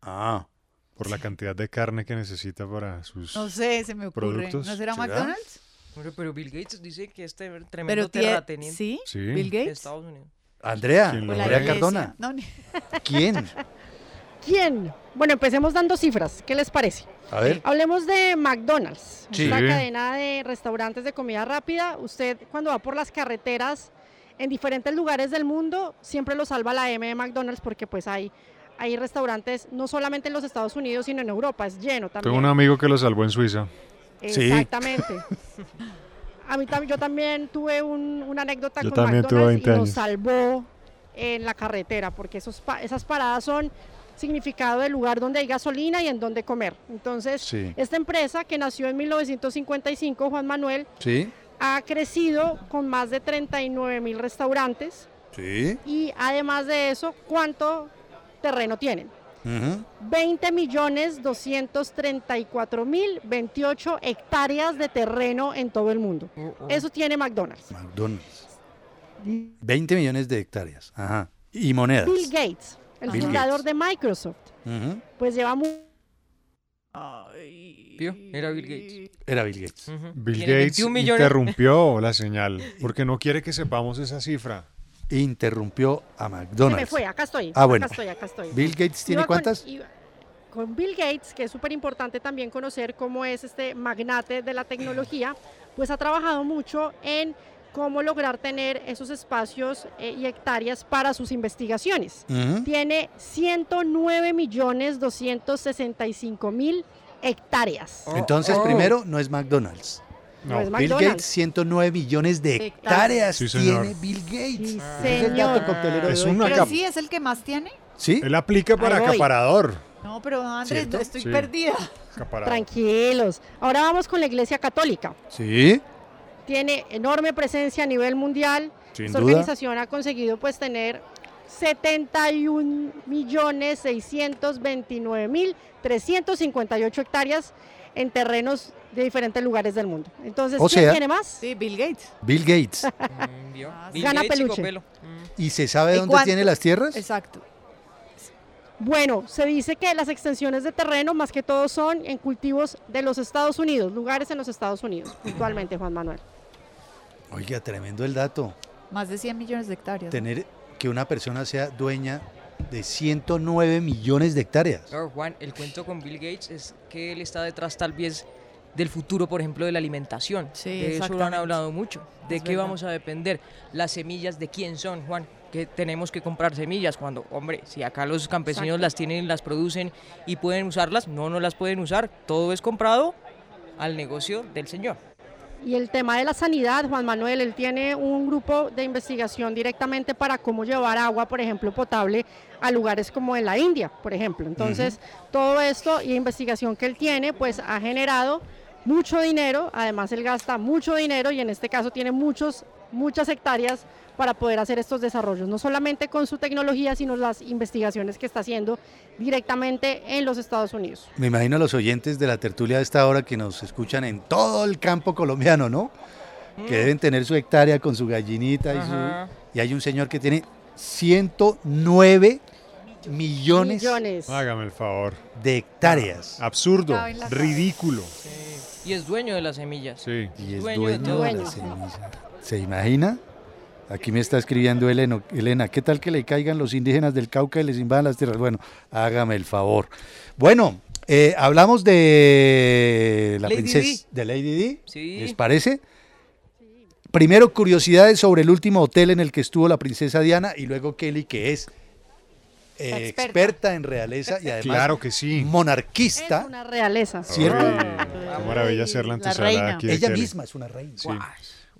[SPEAKER 3] Ah.
[SPEAKER 6] Por la cantidad de carne que necesita para sus
[SPEAKER 7] No sé, se me ocurre.
[SPEAKER 6] productos.
[SPEAKER 7] ¿No será McDonald's?
[SPEAKER 5] Hombre, pero Bill Gates dice que este
[SPEAKER 7] Pero
[SPEAKER 5] tremendo
[SPEAKER 7] tiene-
[SPEAKER 5] terrateniente.
[SPEAKER 7] ¿sí?
[SPEAKER 6] Sí.
[SPEAKER 7] ¿Bill
[SPEAKER 5] de
[SPEAKER 7] Gates?
[SPEAKER 5] Estados Unidos.
[SPEAKER 3] Andrea,
[SPEAKER 6] ¿Quién lo
[SPEAKER 3] Andrea
[SPEAKER 6] ve?
[SPEAKER 3] Cardona.
[SPEAKER 7] No, ni-
[SPEAKER 3] ¿Quién?
[SPEAKER 4] ¿Quién? Bueno, empecemos dando cifras. ¿Qué les parece?
[SPEAKER 3] A ver.
[SPEAKER 4] Hablemos de McDonald's,
[SPEAKER 3] Sí.
[SPEAKER 4] la
[SPEAKER 3] Sí.
[SPEAKER 4] cadena de restaurantes de comida rápida. Usted cuando va por las carreteras en diferentes lugares del mundo, siempre lo salva la M de McDonald's porque pues hay, hay restaurantes no solamente en los Estados Unidos, sino en Europa, es lleno también.
[SPEAKER 6] Tengo un amigo que lo salvó en Suiza. <laughs>
[SPEAKER 4] Exactamente. A mí tam- yo también tuve un- una anécdota
[SPEAKER 6] Yo
[SPEAKER 4] con
[SPEAKER 6] también tuve
[SPEAKER 4] McDonald's
[SPEAKER 6] 20
[SPEAKER 4] y nos
[SPEAKER 6] años.
[SPEAKER 4] salvó en la carretera, porque esos pa- esas paradas son significado del lugar donde hay gasolina y en donde comer. Entonces,
[SPEAKER 3] Sí.
[SPEAKER 4] esta empresa que nació en 1955, Juan Manuel,
[SPEAKER 3] ¿Sí?
[SPEAKER 4] ha crecido con más de 39 mil restaurantes
[SPEAKER 3] ¿Sí?
[SPEAKER 4] y además de eso, ¿cuánto terreno tienen?
[SPEAKER 3] Ujú.
[SPEAKER 4] 20 millones 234 mil 28 hectáreas de terreno en todo el mundo.
[SPEAKER 3] Oh,
[SPEAKER 4] Eso tiene McDonald's.
[SPEAKER 3] McDonald's. 20 millones de hectáreas. Ajá. Y monedas.
[SPEAKER 4] Bill Gates, el
[SPEAKER 3] Bill
[SPEAKER 4] fundador de Microsoft,
[SPEAKER 3] Ujú.
[SPEAKER 4] pues lleva mu-
[SPEAKER 5] ¿Vio? Era Bill Gates.
[SPEAKER 3] Era Bill Gates.
[SPEAKER 6] Bill
[SPEAKER 5] Tiene
[SPEAKER 6] Gates
[SPEAKER 5] 21 millones. <laughs>
[SPEAKER 6] interrumpió la señal porque no quiere que sepamos esa cifra.
[SPEAKER 3] Interrumpió a
[SPEAKER 4] Se
[SPEAKER 3] McDonald's.
[SPEAKER 4] me fue, acá estoy.
[SPEAKER 3] Ah, bueno.
[SPEAKER 4] Acá estoy, acá estoy.
[SPEAKER 3] Bill Gates tiene
[SPEAKER 4] Iba con-
[SPEAKER 3] cuántas?
[SPEAKER 4] iba- Con, Bill Gates, que es súper importante también conocer cómo es este magnate de la tecnología, pues ha trabajado mucho en cómo lograr tener esos espacios eh, y hectáreas para sus investigaciones.
[SPEAKER 3] Ujú.
[SPEAKER 4] Tiene 109 millones 265 mil hectáreas.
[SPEAKER 3] Entonces,
[SPEAKER 4] Oh.
[SPEAKER 3] primero, no es McDonald's.
[SPEAKER 4] No. No es
[SPEAKER 3] Bill
[SPEAKER 4] McDonald's.
[SPEAKER 3] Gates, 109 millones de hectáreas
[SPEAKER 6] Sí, señor.
[SPEAKER 3] tiene Bill Gates.
[SPEAKER 4] Sí,
[SPEAKER 3] Ese es el dato
[SPEAKER 7] señor.
[SPEAKER 3] coctelero de
[SPEAKER 6] Es
[SPEAKER 3] hoy.
[SPEAKER 6] una
[SPEAKER 7] Pero
[SPEAKER 6] cap-
[SPEAKER 7] sí es el que más tiene.
[SPEAKER 3] ¿Sí?
[SPEAKER 6] Él aplica para
[SPEAKER 4] Ahí voy.
[SPEAKER 6] acaparador.
[SPEAKER 7] No, pero no, Andrés,
[SPEAKER 6] ¿Cierto?
[SPEAKER 7] no estoy
[SPEAKER 6] Sí.
[SPEAKER 7] perdida.
[SPEAKER 6] Acaparador.
[SPEAKER 4] Tranquilos. Ahora vamos con la Iglesia Católica.
[SPEAKER 3] Sí.
[SPEAKER 4] tiene enorme presencia a nivel mundial.
[SPEAKER 3] Sin
[SPEAKER 4] Esta
[SPEAKER 3] duda.
[SPEAKER 4] organización ha conseguido pues tener 71 millones 629 mil 358 hectáreas en terrenos de diferentes lugares del mundo. Entonces,
[SPEAKER 3] O
[SPEAKER 4] ¿quién
[SPEAKER 3] sea-
[SPEAKER 4] tiene más?
[SPEAKER 7] Sí, Bill Gates.
[SPEAKER 3] Bill Gates.
[SPEAKER 5] Bill
[SPEAKER 4] Gana
[SPEAKER 5] Gates y
[SPEAKER 4] peluche.
[SPEAKER 5] Copelo.
[SPEAKER 3] ¿Y se sabe
[SPEAKER 4] ¿Y
[SPEAKER 3] dónde
[SPEAKER 4] cuánto?
[SPEAKER 3] tiene las tierras?
[SPEAKER 7] Exacto.
[SPEAKER 4] Bueno, se dice que las extensiones de terreno más que todo son en cultivos de los Estados Unidos, lugares en los Estados Unidos, puntualmente, Juan Manuel.
[SPEAKER 3] Oiga, tremendo el dato.
[SPEAKER 7] Más de 100 millones de hectáreas. ¿no?
[SPEAKER 3] Tener que una persona sea dueña de 109 millones de hectáreas.
[SPEAKER 5] Claro, Juan, el cuento con Bill Gates es que él está detrás tal vez del futuro, por ejemplo, de la alimentación.
[SPEAKER 7] Sí,
[SPEAKER 5] de eso lo han
[SPEAKER 7] exactamente.
[SPEAKER 5] hablado mucho. ¿De
[SPEAKER 7] Es
[SPEAKER 5] qué
[SPEAKER 7] verdad.
[SPEAKER 5] vamos a depender? Las semillas, ¿de quién son, Juan? Que tenemos que comprar semillas cuando, hombre, si acá los campesinos
[SPEAKER 7] Exacto.
[SPEAKER 5] las tienen, las producen y pueden usarlas, no, no las pueden usar. Todo es comprado al negocio del señor.
[SPEAKER 4] Y el tema de la sanidad, Juan Manuel, él tiene un grupo de investigación directamente para cómo llevar agua, por ejemplo, potable a lugares como en la India, por ejemplo. Entonces, todo esto y investigación que él tiene, pues ha generado mucho dinero, además él gasta mucho dinero y en este caso tiene muchos, muchas hectáreas para poder hacer estos desarrollos, no solamente con su tecnología, sino las investigaciones que está haciendo directamente en los Estados Unidos.
[SPEAKER 3] Me imagino a los oyentes de la tertulia de esta hora que nos escuchan en todo el campo colombiano, ¿no?
[SPEAKER 4] Mm.
[SPEAKER 3] Que deben tener su hectárea con su gallinita y,
[SPEAKER 5] Ajá.
[SPEAKER 3] su, y hay un señor que tiene 109 millones,
[SPEAKER 4] Millones.
[SPEAKER 6] Hágame el favor.
[SPEAKER 3] de hectáreas.
[SPEAKER 6] Absurdo,
[SPEAKER 5] Caben las-
[SPEAKER 6] ridículo.
[SPEAKER 5] Y es dueño de las semillas.
[SPEAKER 6] Sí.
[SPEAKER 3] Y es
[SPEAKER 5] Dueño
[SPEAKER 3] dueño
[SPEAKER 5] de todo.
[SPEAKER 3] de la semilla. ¿Se imagina? Aquí me está escribiendo Eleno- Elena, ¿qué tal que le caigan los indígenas del Cauca y les invadan las tierras? Bueno, hágame el favor. Bueno, eh, hablamos de la
[SPEAKER 5] Lady
[SPEAKER 3] princesa, de Lady Di.
[SPEAKER 5] Sí.
[SPEAKER 3] ¿Les parece? Primero, curiosidades sobre el último hotel en el que estuvo la princesa Diana y luego Kelly, que es eh, experta. en realeza y además
[SPEAKER 6] Claro que sí.
[SPEAKER 3] monarquista.
[SPEAKER 4] Una realeza.
[SPEAKER 3] ¿Cierto?
[SPEAKER 6] Qué maravilla ser la antesala
[SPEAKER 4] reina.
[SPEAKER 6] aquí de
[SPEAKER 3] Ella
[SPEAKER 6] Kelly.
[SPEAKER 3] misma es una reina.
[SPEAKER 6] Sí.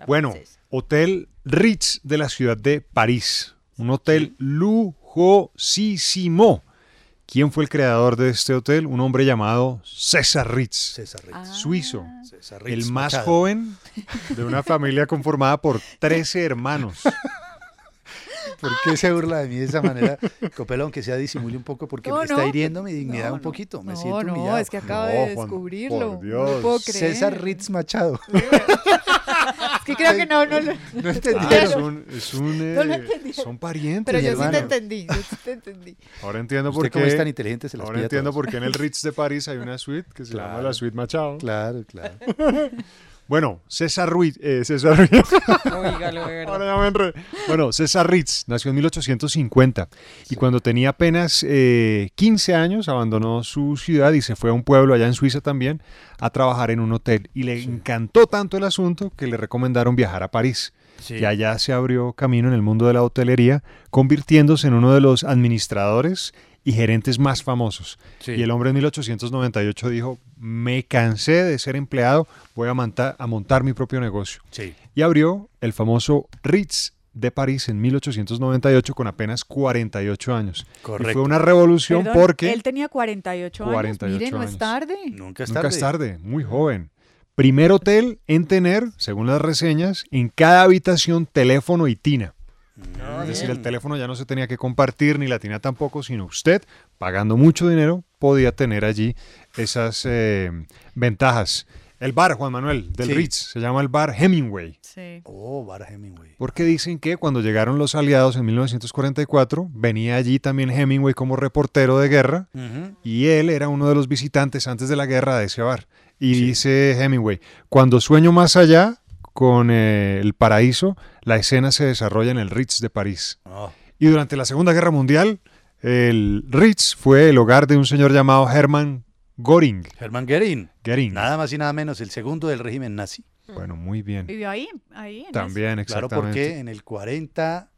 [SPEAKER 6] Bueno, Hotel Ritz de la ciudad de París. Un hotel lujoso. jugosísimo. ¿Quién fue el creador de este hotel? Un hombre llamado César Ritz. Suizo.
[SPEAKER 4] Ah.
[SPEAKER 6] el más
[SPEAKER 3] Machado. <laughs>
[SPEAKER 6] joven de una familia conformada por 13 hermanos.
[SPEAKER 3] ¿Por qué se burla de mí de esa manera? Copelón, que sea disimule un poco porque
[SPEAKER 7] No,
[SPEAKER 3] me
[SPEAKER 7] no,
[SPEAKER 3] está hiriendo mi
[SPEAKER 7] no,
[SPEAKER 3] dignidad un
[SPEAKER 7] no.
[SPEAKER 3] poquito. Me
[SPEAKER 7] No,
[SPEAKER 3] siento
[SPEAKER 7] no,
[SPEAKER 3] humillado.
[SPEAKER 7] es que acabo de descubrirlo, no lo puedo creer.
[SPEAKER 3] César Ritz Machado. <laughs>
[SPEAKER 7] Es que creo que no, no lo... <laughs>
[SPEAKER 6] Ah,
[SPEAKER 3] No
[SPEAKER 6] es
[SPEAKER 3] entendieron.
[SPEAKER 6] un- es un,
[SPEAKER 7] No lo
[SPEAKER 6] eh,
[SPEAKER 7] entendieron.
[SPEAKER 6] son parientes.
[SPEAKER 7] Pero yo sí te
[SPEAKER 6] hermano.
[SPEAKER 7] entendí, yo sí te entendí.
[SPEAKER 6] Ahora entiendo
[SPEAKER 3] Usted
[SPEAKER 6] por qué.
[SPEAKER 3] como es tan inteligente, se las
[SPEAKER 6] Ahora
[SPEAKER 3] pide a
[SPEAKER 6] entiendo
[SPEAKER 3] todas.
[SPEAKER 6] por qué en el Ritz de París hay una suite que se llama la suite Machado.
[SPEAKER 3] Claro, claro.
[SPEAKER 6] Bueno, César Ruiz. eh, César Ruiz. <laughs>
[SPEAKER 5] Oígalo, de verdad.
[SPEAKER 6] Ahora ya me enredé. Bueno, César Ritz nació en 1850 y cuando tenía apenas eh, 15 años abandonó su ciudad y se fue a un pueblo allá en Suiza también a trabajar en un hotel. Y le encantó tanto el asunto que le recomendaron viajar a París.
[SPEAKER 3] Sí.
[SPEAKER 6] Y allá se abrió camino en el mundo de la hotelería, convirtiéndose en uno de los administradores y gerentes más famosos.
[SPEAKER 3] Sí.
[SPEAKER 6] Y el hombre en 1898 dijo, me cansé de ser empleado, voy a, monta- a montar mi propio negocio.
[SPEAKER 3] Sí.
[SPEAKER 6] Y abrió el famoso Ritz de París en 1898 con apenas 48 años. Y
[SPEAKER 3] Correcto.
[SPEAKER 6] fue una revolución
[SPEAKER 7] Perdón,
[SPEAKER 6] porque...
[SPEAKER 7] Él tenía 48,
[SPEAKER 6] 48
[SPEAKER 7] años. Miren, no
[SPEAKER 6] años.
[SPEAKER 7] es tarde.
[SPEAKER 3] Nunca es
[SPEAKER 6] Nunca
[SPEAKER 3] tarde.
[SPEAKER 6] es tarde, muy joven. Primer hotel en tener, según las reseñas, en cada habitación teléfono y tina. es decir, el teléfono ya no se tenía que compartir ni la tina tampoco, sino usted, pagando mucho dinero, podía tener allí esas eh, ventajas. El bar, Juan Manuel, del
[SPEAKER 3] Sí.
[SPEAKER 6] Ritz, se llama el bar Hemingway.
[SPEAKER 7] Sí.
[SPEAKER 3] Oh, Bar Hemingway.
[SPEAKER 6] Porque dicen que cuando llegaron los aliados en 1944, venía allí también Hemingway como reportero de guerra
[SPEAKER 3] Ujú.
[SPEAKER 6] y él era uno de los visitantes antes de la guerra de ese bar. Y dice Hemingway, cuando sueño más allá con eh, el paraíso, la escena se desarrolla en el Ritz de París. Y durante la Segunda Guerra Mundial, el Ritz fue el hogar de un señor llamado Hermann Göring.
[SPEAKER 3] Hermann Göring.
[SPEAKER 6] Göring.
[SPEAKER 3] Nada más y nada menos, el segundo del régimen nazi.
[SPEAKER 7] Mm.
[SPEAKER 6] Bueno, muy bien.
[SPEAKER 7] Vivió ahí, ahí. En
[SPEAKER 6] También,
[SPEAKER 3] Claro,
[SPEAKER 6] exactamente.
[SPEAKER 3] porque en el 40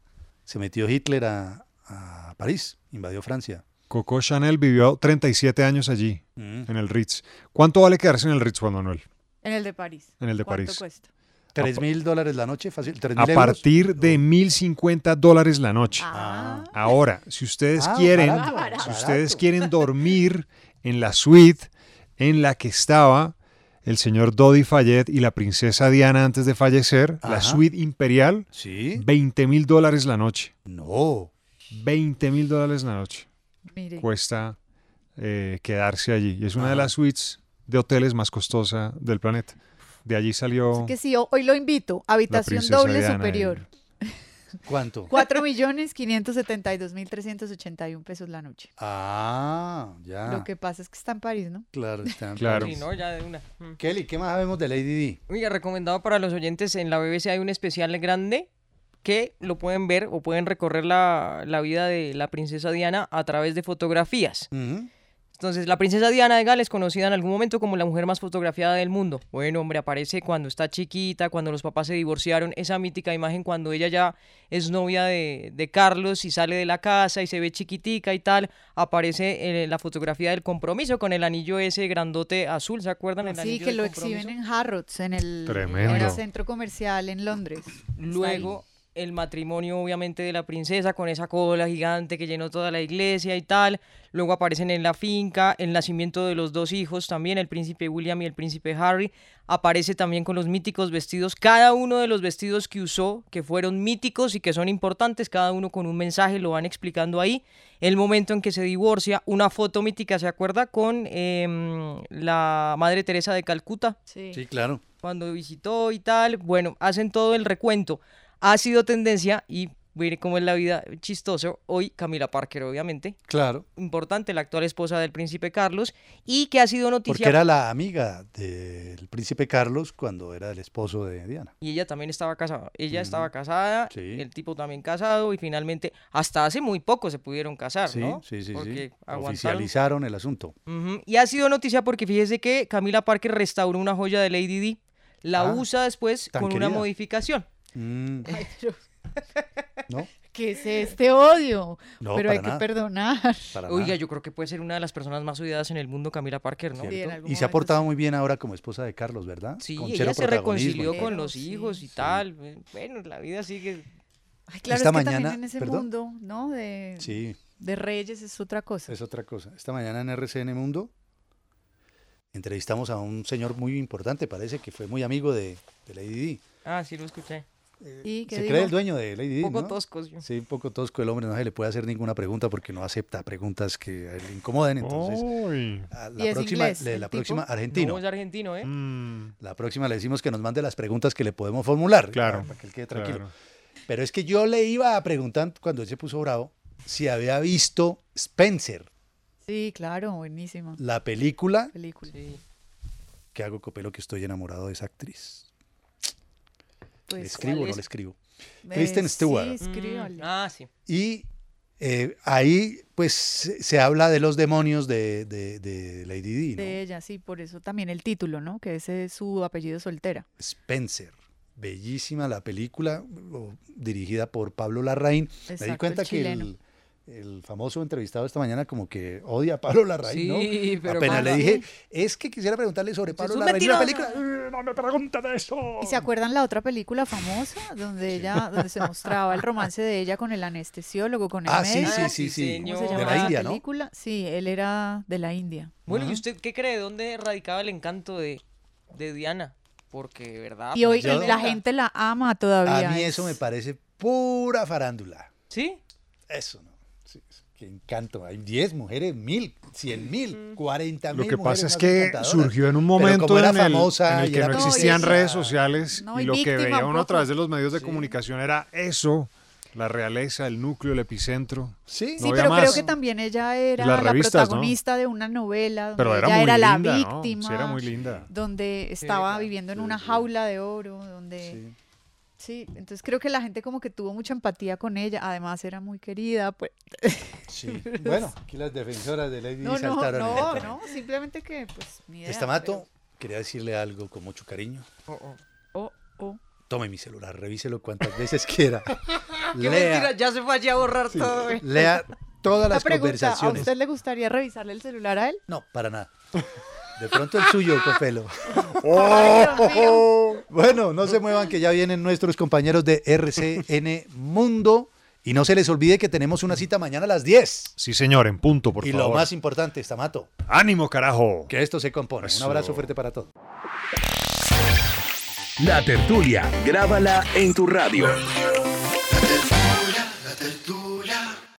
[SPEAKER 3] se metió Hitler a, a París, invadió Francia.
[SPEAKER 6] Coco Chanel vivió 37 años allí,
[SPEAKER 3] Mm.
[SPEAKER 6] en el Ritz. ¿Cuánto vale quedarse en el Ritz, Juan Manuel?
[SPEAKER 7] En el de París.
[SPEAKER 6] En el de
[SPEAKER 7] ¿Cuánto
[SPEAKER 6] París.
[SPEAKER 7] cuesta?
[SPEAKER 3] ¿Tres mil dólares la noche? Fácil, ¿tres
[SPEAKER 6] A
[SPEAKER 3] mil euros?
[SPEAKER 6] partir de 1.050 dólares la noche. Ahora, si ustedes
[SPEAKER 3] Ah,
[SPEAKER 6] quieren,
[SPEAKER 3] barato,
[SPEAKER 6] si
[SPEAKER 3] barato.
[SPEAKER 6] ustedes quieren dormir en la suite en la que estaba el señor Dodi Fayed y la princesa Diana antes de fallecer, la
[SPEAKER 3] Ajá.
[SPEAKER 6] suite imperial,
[SPEAKER 3] Sí.
[SPEAKER 6] 20 mil dólares la noche.
[SPEAKER 3] No.
[SPEAKER 6] 20 mil dólares la noche.
[SPEAKER 7] Mire.
[SPEAKER 6] Cuesta eh, quedarse allí. Y es una de las suites de hoteles más costosa del planeta. De allí salió...
[SPEAKER 7] Que sí, ho- hoy lo invito. Habitación
[SPEAKER 6] princesa
[SPEAKER 7] doble
[SPEAKER 6] Diana
[SPEAKER 7] superior.
[SPEAKER 3] ¿Cuánto?
[SPEAKER 7] 4.572.381 pesos la noche.
[SPEAKER 3] Ah, ya.
[SPEAKER 7] Lo que pasa es que está en París, ¿no?
[SPEAKER 3] Claro, está en
[SPEAKER 6] Claro.
[SPEAKER 3] París.
[SPEAKER 5] Sí, no, ya de una. Mm.
[SPEAKER 3] Kelly, ¿qué más sabemos de Lady Di?
[SPEAKER 5] Oiga, recomendado para los oyentes, en la BBC hay un especial grande que lo pueden ver o pueden recorrer la, la vida de la princesa Diana a través de fotografías. Entonces, la princesa Diana de Gales, conocida en algún momento como la mujer más fotografiada del mundo. Bueno, hombre, aparece cuando está chiquita, cuando los papás se divorciaron, esa mítica imagen cuando ella ya es novia de, de Carlos y sale de la casa y se ve chiquitica y tal. Aparece eh, la fotografía del compromiso con el anillo ese grandote azul, ¿se acuerdan? El
[SPEAKER 7] Ah, Sí,
[SPEAKER 5] anillo
[SPEAKER 7] que
[SPEAKER 5] del
[SPEAKER 7] lo
[SPEAKER 5] compromiso.
[SPEAKER 7] exhiben en Harrods, en el,
[SPEAKER 6] Tremendo.
[SPEAKER 7] en el centro comercial en Londres.
[SPEAKER 5] Luego el matrimonio obviamente de la princesa con esa cola gigante que llenó toda la iglesia y tal. Luego aparecen en la finca, el nacimiento de los dos hijos también, el príncipe William y el príncipe Harry. Aparece también con los míticos vestidos, cada uno de los vestidos que usó, que fueron míticos y que son importantes, cada uno con un mensaje, lo van explicando ahí. El momento en que se divorcia, una foto mítica, ¿se acuerda? Con em, la Madre Teresa de Calcuta
[SPEAKER 3] Sí, claro.
[SPEAKER 5] cuando visitó y tal. Bueno, hacen todo el recuento. Ha sido tendencia y mire cómo es la vida chistoso. Hoy Camila Parker, obviamente.
[SPEAKER 3] Claro.
[SPEAKER 5] Importante, la actual esposa del príncipe Carlos. Y que ha sido noticia.
[SPEAKER 3] Porque era la amiga del príncipe Carlos cuando era el esposo de Diana.
[SPEAKER 5] Y ella también estaba casada. Ella
[SPEAKER 3] Ujú.
[SPEAKER 5] estaba casada,
[SPEAKER 3] Sí.
[SPEAKER 5] el tipo también casado. Y finalmente, hasta hace muy poco se pudieron casar,
[SPEAKER 3] Sí,
[SPEAKER 5] ¿no?
[SPEAKER 3] sí, sí,
[SPEAKER 5] Porque
[SPEAKER 3] sí.
[SPEAKER 5] aguantaron.
[SPEAKER 3] Oficializaron el asunto.
[SPEAKER 5] Ujú, Y ha sido noticia porque fíjese que Camila Parker restauró una joya de Lady Di. La
[SPEAKER 3] Ah,
[SPEAKER 5] usa después
[SPEAKER 3] tan
[SPEAKER 5] con una
[SPEAKER 3] querida.
[SPEAKER 5] modificación.
[SPEAKER 3] Mm,
[SPEAKER 5] Eh,
[SPEAKER 3] <laughs>
[SPEAKER 7] ¿Qué es este odio?
[SPEAKER 3] No,
[SPEAKER 7] Pero hay
[SPEAKER 3] para
[SPEAKER 7] que
[SPEAKER 3] nada.
[SPEAKER 7] perdonar.
[SPEAKER 3] para
[SPEAKER 5] Oiga,
[SPEAKER 3] nada,
[SPEAKER 5] yo creo que puede ser una de las personas más odiadas en el mundo, Camila Parker, ¿no?
[SPEAKER 7] Sí, en
[SPEAKER 3] ¿cierto?
[SPEAKER 7] algún
[SPEAKER 3] Y se ha
[SPEAKER 7] momento
[SPEAKER 3] portado muy bien ahora como esposa de Carlos, ¿verdad?
[SPEAKER 5] Sí,
[SPEAKER 3] Con
[SPEAKER 5] ella
[SPEAKER 3] cero
[SPEAKER 5] se reconcilió
[SPEAKER 3] protagonismo.
[SPEAKER 5] con los hijos y tal. Bueno, la vida sigue.
[SPEAKER 7] Ay,
[SPEAKER 3] Esta
[SPEAKER 7] claro, es que
[SPEAKER 3] mañana-
[SPEAKER 7] también en ese
[SPEAKER 3] perdón.
[SPEAKER 7] mundo, ¿no? De,
[SPEAKER 3] Sí.
[SPEAKER 7] de reyes es otra cosa.
[SPEAKER 3] Es otra cosa. Esta mañana en RCN Mundo entrevistamos a un señor muy importante, parece que fue muy amigo de, de Lady Di.
[SPEAKER 5] Ah, sí, lo escuché.
[SPEAKER 7] ¿Y
[SPEAKER 3] Se cree el dueño de Lady Di.
[SPEAKER 5] Poco
[SPEAKER 3] ¿no?
[SPEAKER 5] toscos yo.
[SPEAKER 3] Sí, un poco tosco el hombre, no se le puede hacer ninguna pregunta porque no acepta preguntas que a él le incomoden. Entonces, a
[SPEAKER 5] ¿Y
[SPEAKER 3] la
[SPEAKER 5] es
[SPEAKER 3] próxima,
[SPEAKER 5] inglés,
[SPEAKER 3] le-
[SPEAKER 5] el
[SPEAKER 3] la
[SPEAKER 5] tipo?
[SPEAKER 3] próxima argentino. Mm,
[SPEAKER 5] No, es argentino, ¿eh?
[SPEAKER 3] La próxima le decimos que nos mande las preguntas que le podemos formular. Claro. Para que él quede tranquilo. Pero es que yo le iba a preguntar cuando él se puso bravo si había visto Spencer,
[SPEAKER 7] Sí, claro, buenísima.
[SPEAKER 5] Mm,
[SPEAKER 3] la película
[SPEAKER 7] película.
[SPEAKER 3] que hago copelo que estoy enamorado de esa actriz.
[SPEAKER 7] Pues,
[SPEAKER 3] ¿Le escribo o
[SPEAKER 5] ¿cuál
[SPEAKER 3] no
[SPEAKER 5] es?
[SPEAKER 3] le escribo?
[SPEAKER 5] Eh,
[SPEAKER 3] Kristen
[SPEAKER 5] sí,
[SPEAKER 3] Stewart.
[SPEAKER 5] Mm, Ah, sí.
[SPEAKER 3] Y eh, ahí pues se se habla de los demonios de, de- de Lady Di, ¿no?
[SPEAKER 7] De ella, sí, por eso también el título, ¿no? Que ese es su apellido soltera.
[SPEAKER 3] Spencer. Bellísima la película, o- dirigida por Pablo Larraín. Me
[SPEAKER 7] Exacto,
[SPEAKER 3] di
[SPEAKER 7] el
[SPEAKER 3] cuenta que
[SPEAKER 7] chileno.
[SPEAKER 3] el, el famoso entrevistado esta mañana como que odia a Pablo Larraín, ¿no?
[SPEAKER 1] Sí, pero
[SPEAKER 3] Apenas le
[SPEAKER 1] ¿por
[SPEAKER 3] dije,
[SPEAKER 1] qué?
[SPEAKER 3] es que quisiera preguntarle sobre Pablo
[SPEAKER 7] un
[SPEAKER 3] Larraín. y la
[SPEAKER 7] mentiroso.
[SPEAKER 3] película. Eh, ¡No me pregunta de eso!
[SPEAKER 7] ¿Y se acuerdan la otra película famosa donde ella, donde se mostraba el romance de ella con el anestesiólogo, con el
[SPEAKER 3] Ah, sí,
[SPEAKER 7] médico?
[SPEAKER 3] sí, sí, sí.
[SPEAKER 7] ¿Cómo se
[SPEAKER 3] De
[SPEAKER 7] llamaba
[SPEAKER 3] la
[SPEAKER 7] esa
[SPEAKER 3] India, ¿no?
[SPEAKER 7] película? Sí, él era de la India.
[SPEAKER 5] Bueno, ¿y usted qué cree? ¿Dónde radicaba el encanto de, de Diana? Porque, de ¿verdad?
[SPEAKER 7] Y hoy
[SPEAKER 3] Yo-
[SPEAKER 7] la gente la ama Ah, todavía.
[SPEAKER 3] A mí
[SPEAKER 7] es-
[SPEAKER 3] eso me parece pura farándula.
[SPEAKER 5] ¿Sí?
[SPEAKER 3] Eso no. Sí, es- qué encanto. Hay 10 mujeres, mil, cien mil, cuarenta
[SPEAKER 6] Lo
[SPEAKER 3] mil.
[SPEAKER 6] que
[SPEAKER 3] mujeres
[SPEAKER 6] pasa es
[SPEAKER 3] más
[SPEAKER 6] que
[SPEAKER 3] encantadoras.
[SPEAKER 6] surgió en un
[SPEAKER 3] Pero
[SPEAKER 6] momento
[SPEAKER 3] como era
[SPEAKER 6] en, el-
[SPEAKER 3] famosa
[SPEAKER 6] en el
[SPEAKER 3] y
[SPEAKER 6] que
[SPEAKER 3] era
[SPEAKER 6] no
[SPEAKER 3] famosa,
[SPEAKER 6] existían redes
[SPEAKER 3] esa-
[SPEAKER 6] sociales
[SPEAKER 7] No,
[SPEAKER 6] y
[SPEAKER 7] y
[SPEAKER 6] lo que
[SPEAKER 7] víctima
[SPEAKER 6] veía
[SPEAKER 7] un
[SPEAKER 6] uno a
[SPEAKER 7] poco.
[SPEAKER 6] través de los medios de comunicación era eso, la realeza, el núcleo, el epicentro.
[SPEAKER 3] Sí,
[SPEAKER 7] Sí, pero creo que también ella era
[SPEAKER 6] Las
[SPEAKER 7] la
[SPEAKER 6] revistas, ¿no?
[SPEAKER 7] protagonista de una novela, donde
[SPEAKER 6] Pero era
[SPEAKER 7] ella
[SPEAKER 6] muy
[SPEAKER 7] era la
[SPEAKER 6] linda, ¿no? Sí,
[SPEAKER 7] víctima,
[SPEAKER 6] era muy linda.
[SPEAKER 7] donde estaba viviendo en una jaula de oro, donde sí. entonces creo que la gente como que tuvo mucha empatía con ella, además era muy querida,
[SPEAKER 3] <laughs>
[SPEAKER 7] pues.
[SPEAKER 3] Sí. Bueno, aquí las defensoras de Lady Di
[SPEAKER 7] No, no,
[SPEAKER 3] saltaron. en el
[SPEAKER 7] no,
[SPEAKER 3] tema.
[SPEAKER 7] oh, no, simplemente que pues ni idea.
[SPEAKER 3] Estamato, quería decirle algo con mucho cariño.
[SPEAKER 7] pero- Oh, oh.
[SPEAKER 3] Tome mi celular, revíselo cuantas veces
[SPEAKER 7] <laughs>
[SPEAKER 3] quiera.
[SPEAKER 5] Qué mentira,
[SPEAKER 3] lea,
[SPEAKER 5] ya se fue allí a borrar
[SPEAKER 3] sí,
[SPEAKER 5] todo. ¿eh?
[SPEAKER 3] lea todas
[SPEAKER 7] La
[SPEAKER 3] las
[SPEAKER 7] pregunta, ¿a
[SPEAKER 3] conversaciones.
[SPEAKER 7] usted le gustaría revisarle el celular a él?
[SPEAKER 3] No, para nada. De pronto el suyo, <laughs> Copelo.
[SPEAKER 7] Dios mío.
[SPEAKER 3] Oh, Bueno, no se muevan que ya vienen nuestros compañeros de RCN Mundo. Y no se les olvide que tenemos una cita mañana a las 10.
[SPEAKER 6] Sí, señor, en punto, por
[SPEAKER 3] y
[SPEAKER 6] favor.
[SPEAKER 3] lo más importante, Estamato,
[SPEAKER 6] ¡Ánimo, carajo!
[SPEAKER 3] que esto se compone.
[SPEAKER 6] Eso.
[SPEAKER 3] Un abrazo fuerte para todos.
[SPEAKER 2] La tertulia, grábala en tu radio.